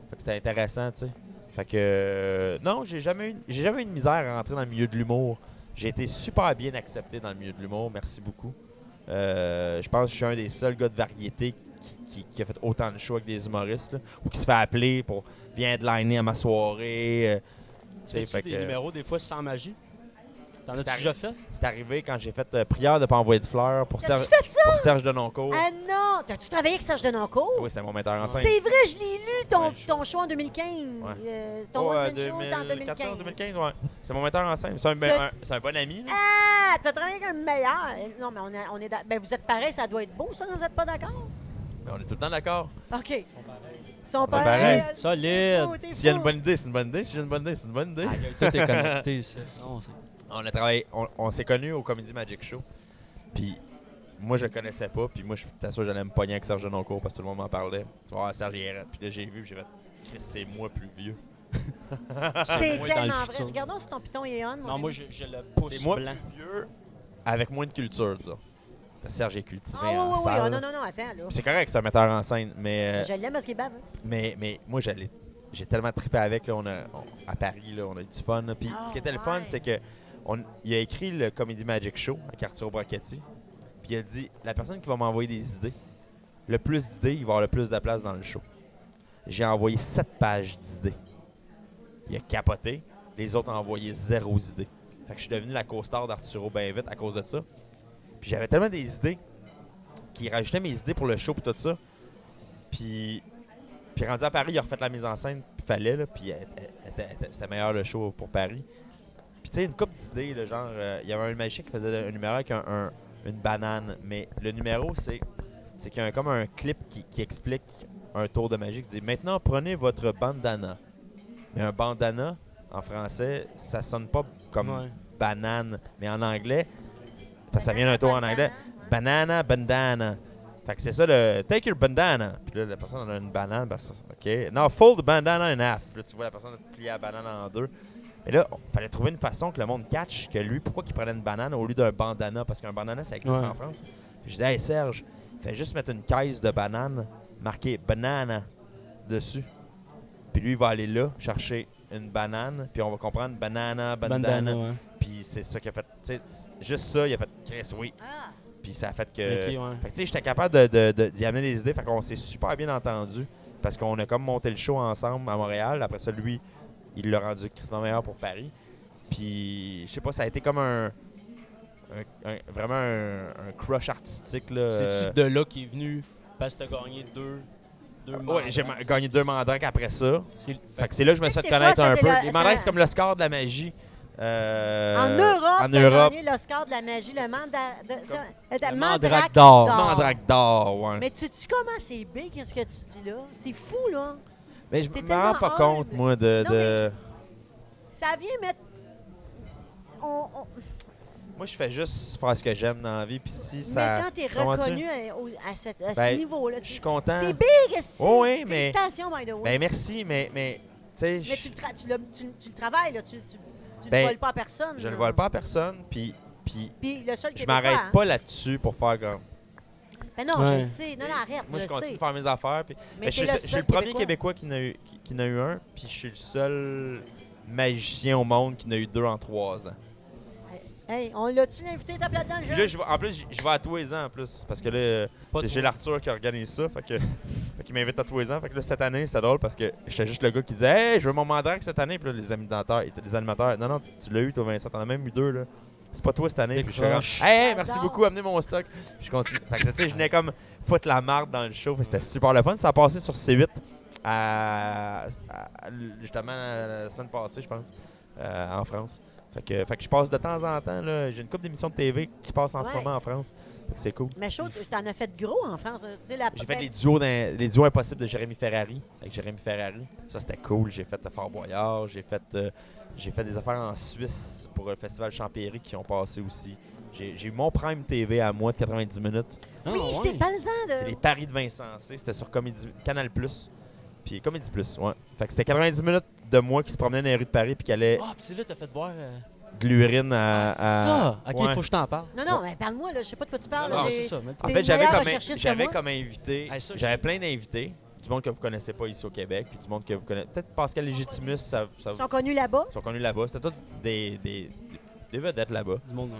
Speaker 4: Fait que c'était intéressant, tu sais. Fait que euh, non, j'ai jamais eu, j'ai jamais eu de misère à rentrer dans le milieu de l'humour. J'ai été super bien accepté dans le milieu de l'humour, merci beaucoup. Euh, je pense que je suis un des seuls gars de variété qui, qui- qui a fait autant de shows avec des humoristes là, ou qui se fait appeler pour viens de liner à ma soirée. euh,
Speaker 3: Tu fais-tu
Speaker 4: fait
Speaker 3: des
Speaker 4: que-
Speaker 3: numéros des fois sans magie? Ah, T'en as-tu
Speaker 4: C'est
Speaker 3: déjà fait?
Speaker 4: c'est arrivé quand j'ai fait euh, prière de pas envoyer de fleurs pour,
Speaker 2: T'as-tu
Speaker 4: Serge
Speaker 2: fait ça?
Speaker 4: pour Serge Denoncourt. Ah
Speaker 2: Ah non! T'as-tu travaillé avec Serge Denoncourt?
Speaker 4: Oh. Oui, c'était mon metteur en scène.
Speaker 2: C'est vrai, je l'ai lu, ton,
Speaker 4: Ouais, je-
Speaker 2: ton show en 2015.
Speaker 4: Ouais.
Speaker 2: euh, ton
Speaker 4: Oh, euh,
Speaker 2: one-man show en 2015.
Speaker 4: 2015, ouais. C'est mon metteur en scène. C'est un, ben-
Speaker 2: T'as-
Speaker 4: un- c'est un bon ami. là.
Speaker 2: Ah! T'as travaillé avec un meilleur. Non, mais on, est- on est... d'a- Ben, vous êtes pareil, ça doit être beau, ça, non, vous n'êtes pas d'accord?
Speaker 4: Mais on est tout le temps d'accord.
Speaker 2: OK. Ils sont
Speaker 4: pareils.
Speaker 2: pareils.
Speaker 4: Pareil.
Speaker 3: Solide!
Speaker 2: T'es fou, t'es
Speaker 4: S'il y a une
Speaker 2: fou.
Speaker 4: bonne idée, c'est une bonne idée. S'il y a une bonne idée, c'est une bonne idée.
Speaker 2: Ah.
Speaker 3: Aïe, aïe, Tout (laughs) est connecté, ça. Non, c'est-
Speaker 4: On a travaillé, on, on s'est connus au Comedy Magic Show. Puis moi, je le connaissais pas. Puis moi, je t'assure, j'allais me pogner avec Serge Denoncourt parce que tout le monde m'en parlait. Tu vois, Serge il est raide. Puis là, j'ai vu, puis j'ai fait, Chris, c'est moi plus vieux.
Speaker 2: C'est
Speaker 3: dans le
Speaker 2: tellement vrai.
Speaker 3: futur.
Speaker 2: Regardons si ton piton est on. mon
Speaker 3: Non,
Speaker 2: ami.
Speaker 3: moi, j'ai j'ai le pouce
Speaker 4: C'est moi
Speaker 3: blanc.
Speaker 4: plus vieux avec moins de culture, disons. Parce que Serge est cultivé
Speaker 2: Ah oui,
Speaker 4: en
Speaker 2: oui, oui.
Speaker 4: salle.
Speaker 2: Ah, non, non, non, attends, là.
Speaker 4: C'est correct, c'est un metteur en scène, mais, euh,
Speaker 2: Je l'aime parce qu'il est bave.
Speaker 4: mais, mais moi, j'allais, j'ai tellement trippé avec. Là, on a, on- à Paris, là, on a eu du fun. là. Puis
Speaker 2: Ah,
Speaker 4: ce qui était le fun,
Speaker 2: ouais.
Speaker 4: c'est que on, il a écrit le Comedy Magic Show avec Arturo Brachetti. Puis il a dit la personne qui va m'envoyer des idées, le plus d'idées, il va avoir le plus de place dans le show. J'ai envoyé sept pages d'idées. Il a capoté. Les autres ont envoyé zéro idée. Fait que je suis devenu la co-star d'Arturo bien vite à cause de ça. Puis j'avais tellement des idées qu'il rajoutait mes idées pour le show et tout ça. Puis, puis rendu à Paris, il a refait la mise en scène. Il fallait, là. Puis elle- elle- elle était- elle était- c'était meilleur le show pour Paris. Puis tu sais, une couple d'idées, là, genre, euh, il y avait un magicien qui faisait un numéro avec un- un- une banane. Mais le numéro, c'est c'est qu'il y a un- comme un clip qui, qui explique un tour de magie qui dit Maintenant, prenez votre bandana. Mais un bandana, en français, ça sonne pas comme
Speaker 3: Ouais.
Speaker 4: banane. Mais en anglais, parce que ça vient d'un tour en anglais, banana, bandana. Fait que c'est ça le take your bandana. Puis là, la personne en a une banane. parce que- OK. Non, fold the bandana in half. Puis là, tu vois la personne plier la banane en deux. Mais là, il fallait trouver une façon que le monde catch que lui, pourquoi qu'il prenait une banane au lieu d'un bandana Parce qu'un bandana, ça existe
Speaker 3: Ouais.
Speaker 4: en France. Je dis, hey Serge, fais juste mettre une caisse de bananes marquée banana dessus. Puis lui, il va aller là, chercher une banane, puis on va comprendre banana, bandana.
Speaker 3: Bandana, ouais.
Speaker 4: Puis c'est ça qu'il a fait. tu sais, juste ça, il a fait Chris, oui.
Speaker 2: Ah,
Speaker 4: Puis ça a fait que.
Speaker 3: Ok, ouais.
Speaker 4: Fait que, tu sais, j'étais capable de- de- de- d'y amener des idées. Fait qu'on s'est super bien entendu parce qu'on a comme monté le show ensemble à Montréal. Après ça, lui, il l'a rendu crissement meilleur pour Paris. Puis, je sais pas, ça a été comme un. un- un- vraiment un, un crush artistique. là.
Speaker 3: C'est-tu de là qui est venu parce que t'as gagné deux, deux
Speaker 4: Euh, Ouais, j'ai ma- gagné deux mandats après ça.
Speaker 3: C'est-
Speaker 4: Fait que c'est là que je me suis
Speaker 2: C'est
Speaker 4: fait
Speaker 2: quoi,
Speaker 4: connaître
Speaker 2: ça,
Speaker 4: un
Speaker 2: de
Speaker 4: peu.
Speaker 2: la-
Speaker 4: Les
Speaker 2: ça-
Speaker 4: mandats, c'est comme le score de la magie. Euh,
Speaker 2: en Europe,
Speaker 4: En
Speaker 2: t'as
Speaker 4: Europe.
Speaker 2: gagné l'Oscar de la magie, le, manda... de- ça- euh, de-
Speaker 3: Le
Speaker 2: Mandrake
Speaker 3: Mandrake d'or.
Speaker 2: d'or.
Speaker 4: Mandrake d'or, ouais.
Speaker 2: Mais tu tu comment c'est big, hein, ce que tu dis là? C'est fou, là.
Speaker 4: Mais je
Speaker 2: t'es
Speaker 4: me rends
Speaker 2: tellement
Speaker 4: pas compte,
Speaker 2: humble.
Speaker 4: moi, de.
Speaker 2: Non,
Speaker 4: de-
Speaker 2: Ça vient mettre... On, on-
Speaker 4: Moi, je fais juste faire ce que j'aime dans la vie. Puis si ça.
Speaker 2: Mais quand t'es
Speaker 4: Comprends-tu?
Speaker 2: reconnu à, au- à ce, à ce
Speaker 4: Ben,
Speaker 2: niveau-là,
Speaker 4: Je
Speaker 2: c'est
Speaker 4: suis content.
Speaker 2: c'est big, est-ce que
Speaker 4: Oh
Speaker 2: c'est-
Speaker 4: oui, mais-
Speaker 2: Félicitations, by the way.
Speaker 4: Ben merci, mais, mais tu sais,
Speaker 2: mais
Speaker 4: je-
Speaker 2: tu le, tra- tu l'as- tu- tu le travailles, là. Tu, tu, tu
Speaker 4: Ben,
Speaker 2: le voles pas à personne.
Speaker 4: je le
Speaker 2: là.
Speaker 4: vole pas à personne. Puis, puis
Speaker 2: Puis le seul
Speaker 4: je
Speaker 2: Québécois, hein.
Speaker 4: m'arrête pas là-dessus pour faire comme.
Speaker 2: Ben non, je
Speaker 3: Ouais.
Speaker 2: le sais. Non, non, arrête,
Speaker 4: Moi, je
Speaker 2: je le
Speaker 4: continue de
Speaker 2: sais.
Speaker 4: faire mes affaires. Puis...
Speaker 2: Mais
Speaker 4: Mais
Speaker 2: t'es
Speaker 4: je, suis- je
Speaker 2: seul
Speaker 4: suis le premier Québécois qui n'a eu, qui, qui n'a eu un. Puis je suis le seul magicien au monde qui n'a eu deux en trois ans.
Speaker 2: Hey, on l'a-tu invité, tape là-dedans, le
Speaker 4: Puis
Speaker 2: jeune?
Speaker 4: là, je vais- en plus, j- je vais à tous les ans en plus. Parce que là, euh,
Speaker 3: Pas
Speaker 4: c'est
Speaker 3: toi.
Speaker 4: Gilles Arthur qui organise ça. Fait que. Fait qu'il m'invite à tous les ans. Fait que là, cette année, c'était drôle parce que j'étais juste le gars qui disait Hey, je veux mon mandrake cette année. Puis là, les, animateurs, les animateurs, non, non, tu l'as eu, toi, Vincent. T'en as même eu deux, là. C'est pas toi cette année. Puis je fais comme,
Speaker 3: Décroche.
Speaker 4: Hey, hey,
Speaker 2: J'adore.
Speaker 4: merci beaucoup, amenez mon stock. Puis je continue. Fait que, tu sais, je venais comme foutre la marde dans le show. Fait que C'était super le fun. Ça a passé sur C8 à, à- justement la semaine passée, je pense, euh, en France. Fait que, fait que je passe de temps en temps, là. J'ai une couple d'émissions de TV qui passent en ce
Speaker 2: Ouais.
Speaker 4: moment en France. Fait que c'est cool.
Speaker 2: Mais chaud, tu t'en as fait gros en France. hein. Tu sais, la...
Speaker 4: J'ai fait les duos, d'un- les duos impossibles de Jérémy Ferrari avec Jérémy Ferrari. Ça, c'était cool. J'ai fait le Fort Boyard. J'ai fait, euh, j'ai fait des affaires en Suisse pour le Festival Champéry qui ont passé aussi. J'ai j'ai eu mon Prime TV à moi de 90 minutes.
Speaker 3: Ah,
Speaker 2: Oui,
Speaker 3: ouais.
Speaker 2: c'est balzant
Speaker 4: C'est les
Speaker 2: de...
Speaker 4: paris de Vincent C. C'était sur Comédie, Canal Plus. Puis Comédie Plus, ouais. Fait que c'était 90 minutes de moi qui se promenait dans les rues de Paris puis qui allait
Speaker 3: Ah, puis c'est là, t'as fait boire. euh,
Speaker 4: de l'urine
Speaker 3: ah,
Speaker 4: à.
Speaker 3: c'est
Speaker 4: à-
Speaker 3: ça. Ok, il
Speaker 4: Euh, ouais.
Speaker 3: faut que je t'en parle. Ah,
Speaker 2: Non, non, ben, parle-moi, là, je sais pas de quoi tu parles.
Speaker 4: Non,
Speaker 2: là,
Speaker 4: non,
Speaker 2: j'ai-
Speaker 3: c'est ça. mais-
Speaker 4: En
Speaker 2: T'es
Speaker 4: fait, j'avais
Speaker 2: meilleur
Speaker 4: comme,
Speaker 2: recherchiste que
Speaker 4: j'avais
Speaker 2: moi.
Speaker 4: comme invité,
Speaker 3: Ah, ça,
Speaker 4: j'avais
Speaker 3: j'ai-
Speaker 4: plein d'invités, du monde que vous connaissez pas ici au Québec, puis du monde que vous connaissez. Peut-être Pascal Légitimus, ça, ça
Speaker 2: Ils sont connus là-bas.
Speaker 4: ils sont connus là-bas. C'était tous des, des, des vedettes là-bas.
Speaker 3: Du monde, non.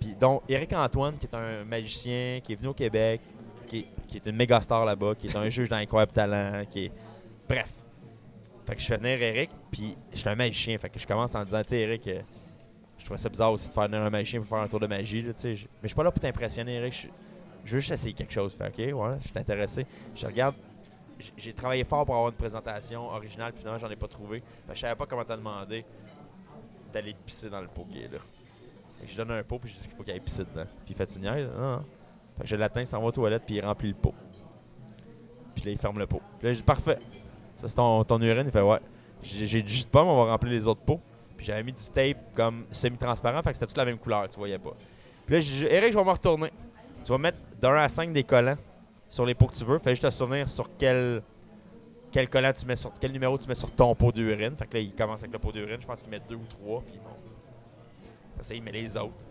Speaker 4: Puis dont Eric Antoine, qui est un magicien, qui est venu au Québec, qui est, qui est une méga star là-bas, qui est un (laughs) juge d'incroyable talent, qui est. Bref. Fait que je fais venir Eric, puis je suis un magicien. Fait que je commence en disant, tu sais, Eric, euh, je trouvais ça bizarre aussi de faire venir un magicien pour faire un tour de magie, là, tu sais. je- Mais je suis pas là pour t'impressionner, Eric. Je, je veux juste essayer quelque chose. Fait que, ok, ouais, je suis intéressé. Je regarde. j- J'ai travaillé fort pour avoir une présentation originale, puis finalement, j'en ai pas trouvé. Fait que je savais pas comment t'as demandé d'aller pisser dans le poké, là. Fait que je donne un pot, puis je dis qu'il faut qu'il aille pisser dedans. Puis il fait une niaise? Non, non. Fait que je l'atteins, il s'en va aux toilettes, puis il remplit le pot. Puis là, il ferme le pot. Puis là, je dis parfait. Ça, c'est ton, ton urine. Il fait ouais. J'ai j'ai du jus de pomme, on va remplir les autres pots. Puis j'avais mis du tape comme semi-transparent, fait que c'était toute la même couleur, tu voyais pas. Puis là, j'ai dit Eric, je vais me retourner. Tu vas mettre d'un à cinq des collants sur les pots que tu veux. Fais juste te souvenir sur quel. Quel collant tu mets sur quel numéro tu mets sur ton pot d'urine. Fait que là, il commence avec le pot d'urine. Je pense qu'il met deux ou trois, puis il monte. Après ça, il met les autres.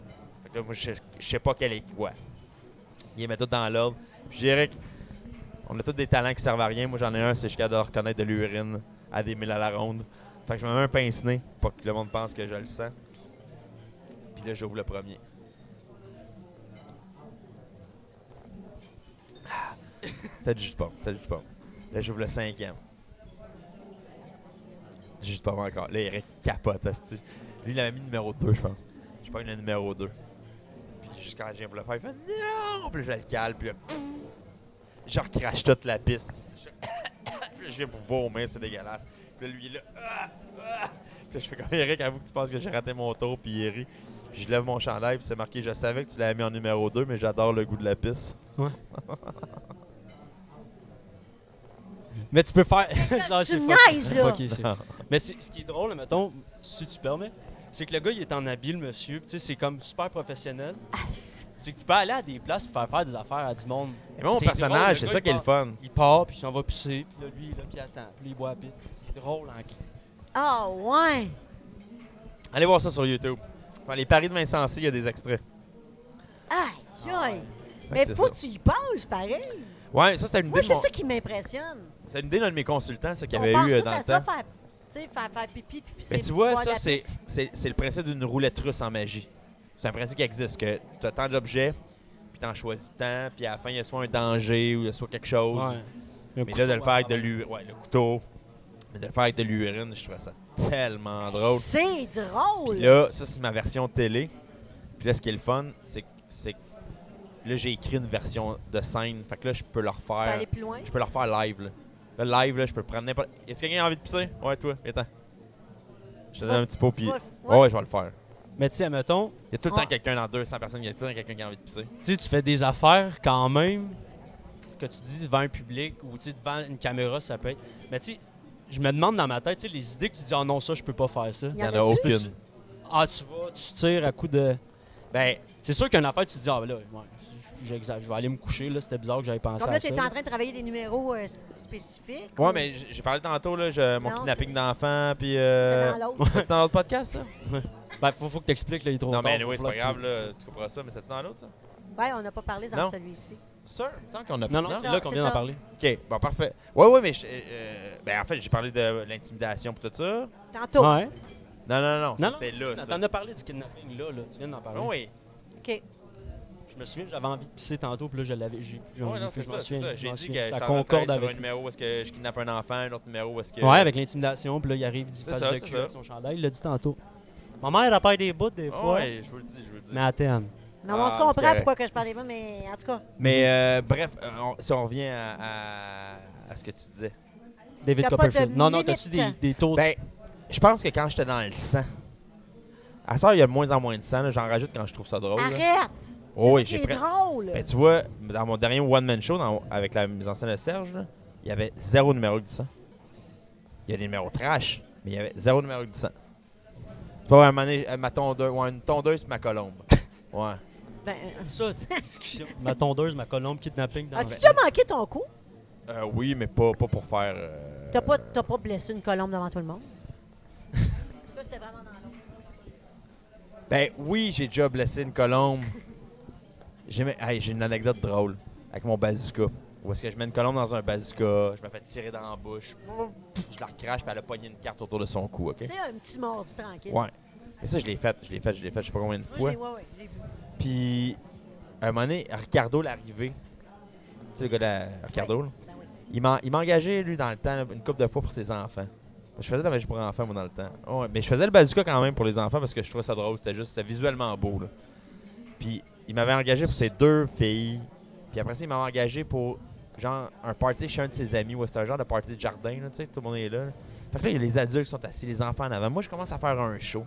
Speaker 4: Fait que là, moi, je, je sais pas quel est quoi. Il les met tout dans l'ordre. Puis je dirais que on a tous des talents qui servent à rien. Moi, j'en ai un, c'est jusqu'à de reconnaître de l'urine à des mille à la ronde. Fait que je me mets un pince-nez pour que le monde pense que je le sens. Puis là, j'ouvre le premier. Ah. T'as du jus de pomme, t'as du jus de pomme. Là, j'ouvre le cinquième. Jus de pomme encore. Là, Eric capote. asti. Lui, il avait mis numéro 2, je pense. Je pas le numéro 2. Puis juste quand j'ai pour le faire, il fait non! Puis là, je le cale, puis là, je recrache toute la piste. Je, puis là, je viens pour vomir, c'est dégueulasse. Puis là, lui, il est là. Ah! Ah! Puis là, je fais comme Eric, avoue que tu penses que j'ai raté mon tour, puis il rit. Puis je lève mon chandail, puis c'est marqué Je savais que tu l'avais mis en numéro 2, mais j'adore le goût de la piste.
Speaker 3: Mais tu peux faire. (laughs) Genre,
Speaker 2: Tu
Speaker 3: c'est
Speaker 2: me
Speaker 3: fuck-
Speaker 2: niaises, là.
Speaker 3: fucké,
Speaker 4: (laughs)
Speaker 3: c'est- Mais c'est- ce qui est drôle, mettons, si tu permets, c'est que le gars, il est en habile, monsieur. puis Tu sais, c'est comme super professionnel. C'est que tu peux aller à des places pour faire faire des affaires à du monde.
Speaker 4: Et mon
Speaker 3: C'est drôle, le
Speaker 4: personnage, c'est
Speaker 3: gars,
Speaker 4: ça
Speaker 3: il
Speaker 4: qui est le
Speaker 3: part-
Speaker 4: fun.
Speaker 3: Il part, puis il s'en va pisser. Puis là, lui, il est là, puis il attend. Puis là, il boit la bite. C'est drôle, en
Speaker 2: Ah, ouais.
Speaker 4: Allez voir ça sur YouTube. Dans les paris de Vincent C, il y a des extraits.
Speaker 2: Aïe, aïe.
Speaker 4: Ah Fait que
Speaker 2: Mais
Speaker 4: c'est
Speaker 2: faut
Speaker 4: ça.
Speaker 2: que tu y penses, pareil.
Speaker 4: Ouais, ça, c'était une idée.
Speaker 2: Moi,
Speaker 4: de
Speaker 2: c'est
Speaker 4: mon-
Speaker 2: ça qui m'impressionne.
Speaker 4: C'est une idée d'un de mes consultants, ça, qu'il
Speaker 2: On
Speaker 4: avait eu
Speaker 2: pense
Speaker 4: euh,
Speaker 2: tout
Speaker 4: dans
Speaker 2: à
Speaker 4: le
Speaker 2: ça,
Speaker 4: temps.
Speaker 2: faire- tu sais, faire, faire pipi, puis c'est
Speaker 4: Mais tu vois,
Speaker 2: boire de
Speaker 4: ça,
Speaker 2: la
Speaker 4: c'est
Speaker 2: pisse.
Speaker 4: c'est- c'est le principe d'une roulette russe en magie. C'est un principe qui existe, que tu as tant d'objets, puis t'en choisis tant, puis à la fin, il y a soit un danger ou il y a soit quelque chose. Mais là, de le faire avec de l'urine, ouais, le couteau, mais de le faire avec de l'urine, je trouvais ça tellement drôle.
Speaker 2: C'est drôle.
Speaker 4: Puis là, ça, c'est ma version télé. Puis là, ce qui est le fun, c'est que- c'est que là, j'ai écrit une version de scène. Fait que là, je peux le
Speaker 2: tu peux
Speaker 4: refaire.
Speaker 2: aller plus loin.
Speaker 4: Je peux le refaire live. Là, Là, live, là, je peux prendre n'importe. Est-ce que quelqu'un a envie de pisser? Ouais, toi, attends. Je te donne un petit pot,
Speaker 2: Tu
Speaker 4: puis.
Speaker 2: vas-
Speaker 4: Ouais, ouais, je vais le faire.
Speaker 3: Mais tu sais, mettons,
Speaker 4: Il y a tout le
Speaker 2: Ah.
Speaker 4: temps quelqu'un dans 200 personnes, il y a tout le temps quelqu'un qui a envie de pisser.
Speaker 3: tu sais, tu fais des affaires quand même que tu dis devant un public ou tu sais, devant une caméra, ça peut être. Mais tu sais, je me demande dans ma tête, tu sais, les idées que tu dis, ah non, ça, je peux pas faire ça.
Speaker 2: Il
Speaker 4: Il n'y en
Speaker 2: a-tu?
Speaker 4: a aucune.
Speaker 3: Ah, tu vas, tu tires à coup de.
Speaker 4: Ben,
Speaker 3: C'est sûr qu'une affaire, tu te dis, ah, ben là, ouais, j'exagère, je vais aller me coucher, là, c'était bizarre que j'avais pensé
Speaker 2: Comme
Speaker 3: à
Speaker 2: là, tu
Speaker 3: ça.
Speaker 2: étais en train de travailler des numéros euh, sp- spécifiques.
Speaker 4: ouais,
Speaker 2: ou-
Speaker 4: mais j- j'ai parlé tantôt, là, je- mon
Speaker 2: Non,
Speaker 4: kidnapping
Speaker 2: c'est-
Speaker 4: d'enfant, puis. Euh...
Speaker 2: C'était dans
Speaker 4: (laughs)
Speaker 2: l'autre.
Speaker 4: C'est dans l'autre podcast, ça?
Speaker 3: Ben, faut, faut que t'expliques, là, il est trop
Speaker 4: non,
Speaker 3: tard,
Speaker 4: mais
Speaker 3: faut
Speaker 4: oui, c'est
Speaker 3: là
Speaker 4: pas
Speaker 3: que-
Speaker 4: grave, là, tu comprends ça, mais c'est-tu dans l'autre, ça?
Speaker 2: Ouais, Ben, on n'a pas parlé dans
Speaker 4: Non.
Speaker 2: celui-ci.
Speaker 4: Sûr, il me semble qu'on a
Speaker 3: Non, non, c'est là qu'on
Speaker 2: c'est
Speaker 3: vient d'en
Speaker 2: ça.
Speaker 3: parler.
Speaker 4: Ok, bon, parfait. Ouais, ouais, mais. je- euh, ben, en fait, j'ai parlé de l'intimidation pour tout ça.
Speaker 2: Tantôt.
Speaker 3: Ouais.
Speaker 4: Non, non, non, ça,
Speaker 3: Non,
Speaker 4: c'était là, ça.
Speaker 3: T'en as parlé du kidnapping, là, là, tu viens d'en parler.
Speaker 4: Ah oui,
Speaker 2: OK.
Speaker 3: Je me souviens, j'avais envie de pisser tantôt, puis là, je l'avais, j'ai plus
Speaker 4: ouais,
Speaker 3: envie,
Speaker 4: non,
Speaker 3: puis
Speaker 4: c'est
Speaker 3: je m'en
Speaker 4: ça, c'est
Speaker 3: souviens,
Speaker 4: ça.
Speaker 3: je
Speaker 4: J'ai
Speaker 3: m'en
Speaker 4: dit
Speaker 3: souviens.
Speaker 4: que
Speaker 3: ça
Speaker 4: ça
Speaker 3: concorde
Speaker 4: sur un
Speaker 3: avec.
Speaker 4: numéro où est-ce que je kidnappe un enfant, un autre numéro où est-ce que...
Speaker 3: Ouais, avec l'intimidation, puis là, il arrive, il
Speaker 4: C'est
Speaker 3: fait
Speaker 4: ça,
Speaker 3: le
Speaker 4: c'est
Speaker 3: cul
Speaker 4: ça.
Speaker 3: avec son chandail, il l'a dit tantôt. Ma mère, elle perd des bouts des
Speaker 4: Ah
Speaker 3: fois,
Speaker 4: ouais, je vous le dis, je vous le dis.
Speaker 3: mais à terme.
Speaker 2: Non,
Speaker 4: Ah,
Speaker 2: on se
Speaker 4: c'est
Speaker 2: comprend
Speaker 4: correct.
Speaker 2: pourquoi que je parlais pas, mais en tout cas,
Speaker 4: Mais euh, bref, euh, on- si on revient à, à- à ce que tu disais.
Speaker 3: David
Speaker 2: T'as pas de
Speaker 3: Copperfield. Non, non,
Speaker 2: limite.
Speaker 3: t'as-tu des, des taux de-
Speaker 4: Ben, je pense que quand j'étais dans le sang, à ça, il y a de moins en moins de sang. là, J'en rajoute quand je trouve ça drôle. là.
Speaker 2: arrête!
Speaker 4: Oh, oui,
Speaker 2: c'est ça
Speaker 4: j'ai
Speaker 2: qui est
Speaker 4: pris-
Speaker 2: drôle!
Speaker 4: Ben, tu vois, dans mon dernier one-man show dans- avec la mise en scène de Serge, là, il y avait zéro numéro du sang. Il y a des numéros trash, mais il y avait zéro numéro du sang. C'est pas un moment donné, euh, ma tondeuse, ouais, une tondeuse pis ma (laughs) colombe. Ouais.
Speaker 2: Ben, euh,
Speaker 4: (laughs)
Speaker 3: Ça, discussion. ma tondeuse, ma colombe, kidnapping
Speaker 2: (laughs)
Speaker 3: dans
Speaker 2: As-tu déjà manqué ton coup?
Speaker 4: Euh, oui, mais pas, pas pour faire. euh,
Speaker 2: T'as pas, t'as pas blessé une colombe devant tout le
Speaker 4: (laughs)
Speaker 2: monde? ça, c'était vraiment dans l'autre.
Speaker 4: Ben oui, j'ai déjà blessé une colombe. j'ai même- hey, j'ai une anecdote drôle avec mon bazooka. Où est-ce que je mets une colombe dans un bazooka, je me fais tirer dans la bouche, je la recrache, puis elle a pogné une carte autour de son cou, ok?
Speaker 2: Tu sais, un petit mordu tranquille.
Speaker 4: Ouais. Mais ça, je l'ai fait, je l'ai fait, je l'ai fait, je sais pas combien de
Speaker 2: Moi,
Speaker 4: fois.
Speaker 2: je l'ai, ouais, ouais, je l'ai vu.
Speaker 4: Puis, à un moment donné, Ricardo l'arrivée, tu sais, le gars de la- Ricardo, là,
Speaker 2: Ben oui.
Speaker 4: il m'a il m'a engagé, lui, dans le temps, là, une couple de fois pour ses enfants. Je faisais de la magie pour enfants, moi, dans le temps. Ouais, mais je faisais le bazooka quand même pour les enfants parce que je trouvais ça drôle. C'était juste, c'était visuellement beau. Là. Puis, il m'avait engagé pour ses deux filles. Puis après ça, il m'avait engagé pour, genre, un party chez un de ses amis. Ouais, c'est un genre de party de jardin, là, tu sais, tout le monde est là. là. Fait que là, il y a les adultes qui sont assis, les enfants en avant. Moi, je commence à faire un show.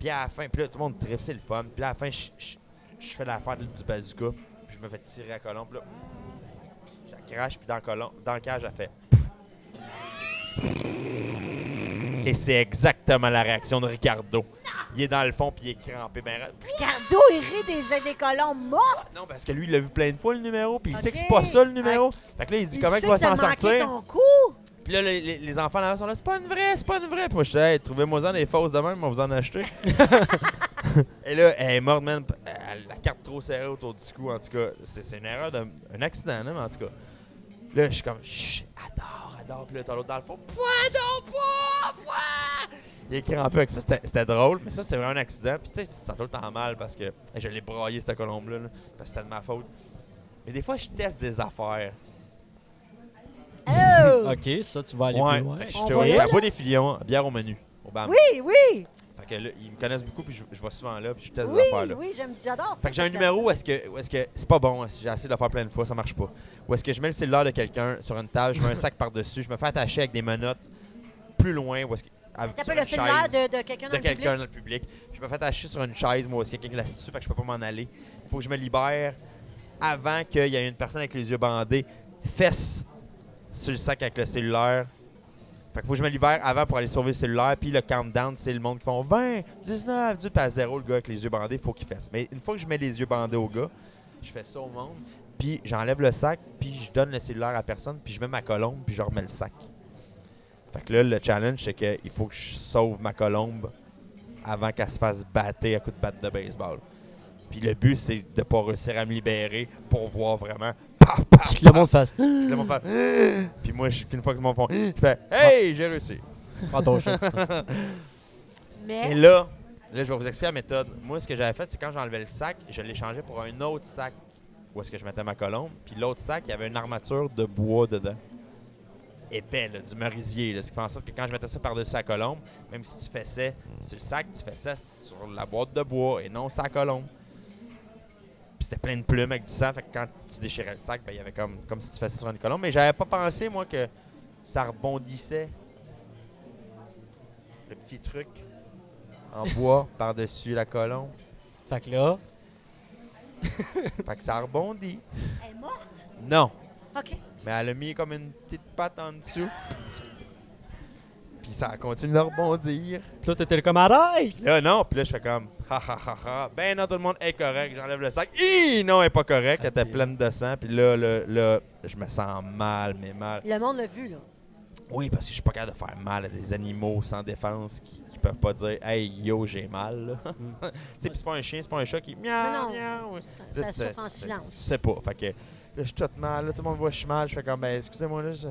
Speaker 4: Puis à la fin, puis là, tout le monde tripe, c'est le fun. Puis là, à la fin, je, je- je fais l'affaire du bazooka. Puis je me fais tirer à colombe. Puis là, je la crache, puis dans, le colon, dans le cage, elle fait. Et c'est exactement la réaction de Ricardo. Il est dans le fond, puis il est crampé. Ben, raide.
Speaker 2: Ricardo, il rit des, des colombes mortes!
Speaker 4: non, parce que lui, il l'a vu plein de fois, le numéro, puis il sait que c'est
Speaker 2: Ok.
Speaker 4: pas ça, le numéro. Fait que là, il dit comment
Speaker 2: sait
Speaker 4: il va
Speaker 2: que t'as
Speaker 4: s'en
Speaker 2: manqué
Speaker 4: sortir.
Speaker 2: ton coup!
Speaker 4: Puis là, les, les- les enfants là sont là, c'est pas une vraie, c'est pas une vraie. Puis moi, je disais, hey, trouvez-moi-en des fausses de même, on va vous en acheter. (laughs) Et là, elle est morte, man. Elle- La carte trop serrée autour du cou, en tout cas. C'est c'est une erreur, de, un accident, là, mais en tout cas. Là, je suis comme, chut, adore, adore. Puis là, t'as l'autre dans le fond, point, donc, point, point. Il est crampé avec ça, c'était c'était drôle, mais ça, c'était vraiment un accident. Puis tu sais, tu te sens tout le temps mal parce que hey, je l'ai braillé, cette colombe-là, là, parce que c'était de ma faute. Mais des fois, je teste des affaires.
Speaker 2: Oh!
Speaker 4: (laughs)
Speaker 3: OK, ça, tu vas aller
Speaker 4: Ouais.
Speaker 3: Ah, plus loin.
Speaker 4: Fait que
Speaker 2: On
Speaker 4: j'étais
Speaker 2: va
Speaker 4: au-
Speaker 2: là, là.
Speaker 4: à Bois des Filions, bière au menu. Au Bam.
Speaker 2: Oui, oui,
Speaker 4: Fait que là, ils me connaissent beaucoup, puis je, je vais souvent là, puis je teste des affaires
Speaker 2: oui,
Speaker 4: là.
Speaker 2: oui, j'aime- j'adore ça.
Speaker 4: Fait que j'ai un
Speaker 2: cette
Speaker 4: numéro où
Speaker 2: place-là.
Speaker 4: est-ce que où est-ce que c'est pas bon, hein, j'ai essayé de le faire plein de fois, ça marche pas. Où est-ce que je mets le cellulaire de quelqu'un sur une table, je mets
Speaker 2: (laughs)
Speaker 4: un sac par-dessus, je me fais attacher avec des menottes plus loin où est-ce que avec,
Speaker 2: T'as
Speaker 4: sur
Speaker 2: pas le
Speaker 4: une
Speaker 2: cellulaire
Speaker 4: chaise
Speaker 2: de, de quelqu'un
Speaker 4: de
Speaker 2: dans le
Speaker 4: quelqu'un
Speaker 2: public?
Speaker 4: dans le public. Je me fais attacher sur une chaise, moi, où est-ce que quelqu'un est assis dessus, fait que je peux pas m'en aller. Il faut que je me libère avant qu'il y ait une personne avec les yeux bandés, fesse sur le sac avec le cellulaire. Fait que faut que je me libère avant pour aller sauver le cellulaire. Puis le countdown, c'est le monde qui font 20, 19, 10, puis à 0, le gars avec les yeux bandés, faut qu'il fesse. Mais une fois que je mets les yeux bandés au gars, je fais ça au monde, puis j'enlève le sac, puis je donne le cellulaire à personne, puis je mets ma colombe, puis je remets le sac. Fait que là, le challenge, c'est qu'il faut que je sauve ma colombe avant qu'elle se fasse battre à coups de batte de baseball. Puis le but, c'est de pas réussir à me libérer pour voir vraiment. Paf, paf,
Speaker 3: Que le monde fasse. (gasps)
Speaker 4: Puis le monde fait, (gasps) Puis moi, je- qu'une fois que mon fond, (gasps) je fais Hey, j'ai réussi.
Speaker 3: Prends ton chat.
Speaker 4: Et
Speaker 2: Mais,
Speaker 4: là, là, je vais vous expliquer la méthode. Moi, ce que j'avais fait, c'est quand j'enlevais le sac, je l'ai changé pour un autre sac où est-ce que je mettais ma colombe. Puis l'autre sac, il y avait une armature de bois dedans. Épais, là, du merisier. là, ce qui fait en sorte que quand je mettais ça par-dessus la colombe, même si tu fessais sur le sac, tu fessais sur la boîte de bois et non sur la colombe. Puis c'était plein de plumes avec du sang. Fait que quand tu déchirais le sac, ben, il y avait comme, comme si tu fessais sur une colombe. Mais j'avais pas pensé, moi, que ça rebondissait. Le petit truc en bois par-dessus la colombe.
Speaker 3: (laughs) Fait que là,
Speaker 4: Fait que ça rebondit.
Speaker 2: elle est morte.
Speaker 4: Non.
Speaker 2: OK.
Speaker 4: Mais elle a mis comme une petite patte en dessous. Puis ça continue de rebondir.
Speaker 3: pis là, t'étais comme arrête!
Speaker 4: Là, non. Puis là, je fais comme ha ha ha ha. Ben non, tout le monde est correct. J'enlève le sac. Hi, non, elle est pas correcte. Elle était pleine de sang. Puis là, là, là, je me sens mal, mais mal.
Speaker 2: Le monde l'a vu, là.
Speaker 4: Oui, parce que je suis pas capable de faire mal à des animaux sans défense qui, qui peuvent pas dire Hey yo, j'ai mal. là.
Speaker 3: Mm.
Speaker 4: (laughs) tu sais, puis c'est pas un chien, c'est pas un chat qui
Speaker 2: Non,
Speaker 4: miaou,
Speaker 2: non.
Speaker 4: miaou.
Speaker 2: Ça
Speaker 4: Là,
Speaker 2: souffre en
Speaker 4: c'est- c'est-
Speaker 2: silence.
Speaker 4: Tu sais pas. Fait que là, je suis tout mal. Là, tout le monde voit que je suis mal. Je fais comme, ben, excusez-moi, là, je-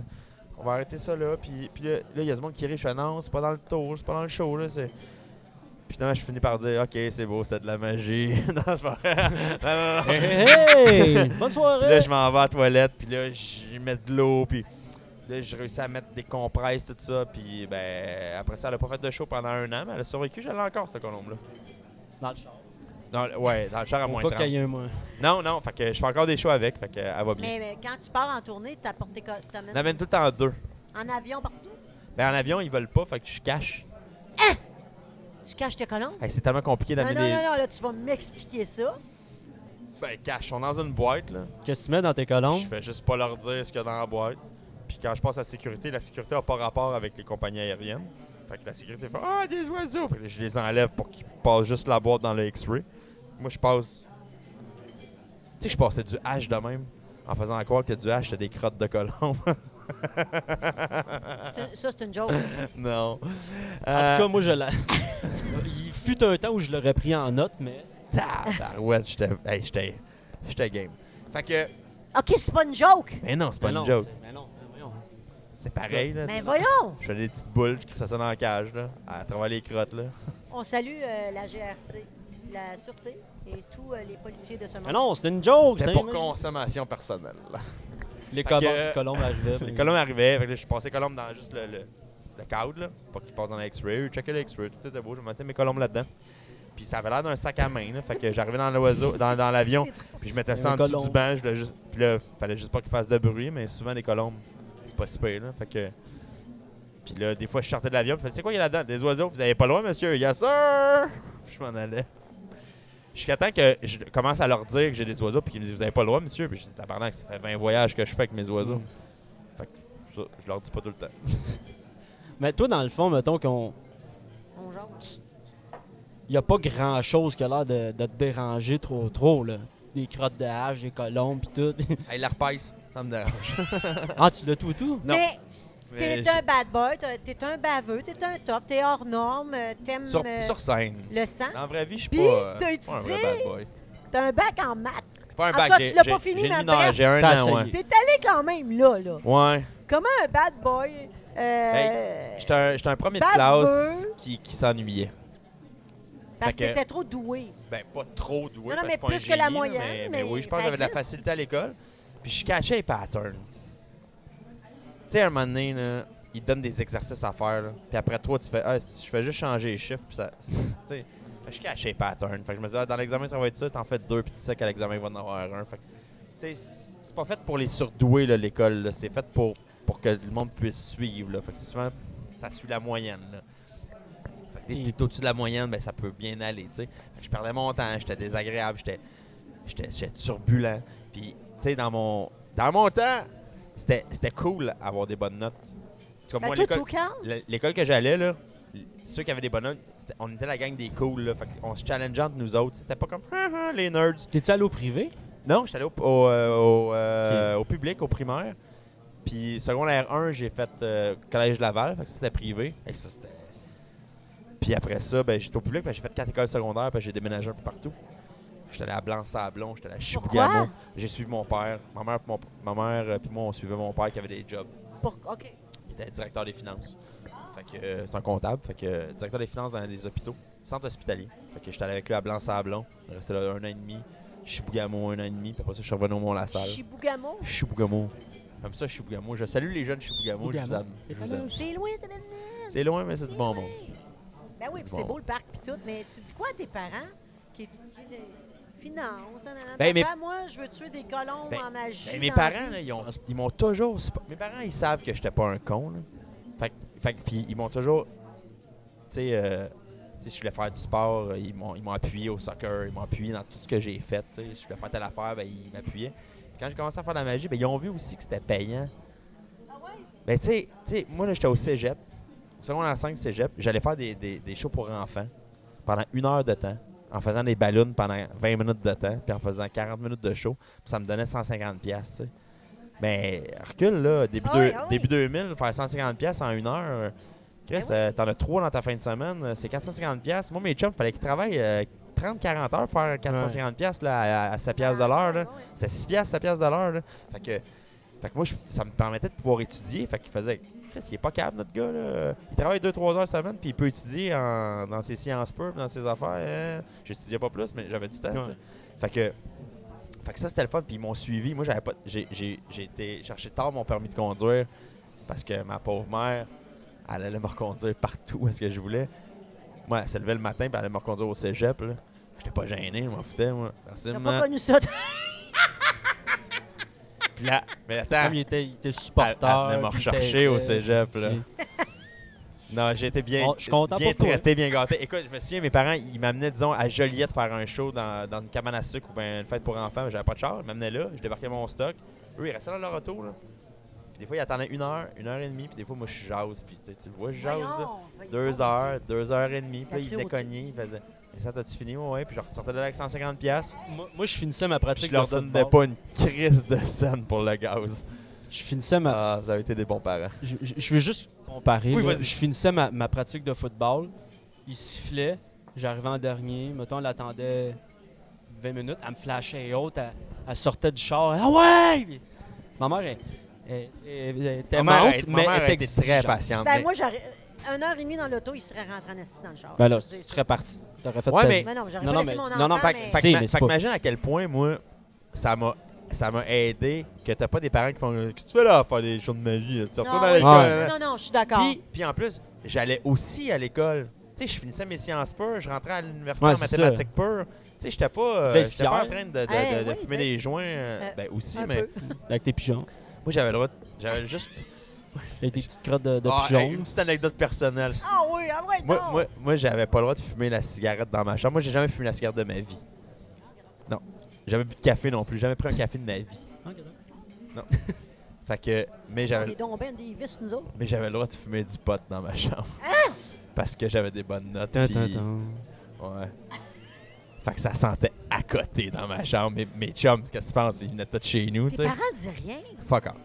Speaker 4: on va arrêter ça, là. Puis, puis là, là, il y a du monde qui rit. Je fais, non, c'est pas dans le tour, c'est pas dans le show, là. C'est... Puis finalement, je finis par dire, OK, c'est beau, c'était de la magie. (laughs) non, c'est pas vrai. non, non, non.
Speaker 3: Hey! hey! (laughs) Bonne
Speaker 4: Puis là,
Speaker 3: soirée!
Speaker 4: je m'en vais à la toilette, puis là, je mets de l'eau, puis là, je réussis à mettre des compresses, tout ça. Puis, ben, après ça, elle a pas fait de show pendant un an, mais elle a survécu. J'allais encore, ce colombe-là.
Speaker 3: Dans le char.
Speaker 4: Dans le- ouais, dans le char à moins
Speaker 3: Faut pas
Speaker 4: 30.
Speaker 3: qu'il y ait un moins.
Speaker 4: Non, non, fait que je fais encore des shows avec, fait que euh, elle va bien.
Speaker 2: Mais, mais quand tu pars en tournée, tu apportes tes co- t'amènes
Speaker 4: On amène tout le temps deux.
Speaker 2: en avion partout.
Speaker 4: Ben, en avion, ils veulent pas, fait que je cache.
Speaker 2: Tu caches tes colombes. Ah,
Speaker 4: Hey, c'est tellement compliqué
Speaker 2: Non, non,
Speaker 4: d'amener
Speaker 2: non,
Speaker 4: des.
Speaker 2: non, là, tu vas m'expliquer ça.
Speaker 4: Ben, cache. On est dans une boîte, là.
Speaker 3: Qu'est-ce que tu mets dans tes colombes?
Speaker 4: Je fais juste pas leur dire ce qu'il y a dans la boîte. Puis quand je passe à la sécurité, la sécurité n'a pas rapport avec les compagnies aériennes. Fait que la sécurité fait Ah, des oiseaux! Fait que je les enlève pour qu'ils passent juste la boîte dans le X-ray. Moi, je passe. Tu sais, je passais du H de même en faisant croire que du H, c'était des crottes de colombe. (laughs) Ah.
Speaker 2: C'est- Ça, c'est une joke.
Speaker 3: En
Speaker 4: non. Euh,
Speaker 3: tout cas, moi, je l'ai. (laughs) Il fut un temps où je l'aurais pris en note, mais.
Speaker 4: Tabarouette, j'étais. Hey, j'étais. J'étais game. Fait que.
Speaker 2: OK, c'est pas une
Speaker 4: (laughs)
Speaker 2: joke.
Speaker 4: Mais non, c'est pas
Speaker 3: mais non,
Speaker 4: une joke.
Speaker 3: c'est- Mais non, mais voyons.
Speaker 4: C'est pareil, là.
Speaker 2: Mais voyons.
Speaker 4: Je fais des petites boules, je crie ça ça dans la cage, là. À travers les crottes, là.
Speaker 2: On salue euh, la GRC, la Sûreté et tous euh, les policiers de ce monde.
Speaker 4: Ah
Speaker 3: Mais non, c'était une joke!
Speaker 4: Oh, C'est
Speaker 3: c'était
Speaker 4: pour
Speaker 3: une-
Speaker 4: consommation personnelle.
Speaker 3: Les
Speaker 4: Fait
Speaker 3: colombes,
Speaker 4: que-
Speaker 3: les colombes arrivaient. mais-
Speaker 4: (laughs) Les colombes arrivaient, fait que là, je passais les colombes dans juste le, le, le cadre, là, pour qu'ils passent dans l'X-ray. Je checkais le X-ray, tout était beau, je mettais mes colombes là-dedans. Puis ça avait l'air d'un sac à main, là, fait que j'arrivais dans l'oiseau, dans, dans l'avion, puis je mettais
Speaker 3: Il y
Speaker 4: ça
Speaker 3: a
Speaker 4: en
Speaker 3: un
Speaker 4: dessous
Speaker 3: colombe.
Speaker 4: du banc, je voulais juste, puis là, fallait juste pas qu'ils fassent de bruit, mais souvent les colombes, c'est pas si pire, là, fait que... Puis là, des fois, je sortais de l'avion, puis je faisais, c'est quoi il y a là-dedans? Des oiseaux, vous avez pas loin, monsieur? Yes, sir! (laughs) Puis je m'en allais. Jusqu'à temps que je commence à leur dire que j'ai des oiseaux, puis qu'ils me disent Vous avez pas le droit, monsieur Puis je dis Tabarnak, ça fait 20 voyages que je fais avec mes oiseaux.
Speaker 3: Mm.
Speaker 4: Fait que ça, je leur dis pas tout le temps.
Speaker 3: Mais toi, dans le fond, mettons qu'on.
Speaker 2: On jase.
Speaker 3: Il n'y a pas grand chose qui a l'air de, de te déranger trop trop là. Des crottes de hache, des colombes pis tout. (laughs)
Speaker 4: Hey, la repaisse, ça
Speaker 2: (laughs)
Speaker 4: me dérange.
Speaker 3: ah, tu l'as tout tout?
Speaker 4: Non.
Speaker 2: Mais t'es un bad boy, t'es- t'es un baveux, t'es un top, t'es hors norme, euh, t'aimes
Speaker 4: sur,
Speaker 2: euh,
Speaker 4: sur scène.
Speaker 2: le sang,
Speaker 4: Dans la vraie vie, je suis
Speaker 2: Puis,
Speaker 4: pas, euh,
Speaker 2: t'as
Speaker 4: pas un vrai
Speaker 2: étudié?
Speaker 4: bad boy.
Speaker 2: t'as un bac en maths.
Speaker 4: Je suis pas un
Speaker 2: En tout
Speaker 4: bac,
Speaker 2: cas,
Speaker 4: j'ai-
Speaker 2: tu l'as
Speaker 4: j'ai-
Speaker 2: pas fini,
Speaker 4: j'ai
Speaker 2: mais
Speaker 4: le mineur,
Speaker 2: bref.
Speaker 4: J'ai un
Speaker 3: T'as
Speaker 4: an, ouais.
Speaker 3: essayé.
Speaker 2: T'es allé quand même là, là.
Speaker 4: Ouais.
Speaker 2: Comment un bad boy... euh,
Speaker 4: J'étais un, j'étais un premier de
Speaker 2: Bad
Speaker 4: classe
Speaker 2: boy.
Speaker 4: qui, qui s'ennuyait.
Speaker 2: parce
Speaker 4: fait
Speaker 2: que
Speaker 4: que-
Speaker 2: t'étais trop doué.
Speaker 4: Ben, pas trop doué.
Speaker 2: Non, non,
Speaker 4: parce
Speaker 2: mais
Speaker 4: je suis pas un
Speaker 2: plus que la
Speaker 4: génie, là,
Speaker 2: moyenne,
Speaker 4: Mais,
Speaker 2: mais
Speaker 4: mais oui, je pense
Speaker 2: ça
Speaker 4: que j'avais de la
Speaker 2: existe.
Speaker 4: facilité à l'école. Puis je cachais les patterns. sais, à un moment donné, là, ils te donnent des exercices à faire. là. Puis après, toi, tu fais, ah, si je fais juste changer les chiffres. Puis ça, tu sais, je suis caché pattern. Fait que je me dis, ah, dans l'examen, ça va être ça. T'en fais deux, puis tu sais qu'à l'examen, il va en avoir un. Fait que, tu sais, c'est pas fait pour les surdoués, là, l'école. là. C'est fait pour, pour que le monde puisse suivre. Là. Fait que c'est souvent, ça suit la moyenne. Là. Fait que dès que t'es au-dessus de la moyenne, ben, ça peut bien aller. tu sais. Fait que Je perdais mon temps, j'étais désagréable, j'étais j'étais j'étais turbulent. Puis, tu sais, dans mon, dans mon temps, c'était c'était cool avoir des bonnes notes.
Speaker 2: Ben,
Speaker 4: Tu comprends,
Speaker 2: toi,
Speaker 4: l'école-
Speaker 2: tout calme.
Speaker 4: L- L'école que j'allais, là, l- ceux qui avaient des bonhommes, c'était- on était la gang des cools, là. Fait qu'on se challengeait entre nous autres. C'était pas comme (laughs) Ah, ah, les nerds.
Speaker 3: T'es-tu allé au privé?
Speaker 4: Non, j'étais allé au, au, euh, au, euh, au public, au primaire. Puis secondaire 1, j'ai fait euh, Collège Laval, fait que ça, c'était privé. Et ça, c'était- Puis après ça, ben, j'étais au public, ben, j'ai fait quatre écoles secondaires, puis j'ai déménagé un peu partout. J'étais allé à Blanc-Sablon, j'étais allé à Chibougamau.
Speaker 2: Pourquoi?
Speaker 4: J'ai suivi mon père. Ma mère, puis mon- ma mère euh, puis moi, on suivait mon père qui avait des jobs.
Speaker 2: Pour- OK.
Speaker 4: Il était directeur des finances. Fait que euh, c'est un comptable, fait que euh, directeur des finances dans les hôpitaux, centre hospitalier. Fait que j'étais allé avec lui à Blanc-Sablon, on est resté là un an et demi, Chibougamau un an et demi, puis après ça je suis revenu au Mont-la-Salle.
Speaker 2: Chibougamau.
Speaker 4: Chibougamau. Comme ça Chibougamau, je salue les jeunes Chibougamau, je vous aime. Je vous aime.
Speaker 2: C'est loin de Bennet.
Speaker 4: C'est loin mais c'est du bon monde.
Speaker 2: Ben oui, puis
Speaker 4: Bon.
Speaker 2: c'est beau le parc puis tout, mais tu dis quoi à tes parents qui étudient des finances? nanana,
Speaker 4: Ben,
Speaker 2: ton
Speaker 4: mes-
Speaker 2: père, moi, je veux tuer des colons
Speaker 4: Ben-
Speaker 2: en magie.
Speaker 4: Ben, mes
Speaker 2: dans la
Speaker 4: parents,
Speaker 2: vie.
Speaker 4: là, ils, ont- ils m'ont toujours. spo- Mes parents, ils savent que j'étais pas un con. là. Fait, que- fait que- puis ils m'ont toujours. Tu sais, euh, tu sais, si je voulais faire du sport, euh, ils m'ont, ils m'ont appuyé au soccer, ils m'ont appuyé dans tout ce que j'ai fait. tu sais. Si je voulais faire telle affaire, ben, ils m'appuyaient. Puis Quand j'ai commencé à faire de la magie, ben, ils ont vu aussi que c'était payant. Ben, tu sais- tu sais, moi, là, j'étais au cégep, au secondaire 5 cégep, j'allais faire des, des, des shows pour enfants pendant une heure de temps, en faisant des ballons pendant 20 minutes de temps, puis en faisant 40 minutes de show, puis ça me donnait 150$, piastres, tu sais. Mais recule, là, début,
Speaker 2: Ah oui,
Speaker 4: deux-
Speaker 2: ah oui.
Speaker 4: début 2000, faire 150$ piastres en une heure, euh, Chris,
Speaker 2: Ben oui.
Speaker 4: euh, t'en as trois dans ta fin de semaine, euh, c'est 450$. piastres. Moi, mes chums, fallait qu'ils travaillent 30-40 heures pour faire 450$ piastres, là, à, à 7$ piastres de l'heure, là.
Speaker 2: Ah, ouais.
Speaker 4: C'était 6 piastres, 7 piastres de l'heure. là. Fait que, fait que moi, je- ça me permettait de pouvoir étudier. Fait qu'il faisait, Chris, il est pas capable, notre gars. là. Il travaille 2-3 heures semaine, puis il peut étudier en- dans ses sciences pures, puis dans ses affaires. hein. J'étudiais pas plus, mais j'avais du temps. tu sais.
Speaker 3: Ouais.
Speaker 4: Fait que, fait que ça, c'était le fun. Puis ils m'ont suivi. Moi, j'avais pas, j'ai, j'ai, j'ai été chercher tard mon permis de conduire parce que ma pauvre mère, elle allait me reconduire partout où est-ce que je voulais. Moi, elle se levait le matin, puis elle allait me reconduire au cégep. Là. J'étais pas gêné, je m'en foutais, moi.
Speaker 2: T'as
Speaker 4: Personnellement.
Speaker 2: pas connu ça, toi?
Speaker 4: Puis là, mais attends,
Speaker 3: Comme il était, il était
Speaker 4: elle, elle
Speaker 3: supporter.
Speaker 4: venait Ah, me
Speaker 3: puis il
Speaker 4: rechercher au
Speaker 3: t'aidait,
Speaker 4: cégep. Là.
Speaker 3: puis-
Speaker 4: Non, j'ai été bien,
Speaker 3: Oh, je suis content
Speaker 4: bien
Speaker 3: pour toi.
Speaker 4: traité, bien gâté. Écoute, je me souviens, mes parents, ils m'amenaient, disons, à Joliette faire un show dans, dans une cabane à sucre ou ben, une fête pour enfants, mais j'avais pas de char. Ils m'amenaient là, je débarquais mon stock. Eux, ils restaient dans leur auto. Là. Puis des fois, ils attendaient une heure, une heure et demie, puis des fois, moi, je jase. Puis tu, tu le vois, je jase. là.
Speaker 2: Voyons, voyons,
Speaker 4: Deux
Speaker 2: c'est-
Speaker 4: heures, deux heures et demie. Puis
Speaker 2: La
Speaker 4: là, ils venaient
Speaker 2: cruauté.
Speaker 4: cogner, ils faisaient. Et ça, t'as-tu fini? Ouais, ouais. Puis je ressortais de là avec 150$. piastres.
Speaker 3: Moi, moi, je finissais ma
Speaker 4: Puis
Speaker 3: pratique
Speaker 4: je leur
Speaker 3: de
Speaker 4: donnais
Speaker 3: football.
Speaker 4: pas une crise de scène pour le gaz.
Speaker 3: Je finissais ma,
Speaker 4: Ah, vous avez été des bons parents.
Speaker 3: Je, je- je veux juste comparer.
Speaker 4: Oui,
Speaker 3: là.
Speaker 4: vas-y.
Speaker 3: je finissais ma, ma pratique de football. Il sifflait. J'arrivais en dernier. Mettons, elle attendait 20 minutes. Elle me flashait et autres. Elle, elle sortait du char. Ah ouais! Puis Ma mère, elle, elle- elle- elle était
Speaker 4: Ma mère
Speaker 3: aimante,
Speaker 4: a été- ma
Speaker 3: mais
Speaker 4: mère
Speaker 3: elle
Speaker 4: a
Speaker 3: était
Speaker 4: été très
Speaker 3: exigeante.
Speaker 4: patiente.
Speaker 2: Ben
Speaker 4: mais-
Speaker 2: moi, j'aurais... Une heure et demie dans l'auto, il serait rentré en esti dans le char.
Speaker 3: Ben là,
Speaker 2: Je dis
Speaker 3: tu
Speaker 2: ça.
Speaker 3: serais parti. T'aurais fait
Speaker 4: Ouais,
Speaker 3: ta
Speaker 4: mais-
Speaker 3: vie.
Speaker 2: Mais Ben, non, mais j'aurais
Speaker 3: Non,
Speaker 2: pas
Speaker 3: non,
Speaker 2: laissé
Speaker 3: mais-
Speaker 2: mon
Speaker 3: non, non,
Speaker 2: enfant,
Speaker 4: Fait,
Speaker 2: mais...
Speaker 4: fait,
Speaker 3: Si,
Speaker 4: que ma-
Speaker 3: mais c'est
Speaker 4: fait
Speaker 3: pas-
Speaker 4: qu'imagine à quel point, moi, ça m'a ça m'a aidé que t'as pas des parents qui font Qu'est-ce que tu fais là à faire des shows de magie Tu
Speaker 2: Non,
Speaker 4: retournes à
Speaker 2: oui,
Speaker 4: l'école.
Speaker 3: Ouais.
Speaker 4: hein?
Speaker 2: Ah, non, non, je suis d'accord.
Speaker 4: Puis, puis en plus, j'allais aussi à l'école. Tu sais, je finissais mes sciences pures, je rentrais à l'université
Speaker 3: Ouais,
Speaker 4: en
Speaker 3: c'est ça.
Speaker 4: mathématiques pures. Tu sais, j'étais pas, euh,
Speaker 3: Belle
Speaker 4: j'étais pas en
Speaker 3: fière.
Speaker 4: train de, de- de-
Speaker 2: Hey,
Speaker 4: de
Speaker 2: oui,
Speaker 4: fumer
Speaker 2: ben-
Speaker 4: des joints. euh,
Speaker 2: euh,
Speaker 4: ben aussi,
Speaker 2: un
Speaker 4: mais
Speaker 2: peu.
Speaker 3: Avec tes pigeons.
Speaker 4: moi j'avais le droit, de- j'avais juste
Speaker 3: Avec des petites crottes de, de
Speaker 4: Ah,
Speaker 3: pigeons.
Speaker 4: hey, une petite anecdote personnelle.
Speaker 2: Ah oui, ah ouais,
Speaker 4: Moi,
Speaker 2: non!
Speaker 4: moi, moi j'avais pas le droit de fumer la cigarette dans ma chambre. Moi, j'ai jamais fumé la cigarette de ma vie. Non. Jamais bu de café non plus. Jamais pris un café de ma vie. Fait que, mais
Speaker 2: On
Speaker 4: j'avais,
Speaker 2: est donc ben des vis, nous autres.
Speaker 4: mais j'avais le droit de fumer du pot dans ma chambre. Parce que j'avais des bonnes notes.
Speaker 3: Tum,
Speaker 4: puis-
Speaker 3: tum, tum.
Speaker 4: Ouais. Fait que ça sentait à côté dans ma chambre. Mes, mes chums, qu'est-ce que tu penses? Ils venaient tous chez nous, tu
Speaker 2: Tes
Speaker 4: sais.
Speaker 2: parents disent rien.
Speaker 4: Fuck off.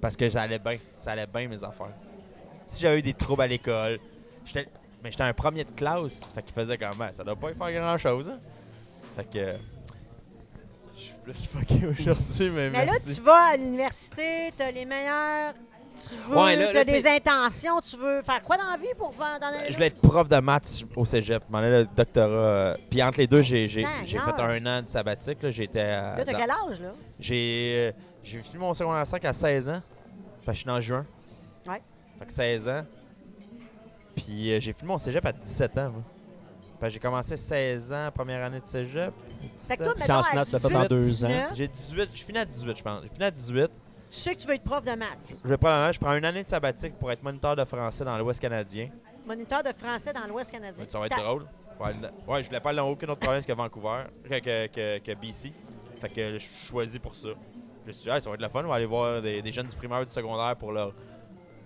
Speaker 4: Parce que ça allait bien. Ça allait bien, mes affaires. Si j'avais eu des troubles à l'école, j'étais. Mais j'étais un premier de classe. Fait qu'il faisait quand même. Ça doit pas y faire grand chose, hein. Fait que. Je suis plus fucké aujourd'hui, mais,
Speaker 2: Mais là,
Speaker 4: merci.
Speaker 2: tu vas à l'université, t'as les meilleurs, tu veux,
Speaker 4: Ouais, là, là,
Speaker 2: t'as
Speaker 4: tu sais-
Speaker 2: des intentions, tu veux faire quoi dans la vie pour faire dans la
Speaker 4: Ben, Je voulais être prof de maths au cégep. Je m'en allais le doctorat. euh, Puis entre les deux, j'ai j'ai- j'ai
Speaker 2: Oh, Seigneur.
Speaker 4: fait un an de sabbatique. là. J'étais. à-
Speaker 2: Là, t'as
Speaker 4: dans-
Speaker 2: quel âge, là?
Speaker 4: J'ai euh, j'ai fini mon secondaire 5 à 16 ans. Fait que je suis né en juin.
Speaker 2: Ouais.
Speaker 4: Fait que 16 ans. Puis euh, j'ai fini mon cégep à 17 ans, moi. Fait que j'ai commencé 16 ans, première année de cégep.
Speaker 2: Fait que toi,
Speaker 4: 17.
Speaker 3: C'est en
Speaker 2: mettons, à
Speaker 3: snap, t'as pas dans
Speaker 2: 18,
Speaker 3: deux ans.
Speaker 2: 19,
Speaker 4: J'ai 18, je finis à 18, je pense. Je finis à 18.
Speaker 2: Tu sais que tu veux être prof de maths.
Speaker 4: Je vais probablement, je prends une année de sabbatique pour être moniteur de français dans l'Ouest canadien.
Speaker 2: Moniteur de français dans l'Ouest canadien.
Speaker 4: Ça va être
Speaker 2: Ta-
Speaker 4: drôle. Ouais, le- ouais, je voulais pas aller dans aucune autre province que Vancouver, que, que, que- que BC. Fait que je suis choisi pour ça. Je me suis dit, Ah, ça va être le fun, on va aller voir des, des jeunes du primaire et du secondaire pour leur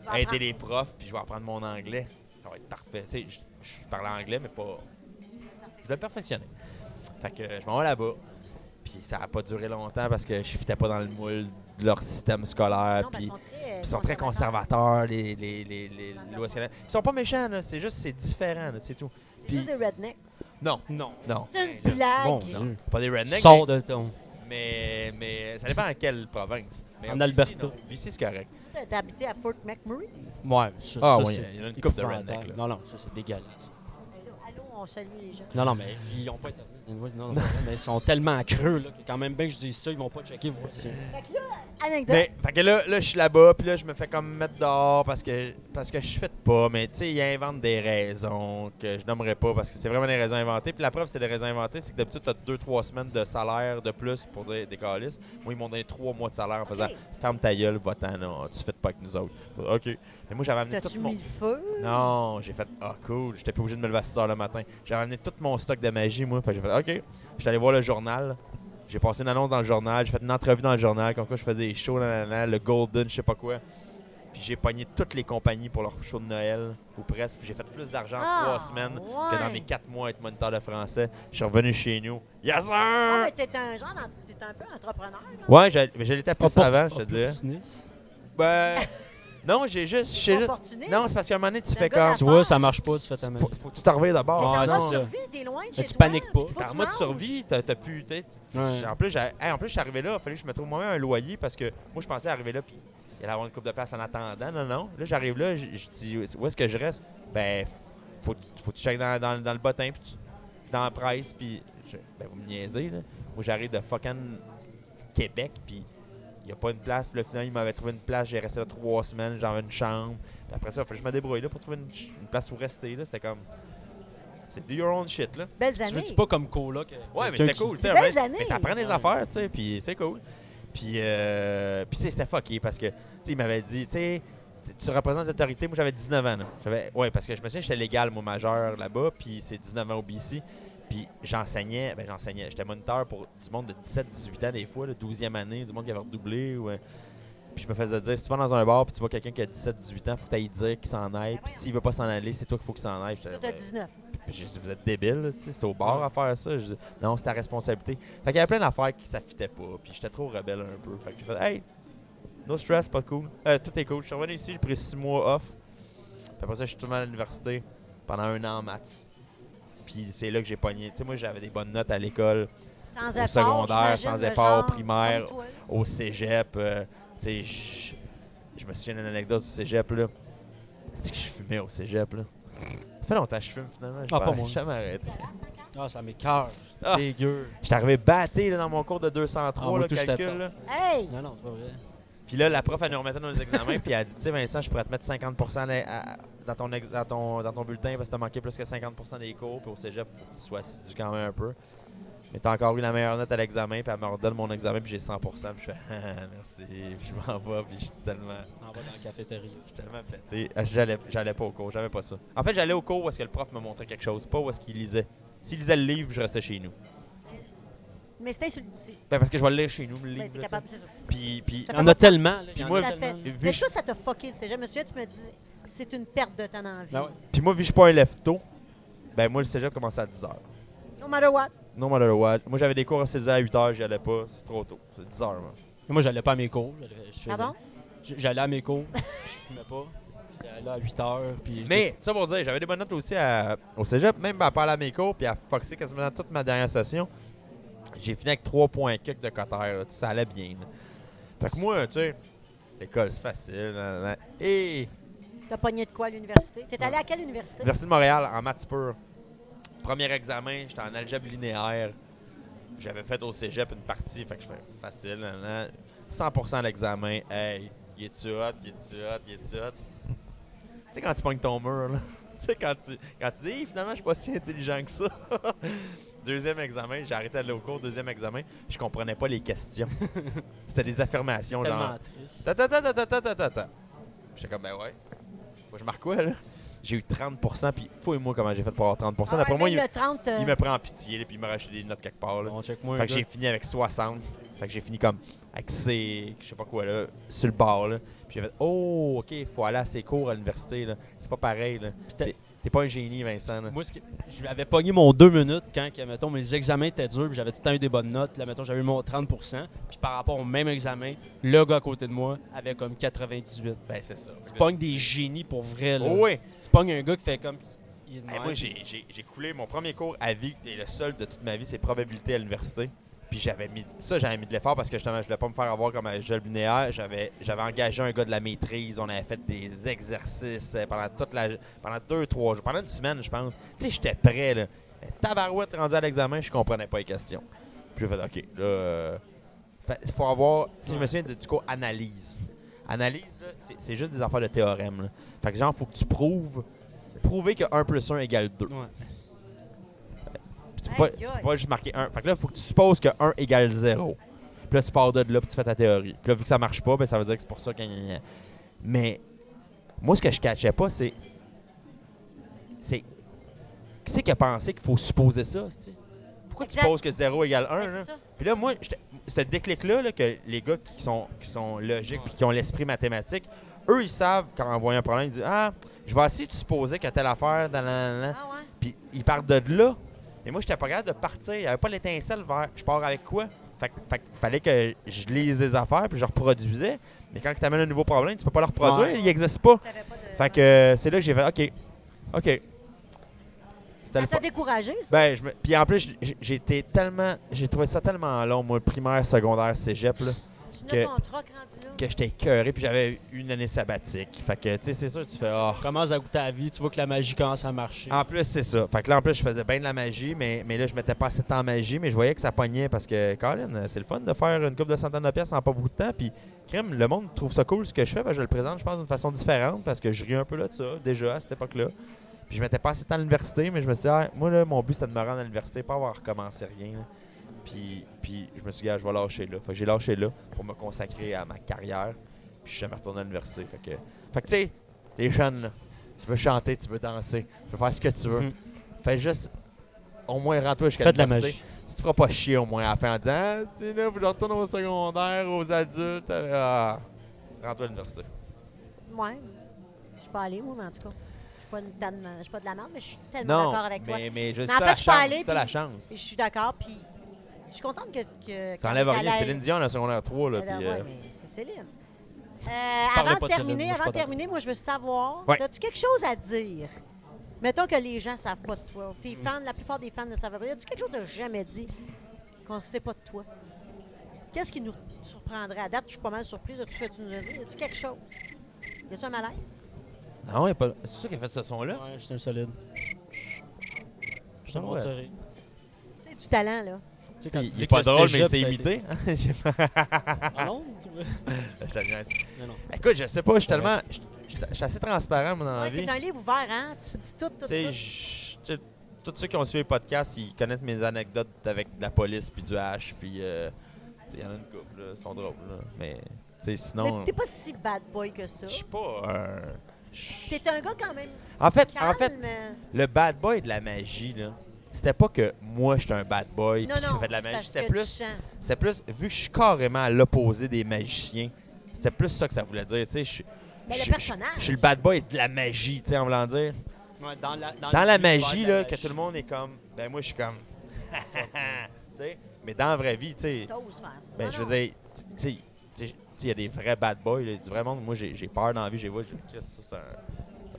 Speaker 2: tu vas
Speaker 4: aider
Speaker 2: apprendre-
Speaker 4: les profs, puis je vais apprendre mon anglais. Ça va être parfait. Tu sais, je, je parlais anglais, mais pas. Je voulais le perfectionner. Fait que euh, je m'en vais là-bas. Puis ça a pas duré longtemps parce que je fitais pas dans le moule de leur système scolaire.
Speaker 2: Non, ben,
Speaker 4: puis
Speaker 2: ils sont très, euh,
Speaker 4: ils sont très conservateurs, les, les, les, les, l'Ouest canadien. Ils sont pas méchants, là. C'est juste, c'est différent, là, c'est tout.
Speaker 2: C'est juste des rednecks.
Speaker 4: Non,
Speaker 3: Non.
Speaker 4: non.
Speaker 2: C'est une blague.
Speaker 3: Bon,
Speaker 4: Non,
Speaker 3: Dieu.
Speaker 4: pas des rednecks.
Speaker 3: Sors de ton.
Speaker 4: Mais, mais, mais ça dépend à quelle province. Mais
Speaker 3: En
Speaker 4: BC,
Speaker 3: Alberta.
Speaker 4: non. BC, c'est correct.
Speaker 2: T'as habité à Fort McMurray?
Speaker 3: Ouais, ça,
Speaker 4: Ah,
Speaker 3: ça,
Speaker 4: ouais,
Speaker 3: c'est
Speaker 4: il y en a une couple de
Speaker 3: épouvantable.
Speaker 4: redneck, là.
Speaker 3: Non, non, ça, c'est dégueulasse.
Speaker 2: Allô, on salue les gens.
Speaker 3: Non, non, mais ils ont pas été. Non, (laughs) non, non, mais ils sont tellement creux, là, que quand même, bien que je dise ça, ils vont pas checker. vous voici.
Speaker 2: Anecdote.
Speaker 4: Mais, fait que là, là je suis là-bas, puis là, je me fais comme mettre dehors parce que, parce que je fais pas. Mais, tu sais, ils inventent des raisons que je nommerai pas parce que c'est vraiment des raisons inventées. Puis la preuve, c'est des raisons inventées, c'est que d'habitude, t'as deux, trois semaines de salaire de plus pour dire des calices. Moi, ils m'ont donné trois mois de salaire en faisant ferme ta gueule, va-t'en, là, tu fais pas avec nous autres. OK. Mais moi, j'avais amené Ben, tout
Speaker 2: T'as-tu
Speaker 4: mon.
Speaker 2: mis le feu?
Speaker 4: Non, j'ai fait Ah, cool, j'étais pas obligé de me lever à 6 h le matin. J'ai ramené tout mon stock de magie, moi. Fait que j'ai fait OK. J'étais allé voir le journal. J'ai passé une annonce dans le journal. J'ai fait une entrevue dans le journal. Comme quoi, je faisais des shows, nanana, le Golden, je sais pas quoi. Puis j'ai pogné toutes les compagnies pour leur show de Noël, ou presque. Puis j'ai fait plus d'argent en
Speaker 2: Ah,
Speaker 4: trois semaines que dans
Speaker 2: ouais.
Speaker 4: mes quatre mois à être moniteur de français. Je suis revenu chez nous. Yes, sir!
Speaker 2: Ah, mais t'es un genre, d'en- t'es un peu entrepreneur. là.
Speaker 4: Ouais, j'ai- mais je l'étais plus avant, je te dirais.
Speaker 3: Opportuniste.
Speaker 2: (laughs)
Speaker 4: Ben. non, j'ai juste.
Speaker 2: T'es
Speaker 4: j'ai juste-
Speaker 2: opportuniste.
Speaker 4: Non, c'est parce qu'à un moment donné, tu
Speaker 2: C'est un
Speaker 4: fais
Speaker 2: gars
Speaker 4: comme.
Speaker 3: Tu vois, ça marche pas, tu fais ta main.
Speaker 4: Faut, faut que tu te revives
Speaker 2: Mais
Speaker 4: d'abord.
Speaker 2: t'es en
Speaker 3: Ah,
Speaker 4: sinon-
Speaker 2: mode
Speaker 3: c'est ça.
Speaker 2: survie, t'es loin de chez
Speaker 3: tu
Speaker 2: toi,
Speaker 3: paniques
Speaker 2: puis
Speaker 3: pas.
Speaker 2: tu
Speaker 4: T'es
Speaker 2: vas-
Speaker 4: en
Speaker 2: tu
Speaker 4: mode
Speaker 2: manges.
Speaker 4: survie, t'as t'as pu. t'es-
Speaker 3: Ouais.
Speaker 4: En plus, j'ai- hey, en plus, je suis arrivé là, il fallait que je me trouve moi-même un loyer parce que moi, je pensais arriver là, puis il allait avoir une coupe de place en attendant. Non, non. Là, j'arrive là, je je dis où est-ce que je reste Ben, faut, faut que tu checkes dans, dans, dans le bottin, puis tu- dans la presse, puis. je- Ben, vous me niaisez, là. Moi, j'arrive de fucking Québec, puis il n'y a pas une place. Puis là, finalement, il m'avait trouvé une place. J'ai resté là trois semaines, j'avais une chambre. Puis après ça, il fallait que je me débrouille là pour trouver une, ch- une place où rester, là. C'était comme. C'est do your own shit, là.
Speaker 2: Belles
Speaker 3: Tu veux-tu
Speaker 2: années.
Speaker 3: pas comme coloc? euh,
Speaker 4: Ouais, mais
Speaker 3: quelqu'un
Speaker 4: c'était
Speaker 3: qui-
Speaker 4: cool. tu
Speaker 2: C'est
Speaker 4: sais,
Speaker 2: belles
Speaker 4: ouais,
Speaker 2: années.
Speaker 4: Mais t'apprends des
Speaker 3: Ouais.
Speaker 4: affaires, tu sais, puis c'est cool. Puis, euh, puis c'est- c'était fucké parce que, tu sais, il m'avait dit, tu sais, tu représentes l'autorité. Moi, j'avais 19 ans, là. J'avais, ouais, parce que je me souviens, j'étais légal, moi, majeur là-bas, puis c'est 19 ans au BC. Puis j'enseignais, ben j'enseignais, j'étais moniteur pour du monde de 17-18 ans des fois, la 12e année, du monde qui avait redoublé. Ouais. Puis je me faisais dire, si tu vas dans un bar puis tu vois quelqu'un qui a 17-18 ans, faut que t'ailles dire qu'il s'en aille. Puis s'il veut pas s'en aller, c'est toi qu'il faut qu'il s'en aille. J'étais, ben,
Speaker 2: Toi,
Speaker 4: Ouais.
Speaker 2: t'as 19.
Speaker 4: Puis j'ai dit, vous êtes débile, là, tu sais, c'est au bar à faire ça. Je dis, non, c'est ta responsabilité. Fait qu'il y avait plein d'affaires qui s'affitaient pas, puis j'étais trop rebelle un peu. Fait que j'ai fait, hey, no stress, pas de cool. Euh, tout est cool. Je suis revenu ici, j'ai pris six mois off. Puis après ça, je suis retourné à l'université pendant un an en maths. Puis c'est là que j'ai pogné. Tu sais, moi, j'avais des bonnes notes à l'école,
Speaker 2: Sans
Speaker 4: Au
Speaker 2: effort.
Speaker 4: secondaire,
Speaker 2: j'imagine,
Speaker 4: sans
Speaker 2: le
Speaker 4: effort,
Speaker 2: genre
Speaker 4: primaire.
Speaker 2: comme toi.
Speaker 4: au cégep. euh, tu sais, je- je me souviens d'une anecdote du cégep, là. C'est que je fumais au cégep, là. Ça fait longtemps que je fume, finalement. J'ai
Speaker 3: Ah, pas
Speaker 4: pas-
Speaker 3: moi.
Speaker 4: j'ai jamais arrêté.
Speaker 3: Ah, ça m'écœure. C'est
Speaker 4: Ah.
Speaker 3: dégueu.
Speaker 4: J'étais arrivé batté là, dans mon cours de
Speaker 3: Ah,
Speaker 4: 203,
Speaker 3: moi,
Speaker 4: là,
Speaker 3: tout, j'étais
Speaker 4: calcul.
Speaker 3: pas.
Speaker 4: Là.
Speaker 2: Hey!
Speaker 3: Non, non, c'est pas vrai.
Speaker 4: Puis là, la prof, elle nous remettait dans les examens, puis elle a dit, tu sais, Vincent, je pourrais te mettre 50 à la- à- dans, ton ex- dans, ton, dans ton bulletin parce que t'as manqué plus que 50 des cours, puis au cégep, faut que tu sois assidu quand même un peu. Mais t'as encore eu la meilleure note à l'examen, puis elle me redonne mon examen, puis j'ai 100 puis je fais, (laughs) Ah, merci, puis je m'en vais, puis je suis tellement,
Speaker 3: On va dans la cafétéria.
Speaker 4: je suis tellement pété. Ah, J'allais, j'allais pas au cours, j'avais pas ça. En fait, j'allais au cours où est-ce que le prof me montrait quelque chose, pas où est-ce qu'il lisait. S'il lisait le livre, je restais chez nous.
Speaker 2: Mais c'était sur le- c'est-
Speaker 4: Ben, parce que je vais le lire chez nous, le
Speaker 2: ben,
Speaker 4: livre.
Speaker 2: t'es
Speaker 4: là,
Speaker 2: capable, c'est ça.
Speaker 4: tu sais. Puis, puis
Speaker 2: Ça
Speaker 3: Il y en a tellement. Là,
Speaker 4: Puis
Speaker 3: il y en
Speaker 4: moi,
Speaker 3: a
Speaker 2: Ça fait-
Speaker 3: tellement, là.
Speaker 4: vu
Speaker 2: Mais
Speaker 4: que
Speaker 2: toi, ça t'a fucké le cégep. Monsieur, tu me dis, c'est une perte de temps dans la vie.
Speaker 3: Ben ouais.
Speaker 4: Puis moi, vu que je suis pas un lève-tôt, ben moi, le cégep commençait à 10h.
Speaker 2: No matter what.
Speaker 4: Non, matter what. Moi, j'avais des cours à 16h à 8h, j'y allais pas. C'est trop tôt. C'est 10h, moi.
Speaker 3: Moi, j'allais pas à mes cours. j'allais- je faisais-
Speaker 2: Pardon?
Speaker 3: J- J'allais à mes cours. Je fumais pas. J'allais à 8 heures. Puis
Speaker 4: Mais, ça pour dire, j'avais des bonnes notes aussi à- au cégep, même à parler à mes cours, puis à foxer quasiment dans toute ma dernière session. J'ai fini avec 3 points quelques de Cotter, là. Tu sais, Ça allait bien. là. Fait que moi, tu sais, l'école, c'est facile. nan, nan, nan. Et
Speaker 2: T'as pogné de quoi à l'université? T'es allé à quelle université?
Speaker 4: Université de Montréal, en maths pure. Premier examen, j'étais en algèbre linéaire. J'avais fait au cégep une partie, fait que je fais facile. nan, nan. 100% à l'examen. Hey, Il est-tu hot? Il est-tu hot? Il est-tu hot? Tu sais, quand tu pognes ton mur, là. (laughs) Tu sais, quand tu, quand tu dis, Hey, finalement, je suis pas si intelligent que ça. (laughs) deuxième examen, j'ai arrêté d'aller au cours. Deuxième examen, je comprenais pas les questions. C'était des affirmations, genre.
Speaker 3: Tellement triste.
Speaker 4: Ta ta ta ta ta ta ta ta ta. J'étais comme, ben ouais. Moi, je marque quoi, là? J'ai eu 30%, puis fouille-moi comment j'ai fait pour avoir 30%.
Speaker 2: Ah,
Speaker 4: D'après moi,
Speaker 2: mais
Speaker 4: il,
Speaker 2: le 30, euh,
Speaker 4: il me prend en pitié, là, puis il m'a racheté des notes quelque part, là.
Speaker 3: On check moi.
Speaker 4: Fait que j'ai fini avec 60. Fait que j'ai fini comme avec C, je sais pas quoi là, sur le bord là. Puis j'ai fait Oh, ok, faut aller à ses cours à l'université là. C'est pas pareil là.
Speaker 3: t'as-
Speaker 4: T'es t'es pas un génie, Vincent. là.
Speaker 3: Moi, ce que- j'avais pogné mon deux minutes quand, que, mettons, mes examens étaient durs, puis j'avais tout le temps eu des bonnes notes. Là, mettons, j'avais eu mon 30 puis par rapport au même examen, le gars à côté de moi avait comme 98.
Speaker 4: Ben c'est ça. Fait
Speaker 3: Tu
Speaker 4: que
Speaker 3: pognes des génies pour vrai, là.
Speaker 4: Oh, oui.
Speaker 3: Tu pognes un gars qui fait comme... il est de
Speaker 4: Hey,
Speaker 3: même,
Speaker 4: moi
Speaker 3: puis-
Speaker 4: j'ai- j'ai j'ai coulé mon premier cours à vie et le seul de toute ma vie, c'est probabilité à l'université. Puis j'avais mis ça, j'avais mis de l'effort parce que justement, je voulais pas me faire avoir comme un jeu linéaire. J'avais j'avais engagé un gars de la maîtrise. On avait fait des exercices euh, pendant toute la pendant deux trois jours, pendant une semaine, je pense. Tu sais, j'étais prêt là. Mais Tabarouette rendu à l'examen, je comprenais pas les questions. Puis j'ai fait OK, là euh, fait- faut avoir, tu sais, je me souviens de- du cours analyse. Analyse là, c'est- c'est juste des affaires de théorème. là. Fait que genre faut que tu prouves prouver que 1 plus 1 égale 2.
Speaker 3: Ouais.
Speaker 4: Puis tu peux, pas,
Speaker 2: Aïe,
Speaker 4: tu peux
Speaker 2: aïe.
Speaker 4: pas juste marquer 1. Fait que là, il faut que tu supposes que 1 égale 0. Puis là, tu pars de là, puis tu fais ta théorie. Puis là, vu que ça marche pas, ben, ça veut dire que c'est pour ça que... Mais moi, ce que je catchais pas, c'est... C'est... Qui c'est qui a pensé qu'il faut supposer ça, c'ti? Pourquoi
Speaker 2: Exact.
Speaker 4: tu supposes que 0 égale 1,
Speaker 2: ouais,
Speaker 4: là?
Speaker 2: c'est ça.
Speaker 4: Puis là, moi, j'étais- ce déclic-là, là, que les gars qui sont, qui sont logiques puis qui ont l'esprit mathématique, eux, ils savent quand on voit un problème, ils disent Ah, je vais essayer de supposer que telle affaire, nan, nan, nan.
Speaker 2: Ah ouais.
Speaker 4: Puis ils partent de là. Mais moi, j'étais pas capable de partir. Il n'y avait pas l'étincelle vers je pars avec quoi. Fait, que- fait que fallait que je lise des affaires puis je reproduisais. Mais quand tu amènes un nouveau problème, tu peux pas le reproduire,
Speaker 3: Ouais.
Speaker 4: il n'existe pas.
Speaker 2: T'avais pas de...
Speaker 4: Fait que euh, c'est là que j'ai fait OK. OK. C'était
Speaker 2: Ça
Speaker 4: le
Speaker 2: t'a
Speaker 4: fun.
Speaker 2: découragé, ça?
Speaker 4: Ben, je me- Puis en plus, j'ai- j'étais tellement. J'ai trouvé ça tellement long, moi, primaire, secondaire, cégep, là,
Speaker 2: tu
Speaker 4: Ben, que-
Speaker 2: n'as ton troc rendu là.
Speaker 4: que j'étais écœuré puis j'avais eu une année sabbatique. Fait que, tu sais, c'est sûr, tu fais. Ah.
Speaker 3: Tu commences à goûter à la vie, tu vois que la magie commence à marcher.
Speaker 4: En plus, c'est ça. Fait que là, en plus, je faisais bien de la magie, mais, mais là, je mettais pas assez de temps en magie, mais je voyais que ça pognait parce que, Colin, euh, c'est le fun de faire une coupe de centaines de pièces en pas beaucoup de temps. Puis, crime, le monde trouve ça cool ce que je fais. fait que je le présente, je pense, d'une façon différente parce que je ris un peu là de ça, déjà, à cette époque-là. Puis, je mettais pas assez de temps à l'université, mais je me suis dit, Ah, moi, là, mon but, c'était de me rendre à l'université, pas avoir recommencé rien. là. Puis, puis, je me suis dit, Ah, je vais lâcher là. Fait que j'ai lâché là pour me consacrer à ma carrière. Puis, je suis jamais retourné à l'université. Fait que, fait que tu sais, les jeunes, là, tu veux chanter, tu veux danser, tu veux faire ce que tu veux.
Speaker 3: Mhm.
Speaker 4: Fais juste au moins rends-toi jusqu'à
Speaker 3: Fais de la
Speaker 4: l'université. Tu te feras pas chier au moins à la fin en disant Ah, tu sais, là, faut que je retourne au secondaire, aux adultes. Ah, Rends-toi à l'université.
Speaker 2: Ouais. Je suis pas allée, moi, mais en tout cas. Je suis pas, une tanne- je suis pas de la merde, mais je suis tellement d'accord avec toi.
Speaker 4: mais, mais juste
Speaker 2: Mais en
Speaker 4: t'as
Speaker 2: fait,
Speaker 4: la
Speaker 2: je peux
Speaker 4: chance.
Speaker 2: aller,
Speaker 4: t'as la
Speaker 2: puis-
Speaker 4: chance.
Speaker 2: Je suis d'accord, puis je suis contente que. que
Speaker 4: Ça enlève rien. Céline Dion, le secondaire 3, là.
Speaker 2: Ben,
Speaker 4: puis,
Speaker 2: ouais,
Speaker 4: euh,
Speaker 2: mais c'est Céline. Euh,
Speaker 3: Parlez
Speaker 2: avant
Speaker 3: pas
Speaker 2: de
Speaker 3: de Céline,
Speaker 2: terminer,
Speaker 3: moi, je suis
Speaker 2: avant
Speaker 3: pas
Speaker 2: de terminer, moi, je veux savoir,
Speaker 4: Ouais.
Speaker 2: as-tu quelque chose à dire? Mettons que les gens ne savent pas de toi. ou Tes fans, la plupart des fans ne savent pas. As-tu quelque chose que tu jamais dit qu'on ne sait pas de toi? Qu'est-ce qui nous surprendrait à date? Je suis pas mal surprise de tout ce que tu nous as dit. As-tu quelque chose? Y a-tu un malaise?
Speaker 3: Ah
Speaker 4: Non, y a pas. C'est ça qui a fait ce son-là.
Speaker 3: Ouais, j'étais un solide. Je te
Speaker 4: Ah ouais.
Speaker 3: montrerai.
Speaker 2: C'est du talent, là.
Speaker 3: Tu sais, quand tu
Speaker 4: Il
Speaker 3: dis
Speaker 4: est
Speaker 3: que
Speaker 4: pas
Speaker 3: le
Speaker 4: drôle, mais
Speaker 3: cégep,
Speaker 4: c'est
Speaker 3: ça a été-
Speaker 4: imité. (laughs) J'ai fait-
Speaker 3: Ah non?
Speaker 4: (laughs) Je te niaise.
Speaker 3: (laughs) non, non.
Speaker 4: Écoute, je sais pas, je suis tellement. Je je- je suis assez transparent, moi, dans la
Speaker 2: Ouais,
Speaker 4: vie.
Speaker 2: T'es un livre ouvert, hein? Tu dis tout, tout,
Speaker 4: Tu sais,
Speaker 2: tout.
Speaker 4: je- tu sais, tous ceux qui ont suivi le podcast, ils connaissent mes anecdotes avec de la police puis du H. Puis, euh, tu sais, il y en a une couple, là, ils sont drôles. Là. Mais, tu sais,
Speaker 2: Mais
Speaker 4: sinon,
Speaker 2: t'es pas si bad boy que ça.
Speaker 4: je suis pas un. je-
Speaker 2: T'es un gars quand même
Speaker 4: En fait,
Speaker 2: calme.
Speaker 4: en fait, le bad boy de la magie, là, c'était pas que moi, j'étais un bad boy
Speaker 2: non,
Speaker 4: puis
Speaker 2: non,
Speaker 4: je fais de la
Speaker 2: c'est
Speaker 4: magie.
Speaker 2: parce
Speaker 4: C'était
Speaker 2: que
Speaker 4: plus.
Speaker 2: tu chantes.
Speaker 4: C'était plus, vu que je suis carrément à l'opposé des magiciens, c'était plus ça que ça voulait dire. Tu sais, je suis-
Speaker 2: Mais Ben, le
Speaker 4: je- je-
Speaker 2: personnage.
Speaker 4: Je suis le bad boy de la magie, tu sais, en voulant dire.
Speaker 3: Ouais, dans la,
Speaker 4: Dans la
Speaker 3: l'univers
Speaker 4: magie,
Speaker 3: de la
Speaker 4: là, que
Speaker 3: magie.
Speaker 4: tout le monde est comme. Ben, moi, je
Speaker 3: (laughs)
Speaker 4: suis comme. tu sais, mais dans la vraie vie, tu sais.
Speaker 2: T'oses faire ça.
Speaker 4: Ben,
Speaker 2: Non,
Speaker 4: je veux
Speaker 2: non.
Speaker 4: dire, tu tu sais, tu sais, il y a des vrais bad boys, là, du vrai monde. Moi, j'ai j'ai peur dans la vie, j'ai vu, je dis, Chris, ça, c'est un,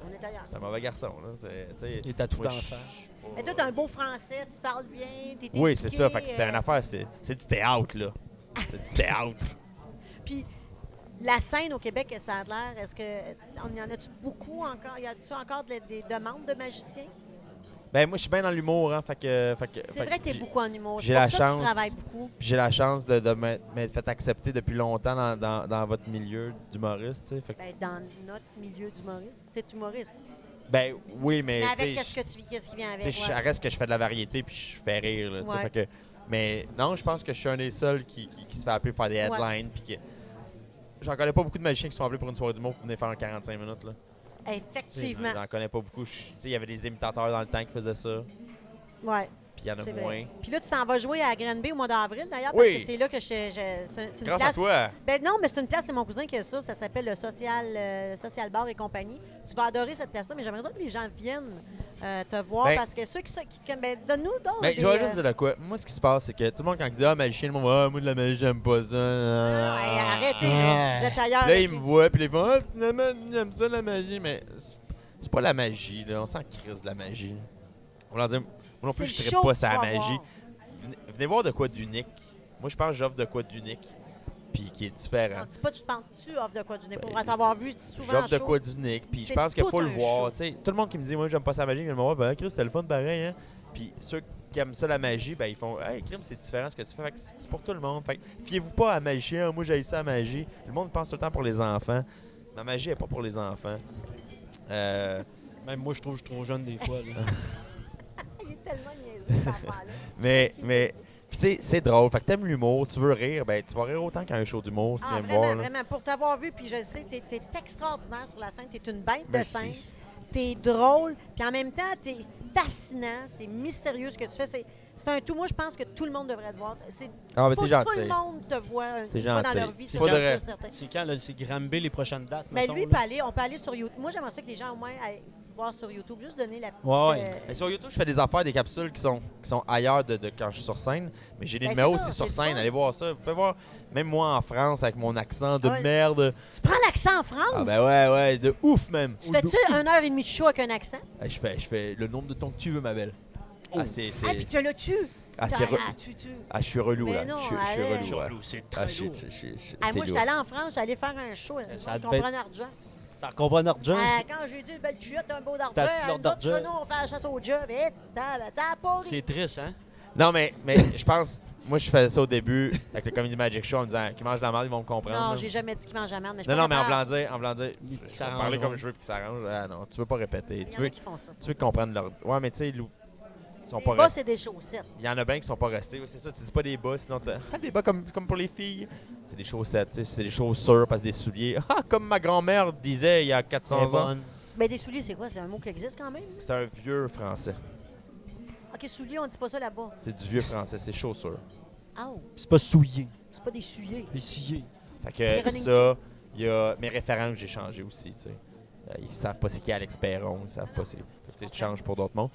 Speaker 2: On est ailleurs.
Speaker 4: c'est un mauvais garçon, là. c'est- Tu sais.
Speaker 3: Il est à tout
Speaker 4: moi, je-
Speaker 3: d'enfer.
Speaker 4: je suis pas-
Speaker 2: Mais toi, t'es un beau français, tu parles bien, t'es
Speaker 4: Oui,
Speaker 2: éduqué,
Speaker 4: c'est ça, fait que c'était
Speaker 2: euh,
Speaker 4: une affaire, c'est c'est du théâtre, là. C'est du théâtre.
Speaker 2: Puis la scène au Québec, ça a l'air, est-ce que on y en a-tu beaucoup encore? Y a-tu encore des, des demandes de magiciens?
Speaker 4: Ben, moi, je suis bien dans l'humour, hein. Fait que. fait que-
Speaker 2: C'est
Speaker 4: fait
Speaker 2: vrai
Speaker 4: que
Speaker 2: que tu es
Speaker 4: j'ai-
Speaker 2: beaucoup en humour.
Speaker 4: j'ai
Speaker 2: C'est pour
Speaker 4: la
Speaker 2: ça Que
Speaker 4: chance.
Speaker 2: tu travailles beaucoup.
Speaker 4: Puis j'ai la chance de, de m'être m'être fait accepter depuis longtemps dans, dans- dans votre milieu d'humoriste, tu sais. Fait que-
Speaker 2: Ben, dans notre milieu d'humoriste. C'est humoriste.
Speaker 4: ben oui,
Speaker 2: Mais
Speaker 4: mais, tu sais,
Speaker 2: avec
Speaker 4: je-
Speaker 2: qu'est-ce que tu vis, qu'est-ce qui vient avec.
Speaker 4: tu sais, je- ça
Speaker 2: ouais.
Speaker 4: reste que je fais de la variété puis je fais rire, là, tu sais.
Speaker 2: Ouais.
Speaker 4: Fait que- mais non, je pense que je suis un des seuls qui, qui- qui se fait appeler pour faire des
Speaker 2: Ouais.
Speaker 4: headlines puis que... J'en connais pas beaucoup de magiciens qui se sont appelés pour une soirée d'humour pour venir faire un 45 minutes, là. Tu sais,
Speaker 2: Effectivement.
Speaker 4: J'en connais pas beaucoup. Je- tu sais, Il y avait des imitateurs dans le temps qui faisaient ça,
Speaker 2: Ouais,
Speaker 4: puis il y en a
Speaker 2: c'est
Speaker 4: moins.
Speaker 2: vrai. Puis là, tu t'en vas jouer à Granby au mois d'avril, d'ailleurs,
Speaker 4: Oui.
Speaker 2: parce que c'est là que je. je- c'est c'est une
Speaker 4: Grâce à
Speaker 2: place-
Speaker 4: toi!
Speaker 2: Ben non, mais c'est une place, c'est mon cousin qui a ça. Ça s'appelle le Social, euh, Social Bar et compagnie. Tu vas adorer cette place-là, mais j'aimerais ça que les gens viennent euh, te voir
Speaker 4: Ben-
Speaker 2: parce que ceux qui. sont- qui- qui- ben, donne-nous donc.
Speaker 4: Mais
Speaker 2: des,
Speaker 4: je vais
Speaker 2: euh,
Speaker 4: juste dire de quoi. Moi, ce qui se passe, c'est que tout le monde, quand il dit Ah, magicien, le monde va Ah, moi de la magie, j'aime pas ça. Ah.
Speaker 2: Ah, hey, arrêtez, là. vous êtes ailleurs.
Speaker 4: Là,
Speaker 2: avec
Speaker 4: ils me
Speaker 2: nous.
Speaker 4: voient, puis ils font Ah, finalement, j'aime ça la magie, mais c'est- c'est pas la magie, là. On s'en crise de la magie. On leur dit Moi non plus,
Speaker 2: C'est
Speaker 4: je
Speaker 2: chaud
Speaker 4: tripe pas
Speaker 2: que
Speaker 4: sur la
Speaker 2: tu vas
Speaker 4: magie.
Speaker 2: voir.
Speaker 4: Venez, venez voir de quoi d'unique. Moi, je pense que j'offre de quoi d'unique, puis qui est différent.
Speaker 2: Non, dis pas, tu penses tu offres de quoi du nez. Pour
Speaker 4: Ben,
Speaker 2: t'avoir vu souvent.
Speaker 4: J'offre de
Speaker 2: chaud.
Speaker 4: quoi d'unique, puis je
Speaker 2: C'est
Speaker 4: pense qu'il
Speaker 2: tout
Speaker 4: faut le
Speaker 2: un show.
Speaker 4: voir. tu sais. tout le monde qui me dit, moi, j'aime pas ça la magie, ils me voir, ben, Chris, c'était le fun pareil. Hein? Puis ceux qui aiment ça la magie, ben, ils font, hey, Chris, c'est différent ce que tu fais. Fait que C'est pour tout le monde. Fait que fiez-vous pas à la magie. hein. Moi, j'ai ça la magie. Le monde pense tout le temps pour les enfants. Ma magie est pas pour les enfants. Euh,
Speaker 3: Même moi, je trouve que je suis trop jeune des fois.
Speaker 4: (laughs)
Speaker 3: là.
Speaker 2: Ah, Il est tellement niaiseux, cet enfant-là.
Speaker 4: mais, mais, puis tu sais, c'est drôle. Fait que t'aimes l'humour, tu veux rire, ben, tu vas rire autant qu'un show d'humour si
Speaker 2: Ah,
Speaker 4: tu viens me
Speaker 2: vraiment,
Speaker 4: voir. là.
Speaker 2: vraiment. Pour t'avoir vu, puis je le sais, t'es es extraordinaire sur la scène. T'es une bête
Speaker 4: Merci.
Speaker 2: de scène. T'es drôle. Puis en même temps, t'es fascinant. C'est mystérieux ce que tu fais. C'est c'est un tout. Moi, je pense que tout le monde devrait te voir. C'est
Speaker 4: Ah,
Speaker 2: pas
Speaker 4: ben, t'es
Speaker 2: Tout le
Speaker 4: gentil.
Speaker 2: monde te voit euh,
Speaker 4: T'es
Speaker 2: une fois dans
Speaker 4: gentil.
Speaker 2: leur vie.
Speaker 3: C'est
Speaker 2: c'est sûr,
Speaker 3: vrai.
Speaker 2: sûr, certain.
Speaker 3: C'est quand, là, c'est Granby les prochaines dates,
Speaker 2: Mais
Speaker 3: mettons,
Speaker 2: lui, il peut
Speaker 3: là.
Speaker 2: aller, on peut aller sur YouTube. Moi, j'aimerais ça que les gens au moins aillent voir sur YouTube. Juste donner la petite...
Speaker 3: Ouais, ouais.
Speaker 2: euh,
Speaker 4: Mais sur YouTube, je fais des affaires, des capsules qui sont, qui sont ailleurs de, de quand je suis sur scène. Mais j'ai des
Speaker 2: Ben,
Speaker 4: numéros
Speaker 2: c'est ça,
Speaker 4: aussi sur
Speaker 2: c'est le
Speaker 4: scène.
Speaker 2: fun.
Speaker 4: Allez voir ça. Vous pouvez voir, même moi en France, avec mon accent de
Speaker 2: Ah ouais.
Speaker 4: merde.
Speaker 2: Tu prends l'accent en France?
Speaker 4: Ah ben ouais, ouais, de ouf même.
Speaker 2: Tu fais-tu une heure et demie de show avec un accent?
Speaker 4: Ah, Je fais, je fais le nombre de temps que tu veux, ma belle.
Speaker 3: Oh.
Speaker 4: Ah, c'est. c'est-
Speaker 2: Ah, puis tu l'as tu.
Speaker 4: ah, c'est
Speaker 2: T'as-
Speaker 4: re-
Speaker 2: ah, tu, tu.
Speaker 4: ah, je suis relou,
Speaker 2: Mais
Speaker 4: là.
Speaker 2: non,
Speaker 4: je, je suis
Speaker 2: allez.
Speaker 4: relou. ouais.
Speaker 3: Relou, c'est
Speaker 4: Ah,
Speaker 3: très
Speaker 4: je,
Speaker 3: lourd.
Speaker 4: je- je- je-
Speaker 2: Ah,
Speaker 4: c'est
Speaker 2: moi,
Speaker 4: lourd.
Speaker 2: j'étais allée en France, j'allais faire un show.
Speaker 3: ça
Speaker 2: Je
Speaker 3: devait
Speaker 2: comprends argent.
Speaker 3: Ça comprend notre jeune.
Speaker 2: Ah, quand j'ai dit une belle culotte, un beau d'argent,
Speaker 3: T'as assis
Speaker 2: un
Speaker 3: leur
Speaker 2: autre
Speaker 3: d'argent.
Speaker 2: chenon, on fait la chasse au job. Et t'as la peau.
Speaker 3: C'est triste, hein?
Speaker 4: Non, mais, mais je pense. Moi, je faisais ça au début avec le Comedy Magic Show en me disant qu'ils mangent de la merde, ils vont me comprendre.
Speaker 2: Non,
Speaker 4: là.
Speaker 2: j'ai jamais dit qu'il mange jamais, mais je
Speaker 4: non,
Speaker 2: suis
Speaker 4: non, mais
Speaker 2: pas
Speaker 4: en
Speaker 2: capable.
Speaker 4: voulant dire, en voulant dire, je-
Speaker 3: Ils
Speaker 4: je vais
Speaker 3: s'arrangeront.
Speaker 4: parler comme je veux puis qu'ils s'arrangent. Ah non, tu veux pas répéter.
Speaker 2: Il y
Speaker 4: Tu
Speaker 2: en a
Speaker 4: veux,
Speaker 2: qui font ça.
Speaker 4: tu veux comprendre leur. Ouais, mais tu sais, Lou, ils sont
Speaker 2: Les
Speaker 4: pas
Speaker 2: bas,
Speaker 4: restés.
Speaker 2: c'est des chaussettes.
Speaker 4: Il y en a bien qui sont pas restés. Oui, c'est ça, tu dis pas des bas, sinon t'as Ah, des bas comme, comme pour les filles. C'est des chaussettes, tu sais, c'est des chaussures parce que des souliers. (laughs) Ah, comme ma grand-mère disait il y a 400
Speaker 3: Elle est
Speaker 4: ans.
Speaker 3: bonne.
Speaker 2: Mais des souliers, c'est quoi? C'est un mot qui existe quand même?
Speaker 4: C'est un vieux français.
Speaker 2: OK, souliers, on dit pas ça là-bas.
Speaker 4: C'est du vieux français, c'est chaussures.
Speaker 2: Ah, oh,
Speaker 3: C'est pas souillé.
Speaker 2: c'est pas des souliers.
Speaker 3: C'est souillé.
Speaker 4: Fait
Speaker 2: Les
Speaker 4: que
Speaker 2: running
Speaker 4: ça, il y a mes référents que j'ai changés aussi, tu sais. Euh, Ils savent pas c'est qui Alex Perron, ils savent pas c'est. fait que, tu sais, tu changes pour d'autres mondes.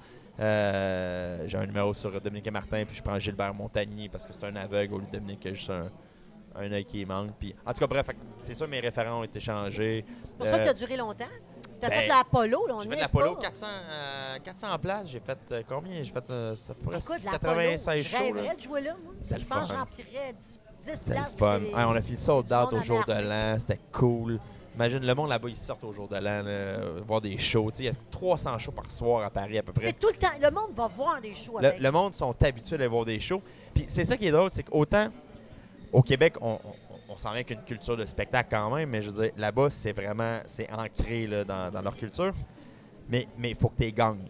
Speaker 4: Euh, j'ai un numéro sur Dominique et Martin, puis je prends Gilbert Montagny parce que c'est un aveugle au lieu de Dominique, qui a juste un, un œil qui manque. Puis, en tout cas, bref, fait que c'est ça, mes référents ont été changés.
Speaker 2: C'est pour ça que
Speaker 4: Euh,
Speaker 2: t'as duré longtemps. T'as
Speaker 4: ben,
Speaker 2: fait de la polo, là, on
Speaker 4: J'ai
Speaker 2: niaise
Speaker 4: fait de la polo,
Speaker 2: pas.
Speaker 4: 400, euh, 400 places. J'ai fait euh, combien? J'ai fait euh, ça pourrait
Speaker 2: Écoute, de la polo,
Speaker 4: 96
Speaker 2: je
Speaker 4: shows. là.
Speaker 2: rêverais de jouer là, moi.
Speaker 4: C'était
Speaker 2: Je
Speaker 4: le
Speaker 2: pense que
Speaker 4: fun.
Speaker 2: j'emplirais 10 10
Speaker 4: C'était le
Speaker 2: places.
Speaker 4: fun.
Speaker 2: puis c'est-
Speaker 4: Hey, on a fait le sold
Speaker 2: du monde
Speaker 4: out
Speaker 2: en
Speaker 4: au jour de
Speaker 2: arrière.
Speaker 4: l'an. C'était cool. Imagine, le monde là-bas, ils sortent au jour de l'an, là, voir des shows. Tu sais, Il y a 300 shows par soir à Paris à peu près.
Speaker 2: C'est tout le temps. Le monde va voir des shows
Speaker 4: Le,
Speaker 2: avec.
Speaker 4: le monde sont habitués à voir des shows. Puis c'est ça qui est drôle, c'est qu'autant au Québec, on, on, on s'en vient qu'une culture de spectacle quand même, mais je veux dire, là-bas, c'est vraiment c'est ancré là, dans, dans leur culture. Mais il faut que tu gagnes.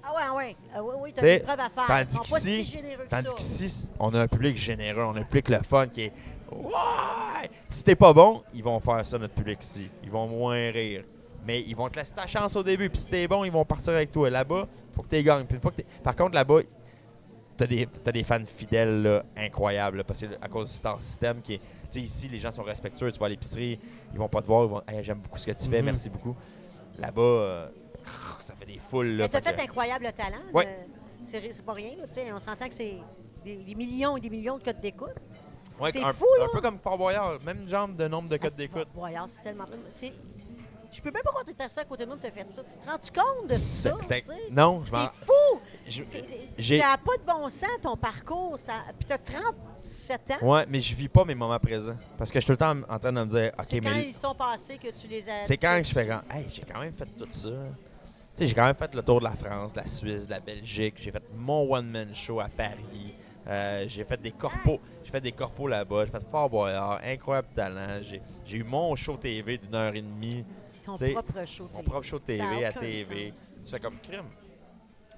Speaker 2: Ah ouais, ah ouais. Ah oui, oui, t'as
Speaker 4: T'sais,
Speaker 2: des preuves à faire.
Speaker 4: tandis
Speaker 2: Ils sont pas si
Speaker 4: qu'ici-
Speaker 2: généreux que
Speaker 4: Tandis
Speaker 2: ça.
Speaker 4: qu'ici, c- on a un public généreux, on a un public le fun qui est Ouais! Si t'es pas bon, ils vont faire ça, notre public ici. Ils vont moins rire. Mais ils vont te laisser ta chance au début, puis si t'es bon, ils vont partir avec toi. Là-bas, faut que t'es gagnes. Puis une fois que t'es- Par contre, là-bas, t'as des, t'as des fans fidèles là, incroyables, là, parce que à cause du star system qui est. Tu sais, ici, les gens sont respectueux. Tu vas à l'épicerie, ils vont pas te voir, ils vont. Hey, j'aime beaucoup ce que tu
Speaker 2: Mm-hmm.
Speaker 4: fais,
Speaker 3: Mhm.
Speaker 4: merci beaucoup. Là-bas, euh, ça fait des foules. là,
Speaker 2: Mais t'as
Speaker 4: fait
Speaker 2: fait
Speaker 4: que-
Speaker 2: incroyable talent.
Speaker 4: Ouais.
Speaker 2: là. C'est ri- c'est pas rien, là, tu sais. On s'entend que c'est des, des millions et des millions de codes d'écoute.
Speaker 4: Ouais,
Speaker 2: C'est
Speaker 4: un,
Speaker 2: fou, là.
Speaker 4: un peu comme Fort Boyard, même genre de nombre de codes d'écoute.
Speaker 2: Fort Boyard, c'est tellement. c'est- Je peux même pas croire que t'étais assis à côté de nous, t'as fait ça. Tu te rends-tu compte de ça?
Speaker 4: C'est- c'est-
Speaker 2: tu sais?
Speaker 4: Non, je m'en.
Speaker 2: C'est fou!
Speaker 4: je-
Speaker 2: C'est- c'est-
Speaker 4: j'ai-
Speaker 2: Ça n'a pas de bon sens, ton parcours. Ça... Puis t'as 37 ans.
Speaker 4: Ouais, mais je vis pas mes moments présents. Parce que je suis tout le temps en train de me dire, OK,
Speaker 2: c'est quand
Speaker 4: mais.
Speaker 2: ils sont passés que tu les as...
Speaker 4: C'est quand que je fais quand. Hey, j'ai quand même fait tout ça. Tu sais, j'ai quand même fait le tour de la France, de la Suisse, de la Belgique. J'ai fait mon one-man show à Paris. Euh, j'ai fait des corpos. J'ai fait des corpos là-bas. J'ai fait Fort Boyard. Incroyable talent. J'ai, j'ai eu mon show TV d'une heure et demie.
Speaker 2: Ton
Speaker 4: T'sais,
Speaker 2: propre show.
Speaker 4: Mon
Speaker 2: télé.
Speaker 4: propre show
Speaker 2: Ça
Speaker 4: TV
Speaker 2: a
Speaker 4: à
Speaker 2: aucun
Speaker 4: TV.
Speaker 2: sens.
Speaker 4: Tu fais comme crime.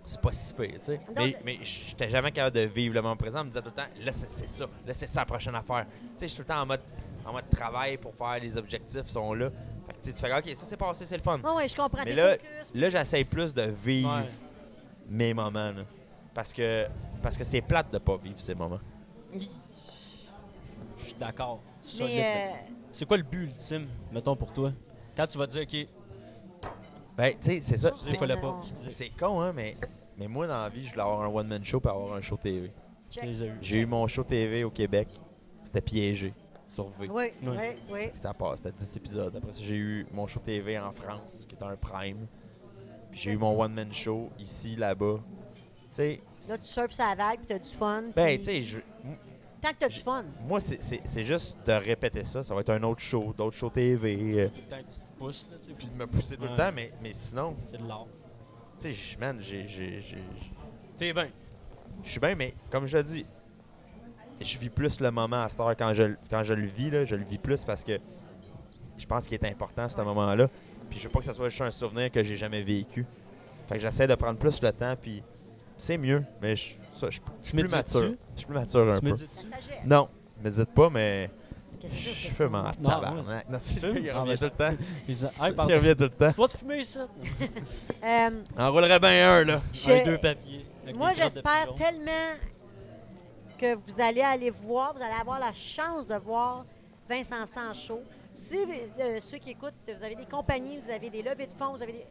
Speaker 4: C'est pas si pire, tu sais.
Speaker 2: Non,
Speaker 4: Mais,
Speaker 2: mais-
Speaker 4: mais j'étais jamais capable de vivre le moment présent. Je me disais tout le temps, là, c'est c'est ça. Là, c'est ça la prochaine affaire. Tu sais, je suis tout le temps en mode, en mode travail pour faire les objectifs sont là. Fait que tu sais, tu fais, OK, ça c'est passé, c'est le fun.
Speaker 2: Ouais, ouais, je comprends.
Speaker 4: Mais
Speaker 2: t'es
Speaker 4: là,
Speaker 2: focus.
Speaker 4: là j'essaie plus de vivre
Speaker 3: Ouais.
Speaker 4: mes moments. là. Parce que parce que c'est plate de pas vivre ces moments.
Speaker 3: Je suis d'accord. Solide.
Speaker 2: mais euh,
Speaker 3: C'est quoi le but ultime, mettons, pour toi? Quand tu vas dire, OK,
Speaker 4: Ben, tu sais, c'est ça.
Speaker 2: Excusez,
Speaker 3: il
Speaker 4: C'est-
Speaker 3: fallait
Speaker 2: on-
Speaker 3: pas.
Speaker 2: on-
Speaker 3: Excusez.
Speaker 4: C'est con, hein, mais, mais moi, dans la vie, je voulais avoir un one-man show pour avoir un show
Speaker 2: euh,
Speaker 4: TV.
Speaker 3: Je
Speaker 2: check.
Speaker 3: les ai eus.
Speaker 4: J'ai eu mon show TV au Québec. C'était piégé. Survé.
Speaker 2: Oui,
Speaker 3: Oui.
Speaker 2: oui, oui.
Speaker 4: C'était à part, c'était 10 épisodes. Après ça, j'ai eu mon show TV en France, qui est un prime. Puis J'ai eu mon one-man show ici, là-bas. Tu sais,
Speaker 2: Là, tu surfes sa vague, puis t'as du fun.
Speaker 4: ben,
Speaker 2: puis
Speaker 4: tu sais, je- m-
Speaker 2: Tant que t'as du fun.
Speaker 4: moi, c'est- c'est c'est juste de répéter ça. Ça va être un autre show, d'autres shows TV. euh,
Speaker 3: Tout le temps, tu te pousses, là, tu sais,
Speaker 4: puis
Speaker 3: puis
Speaker 4: de me pousser tout le
Speaker 3: Ouais.
Speaker 4: temps, mais, mais sinon,
Speaker 3: c'est de l'art.
Speaker 4: tu sais, j- man, j'ai- j'ai- j'ai-
Speaker 3: T'es bien.
Speaker 4: je suis bien, mais comme je dis, je vis plus le moment à cette heure quand je, l- quand je le vis, là, je le vis plus parce que je pense qu'il est important ce
Speaker 2: Ouais.
Speaker 4: moment-là. Puis je veux pas que ça soit juste un souvenir que j'ai jamais vécu. Fait que j'essaie de prendre plus le temps, puis c'est mieux, mais je, ça, je- je suis plus
Speaker 3: médites-tu?
Speaker 4: mature. Je suis plus mature un
Speaker 3: Tu
Speaker 4: peu.
Speaker 3: me dis,
Speaker 2: La
Speaker 3: tu
Speaker 2: sagesse.
Speaker 4: Non, médite pas, mais
Speaker 2: Qu'est-ce que c'est,
Speaker 4: je
Speaker 2: cette
Speaker 4: fume en
Speaker 2: question?
Speaker 3: Non,
Speaker 4: tabarnak. Non, c'est-
Speaker 3: fumes?
Speaker 4: il
Speaker 3: Ah,
Speaker 4: revient
Speaker 3: ben,
Speaker 4: tout le temps.
Speaker 3: ils disent, hey,
Speaker 4: (laughs) Il
Speaker 3: pardon.
Speaker 4: revient tout le
Speaker 3: Tu
Speaker 4: temps.
Speaker 3: dois te fumer ça?
Speaker 2: Euh,
Speaker 4: Enroulerait bien un, là.
Speaker 2: je-
Speaker 3: Un, deux papiers. avec
Speaker 2: Moi,
Speaker 3: des grattes de
Speaker 2: j'espère
Speaker 3: pigeon.
Speaker 2: tellement que vous allez aller voir, vous allez avoir la chance de voir Vincent Sancho. Si euh, ceux qui écoutent, vous avez des compagnies, vous avez des levées de fonds, vous avez des...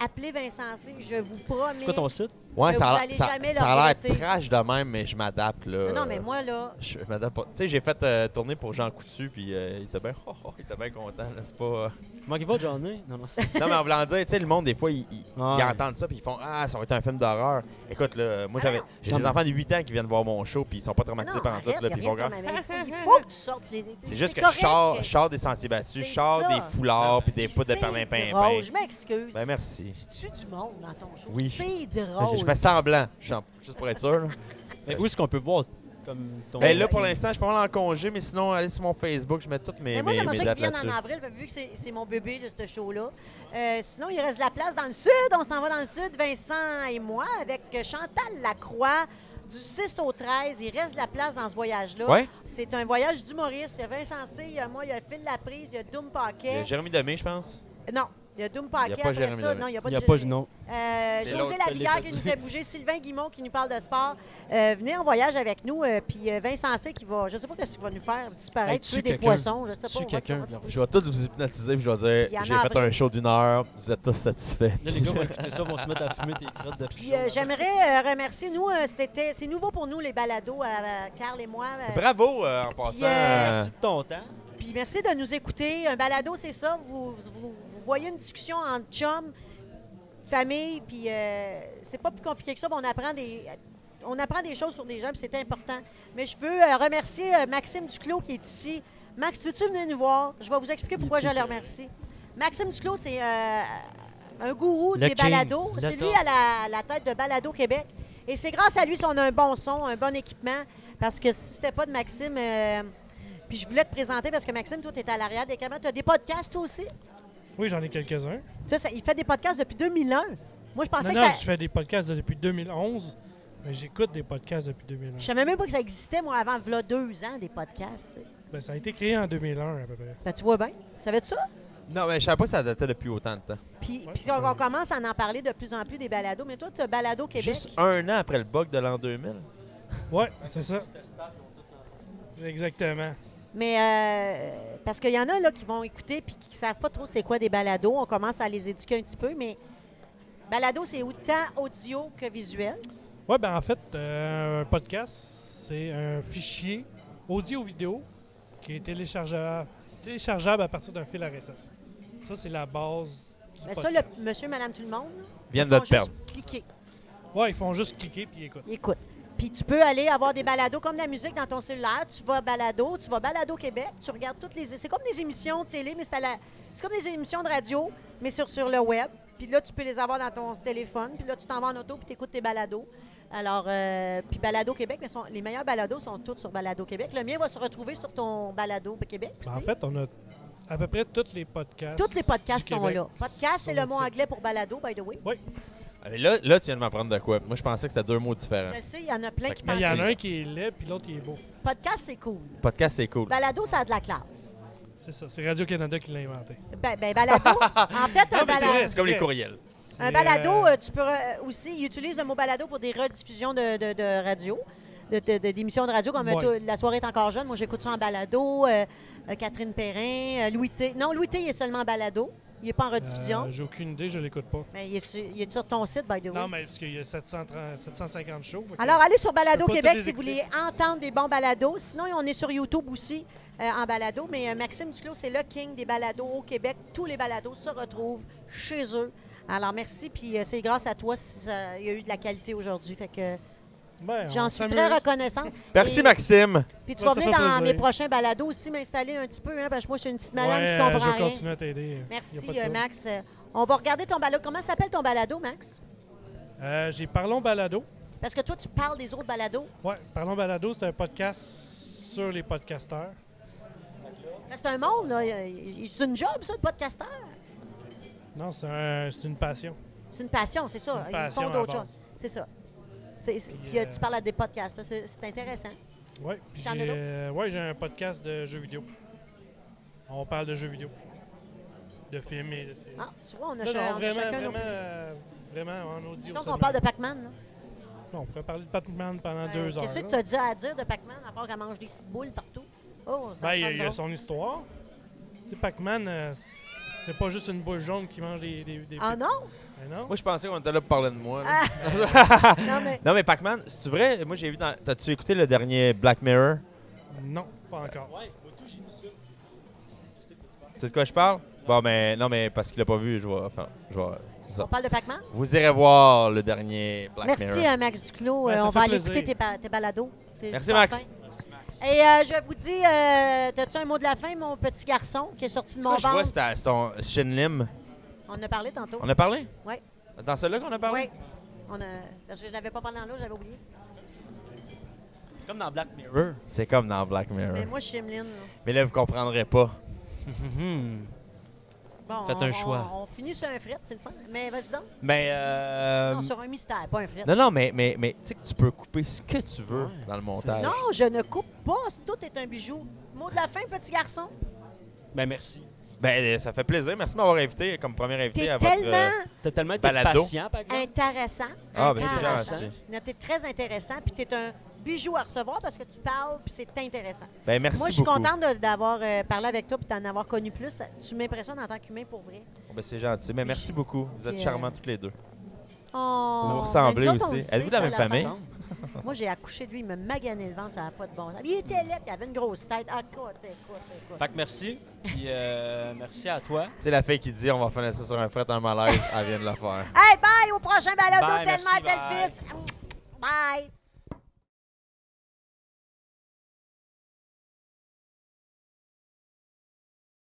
Speaker 2: Appelez Vincent C, je vous promets.
Speaker 3: C'est quoi ton site?
Speaker 4: Ouais,
Speaker 2: Mais
Speaker 4: ça
Speaker 2: vous
Speaker 4: a
Speaker 2: allez
Speaker 4: l'air- ça-
Speaker 2: jamais le
Speaker 4: ça a
Speaker 2: regretter.
Speaker 4: l'air trash de même, mais je m'adapte, là.
Speaker 2: Non, non, mais moi, là,
Speaker 4: Je m'adapte pas. Tu sais, j'ai fait euh, tourner pour Jean Coutu, puis euh, il était bien (laughs) il était bien content, là, c'est pas... euh.
Speaker 3: Comment il va, Johnny? Non, non.
Speaker 4: Non, mais en voulant dire, tu sais, le monde, des fois, ils, ils-
Speaker 3: Ah,
Speaker 4: ils
Speaker 3: ouais.
Speaker 4: entendent ça, puis ils font « Ah, ça va être un film d'horreur ». Écoute, là, euh, moi, j'avais j'ai
Speaker 3: Non,
Speaker 4: des
Speaker 3: mais-
Speaker 4: enfants de 8 ans qui viennent voir mon show, puis ils sont pas
Speaker 2: Ah non,
Speaker 4: traumatisés par
Speaker 2: arrête,
Speaker 4: tout, là,
Speaker 2: y a
Speaker 4: puis ils
Speaker 2: rien
Speaker 4: vont
Speaker 2: de
Speaker 4: grand...
Speaker 2: comme avec- Il faut que tu sortes les...
Speaker 4: C'est juste que je
Speaker 2: correct
Speaker 4: sors, je sors des sentiers battus, je
Speaker 2: C'est
Speaker 4: sors
Speaker 2: ça.
Speaker 4: des foulards, puis des
Speaker 2: Puis
Speaker 4: poudres de
Speaker 2: c'est
Speaker 4: perlimpinpin.
Speaker 2: drôle, Je m'excuse.
Speaker 4: Ben, merci.
Speaker 2: tu tues du monde dans ton show.
Speaker 4: Oui. Ben,
Speaker 2: C'est
Speaker 4: Je,
Speaker 2: drôle.
Speaker 4: je fais semblant, genre, juste pour être sûr, là.
Speaker 3: (laughs) Mais où est-ce qu'on peut voir comme ton.
Speaker 4: Ben là, pour l'instant, je suis pas mal en congé, mais sinon, allez sur mon Facebook, je mets toutes mes,
Speaker 2: Mais moi,
Speaker 4: mes,
Speaker 2: j'aimerais
Speaker 4: mes
Speaker 2: ça
Speaker 4: dates
Speaker 2: qu'ils viennent
Speaker 4: là-dessus.
Speaker 2: en avril, vu que c'est c'est mon bébé de ce show-là. Euh, sinon, il reste de la place dans le sud. On s'en va dans le sud, Vincent et moi, avec Chantal Lacroix. Du 6 au 13, il reste de la place dans ce voyage-là.
Speaker 4: Ouais,
Speaker 2: C'est un voyage d'humoriste. Il y a Vincent C, il y a moi, il y a Phil Laprise, il y a Doom
Speaker 4: il y
Speaker 2: Paquet.
Speaker 4: a Jérémy Demé, je pense.
Speaker 2: Non, il y a Doom Paquet.
Speaker 4: pas
Speaker 2: après
Speaker 4: Jérémy
Speaker 2: ça.
Speaker 4: Lavin.
Speaker 2: Non, il n'y a pas
Speaker 3: Il
Speaker 2: de
Speaker 3: n'y a pas de
Speaker 2: Jérémy.
Speaker 3: nom.
Speaker 2: Euh,
Speaker 4: C'est
Speaker 2: José
Speaker 4: l'autre que
Speaker 2: Lavigueur
Speaker 4: l'ai
Speaker 2: qui
Speaker 4: pas
Speaker 2: nous fait bouger, Sylvain Guimont qui nous parle de sport. Euh, venez en voyage avec nous. euh, puis euh, Vincent C qui va, je sais pas qu'est-ce qu'il va nous faire,
Speaker 3: Hey,
Speaker 2: disparaître,
Speaker 3: tue
Speaker 2: tuer des
Speaker 3: quelqu'un.
Speaker 2: poissons, je sais pas.
Speaker 3: Tue
Speaker 2: on va-
Speaker 3: quelqu'un,
Speaker 2: on va-
Speaker 3: puis
Speaker 4: Je vais tous vous hypnotiser puis je vais
Speaker 2: Puis il y
Speaker 4: dire
Speaker 2: en a
Speaker 4: j'ai
Speaker 2: en
Speaker 4: fait
Speaker 2: vrai.
Speaker 4: un show d'une heure, vous êtes tous satisfaits.
Speaker 3: Là, les gars vont écouter ça, vont se mettre à fumer tes crottes de
Speaker 2: Puis euh, j'aimerais euh, remercier, nous, euh, c'était, c'est nouveau pour nous les balados, euh, Carl et moi. euh,
Speaker 4: (laughs) Bravo euh, en passant.
Speaker 2: Puis, euh,
Speaker 4: euh,
Speaker 3: Merci de ton temps.
Speaker 2: puis merci de nous écouter. Un balado, c'est ça, vous, vous- vous voyez une discussion entre chum, famille, puis euh, c'est pas plus compliqué que ça, mais on apprend des... On apprend des choses sur des gens, puis c'est important. Mais je peux euh, remercier euh, Maxime Duclos qui est ici. Max, veux-tu venir nous voir? Je vais vous expliquer pourquoi
Speaker 3: est-il
Speaker 2: je le remercie. Maxime Duclos, c'est euh, un gourou
Speaker 3: Le
Speaker 2: des
Speaker 3: king,
Speaker 2: balados.
Speaker 3: le
Speaker 2: C'est lui
Speaker 3: top.
Speaker 2: à la, la tête de Balado Québec. Et c'est grâce à lui si on a un bon son, un bon équipement. Parce que si c'était pas de Maxime. euh, puis je voulais te présenter parce que Maxime, toi, tu es à l'arrière des caméras. Tu as des podcasts, toi aussi?
Speaker 1: Oui, j'en ai quelques-uns.
Speaker 2: Tu sais, ça- il fait des podcasts depuis 2001. Moi, je pensais
Speaker 1: Non,
Speaker 2: que
Speaker 1: non,
Speaker 2: ça.
Speaker 1: je fais des podcasts depuis 2011, mais j'écoute des podcasts depuis
Speaker 2: Je
Speaker 1: 2001.
Speaker 2: savais même pas que ça existait, moi, avant v'là deux ans, des podcasts. tu sais.
Speaker 1: Ben, ça a été créé en 2001 à peu près.
Speaker 2: Ben, tu vois bien. Tu savais de ça?
Speaker 4: Non, mais je savais pas que ça datait depuis autant de temps.
Speaker 2: Puis,
Speaker 1: Ouais.
Speaker 2: puis on, on commence à en parler de plus en plus des balados. Mais toi, tu as Balado Québec.
Speaker 4: Juste un an après le bug de l'an 2000.
Speaker 1: Ouais, c'est ça. Exactement.
Speaker 2: Mais euh, parce qu'il y en a là qui vont écouter puis qui savent pas trop c'est quoi des balados. On commence à les éduquer un petit peu, mais balado, c'est autant audio que visuel.
Speaker 1: Ouais, ben en fait, euh, un podcast, c'est un fichier audio-vidéo qui est téléchargeable, téléchargeable à partir d'un fil RSS. Ça, c'est la base du
Speaker 2: Mais Ben, ça, le
Speaker 1: podcast.
Speaker 2: monsieur, madame, tout le monde, là,
Speaker 4: Viennent
Speaker 2: ils
Speaker 4: de
Speaker 2: vont
Speaker 4: te perdre.
Speaker 2: juste cliquer,
Speaker 1: Ouais, ils font juste cliquer puis ils écoutent.
Speaker 2: écoute. Puis tu peux aller avoir des balados comme la musique dans ton cellulaire. Tu vas à balado, tu vas à balado Québec, tu regardes toutes les. C'est comme des émissions de télé, mais c'est à la- c'est comme des émissions de radio, mais sur, sur le web. Puis là, tu peux les avoir dans ton téléphone. Puis là, tu t'en vas en auto, puis tu écoutes tes balados. Alors, euh, puis Balado Québec, mais sont- les meilleurs balados sont tous sur Balado Québec. Le mien va se retrouver sur ton Balado Québec.
Speaker 1: Ben, en
Speaker 2: aussi.
Speaker 1: fait, on a à peu près tous les podcasts.
Speaker 2: Tous les podcasts
Speaker 1: du
Speaker 2: sont
Speaker 1: Québec
Speaker 2: là. Podcast,
Speaker 1: sur
Speaker 2: c'est le
Speaker 1: notre
Speaker 2: mot
Speaker 1: site.
Speaker 2: anglais pour balado, by the way.
Speaker 4: Ah, mais là, là, tu viens de m'apprendre de quoi. Moi, je pensais que c'était deux mots différents.
Speaker 2: Je sais, il y en a plein
Speaker 4: Fait
Speaker 2: qui
Speaker 4: que
Speaker 1: Mais ben, il y en a
Speaker 2: pensent.
Speaker 1: un qui est laid, puis l'autre, il est beau.
Speaker 2: Podcast, c'est cool.
Speaker 4: Podcast, c'est cool.
Speaker 2: Balado, ça a de la classe.
Speaker 1: C'est ça, c'est Radio-Canada qui l'a inventé.
Speaker 2: Ben, ben balado, en fait, un
Speaker 1: mais c'est vrai,
Speaker 2: balado.
Speaker 4: C'est comme les courriels.
Speaker 2: Un
Speaker 1: Et,
Speaker 2: balado,
Speaker 1: euh,
Speaker 2: euh, tu peux euh, aussi, ils utilisent le mot balado pour des rediffusions de, de- de radio, de- de- de- d'émissions de, radio, comme euh,
Speaker 1: Ouais.
Speaker 2: tout- La soirée est encore jeune. Moi, j'écoute ça en balado. euh, euh, Catherine Perrin, euh, Louis T. Non, Louis T, il est seulement en balado. Il n'est pas en rediffusion.
Speaker 1: euh, J'ai aucune idée, je l'écoute pas.
Speaker 2: Mais il est, sur, il est sur ton site, by the way.
Speaker 1: Non, mais parce qu'il y a 730, 750 shows. fait que-
Speaker 2: Alors, allez sur Balado
Speaker 1: Je peux pas
Speaker 2: Québec
Speaker 1: tous les
Speaker 2: si vous voulez
Speaker 1: écouter.
Speaker 2: entendre des bons balados. Sinon, on est sur YouTube aussi euh, en balado. Mais euh, Maxime Duclos, c'est le king des balados au Québec. Tous les balados se retrouvent chez eux. Alors, merci. Puis euh, c'est grâce à toi si ça- il y a eu de la qualité aujourd'hui. Fait que euh,
Speaker 1: Ben, on
Speaker 2: j'en suis
Speaker 1: s'amuse.
Speaker 2: très reconnaissante.
Speaker 4: Merci,
Speaker 2: Et-
Speaker 4: Maxime.
Speaker 2: Puis tu
Speaker 1: Ouais,
Speaker 2: vas
Speaker 1: ça
Speaker 2: venir
Speaker 1: fait
Speaker 2: dans
Speaker 1: plaisir.
Speaker 2: mes prochains balados aussi m'installer un petit peu. Hein, parce que moi, je suis une petite
Speaker 1: Ouais,
Speaker 2: madame
Speaker 1: euh,
Speaker 2: qui
Speaker 1: je
Speaker 2: comprend
Speaker 1: vais
Speaker 2: rien.
Speaker 1: continuer à t'aider. euh, y a
Speaker 2: Merci,
Speaker 1: pas de
Speaker 2: euh,
Speaker 1: trouble.
Speaker 2: Max. Euh, On va regarder ton balado. Comment s'appelle ton balado, Max?
Speaker 1: Euh, J'ai Parlons Balado.
Speaker 2: Parce que toi, tu parles des autres balados.
Speaker 1: Ouais, Parlons Balado, c'est un podcast sur les podcasteurs.
Speaker 2: C'est un monde, là. Il- il- C'est une job, ça, de podcasteur.
Speaker 1: Non, c'est un- c'est une passion.
Speaker 2: C'est une passion, c'est
Speaker 1: C'est
Speaker 2: ça.
Speaker 1: une
Speaker 2: Ah, Ils
Speaker 1: passion
Speaker 2: font
Speaker 1: à
Speaker 2: d'autres
Speaker 1: base.
Speaker 2: choses. C'est ça. C'est- c'est-
Speaker 1: Puis,
Speaker 2: puis euh,
Speaker 1: euh,
Speaker 2: tu parles à des podcasts, là, c'est c'est intéressant.
Speaker 1: Ouais, puis
Speaker 2: T'en as
Speaker 1: j'ai
Speaker 2: d'autres?
Speaker 1: euh, ouais, j'ai un podcast de jeux vidéo. On parle de jeux vidéo. De films et de séries.
Speaker 2: Ah, tu vois, on a,
Speaker 1: Non,
Speaker 2: cha-
Speaker 1: non,
Speaker 2: on a
Speaker 1: vraiment,
Speaker 2: chacun
Speaker 1: vraiment,
Speaker 2: nos...
Speaker 1: euh, vraiment en audio.
Speaker 2: Donc, on
Speaker 1: seulement.
Speaker 2: parle de Pac-Man. là.
Speaker 1: Non, on pourrait parler de Pac-Man pendant
Speaker 2: Euh,
Speaker 1: deux heures.
Speaker 2: Qu'est-ce que
Speaker 1: là.
Speaker 2: tu as dit à dire de Pac-Man, à part qu'elle mange des coups de boules partout? Oh, ça
Speaker 1: Ben,
Speaker 2: me
Speaker 1: il
Speaker 2: semble
Speaker 1: y a- il y, a
Speaker 2: drôle.
Speaker 1: son histoire. Tu sais, Pac-Man, euh, c'est pas juste une boule jaune qui mange des. des, des
Speaker 2: Ah non?
Speaker 1: Ben non?
Speaker 4: Moi, je pensais qu'on était là pour parler de moi. là.
Speaker 2: Ah, non,
Speaker 4: (laughs)
Speaker 2: mais...
Speaker 4: Non, mais Pac-Man, c'est vrai? Moi, j'ai vu dans. T'as-tu écouté le dernier Black Mirror?
Speaker 1: Non, pas encore.
Speaker 3: Ouais, moi tout, j'ai vu ça. Je sais de quoi tu parles.
Speaker 4: C'est de quoi je parle? Bon, mais non, mais parce qu'il l'a pas vu, je vais. Enfin, je vais. c'est ça.
Speaker 2: On parle de Pac-Man?
Speaker 4: Vous irez voir le dernier Black Mirror.
Speaker 2: Merci, à Max Duclos.
Speaker 1: Ben,
Speaker 2: Euh,
Speaker 1: ça
Speaker 2: on
Speaker 1: fait
Speaker 2: va aller
Speaker 1: plaisir.
Speaker 2: écouter tes, pa- tes balados. T'es
Speaker 4: Merci,
Speaker 2: super
Speaker 4: Max.
Speaker 2: fin.
Speaker 3: Merci, Max.
Speaker 2: Et euh, je vous dis, euh, t'as-tu un mot de la fin, mon petit garçon, qui est sorti de
Speaker 4: Quand
Speaker 2: mon
Speaker 4: je vois,
Speaker 2: ventre?
Speaker 4: c'est à- c'est ton Shin Lim.
Speaker 2: On en a parlé tantôt.
Speaker 4: On a parlé?
Speaker 2: Ouais.
Speaker 4: Dans celui-là qu'on a parlé?
Speaker 2: Oui. On a... Parce que je n'avais pas parlé en l'eau, j'avais oublié.
Speaker 3: C'est comme dans Black Mirror.
Speaker 4: C'est comme dans Black Mirror.
Speaker 2: Mais moi, je suis Emeline. là.
Speaker 4: Mais là, vous comprendrez pas.
Speaker 2: Bon,
Speaker 3: Faites
Speaker 2: on-
Speaker 3: un
Speaker 2: on-
Speaker 3: choix.
Speaker 2: On, finit sur un fret, c'est le fun. Mais vas-y donc.
Speaker 3: Mais euh,
Speaker 2: Non, sur un mystère, pas un fret.
Speaker 4: Non, non, mais, mais, mais tu sais que tu peux couper ce que tu veux
Speaker 3: Ouais.
Speaker 4: dans le montage.
Speaker 2: Non, je ne coupe pas. Tout est un bijou. Mot de la fin, petit garçon.
Speaker 3: ben merci.
Speaker 4: Ben, euh, ça fait plaisir. Merci de m'avoir invité comme premier invité
Speaker 2: T'es
Speaker 4: à votre.
Speaker 2: tellement
Speaker 4: euh,
Speaker 3: T'as tellement été
Speaker 4: Balado.
Speaker 3: patient, par exemple.
Speaker 2: intéressant.
Speaker 4: Ah, ben, c'est
Speaker 2: intéressant.
Speaker 4: gentil.
Speaker 2: Non, T'es très intéressant. Puis t'es un bijou à recevoir parce que tu parles, puis c'est intéressant.
Speaker 4: Ben, merci
Speaker 2: moi, je suis
Speaker 4: beaucoup.
Speaker 2: contente de- d'avoir euh, parlé avec toi, puis d'en avoir connu plus. Tu m'impressionnes en tant qu'humain pour vrai.
Speaker 4: Ben, c'est gentil. Mais merci beaucoup. Vous êtes
Speaker 2: Puis, euh,
Speaker 4: charmants toutes les deux.
Speaker 2: Oh,
Speaker 4: Vous vous
Speaker 2: ben,
Speaker 4: ressemblez
Speaker 2: nous autres, on
Speaker 4: aussi.
Speaker 2: le sait,
Speaker 4: Êtes-vous de la
Speaker 2: ça,
Speaker 4: même famille?
Speaker 2: façon. Moi, j'ai accouché de lui, il me maganait le ventre, ça n'a pas de bon sens. Il était laid, il avait une grosse tête. Ah, écoute, écoute, écoute.
Speaker 3: Fait que merci. Puis euh, merci à toi.
Speaker 4: C'est la fille qui dit on va finir ça sur un fret en malaise. Elle vient de le faire.
Speaker 2: Hey, bye, au prochain balado,
Speaker 3: Bye,
Speaker 2: tellement
Speaker 3: merci,
Speaker 2: tel
Speaker 3: bye.
Speaker 2: fils. Bye.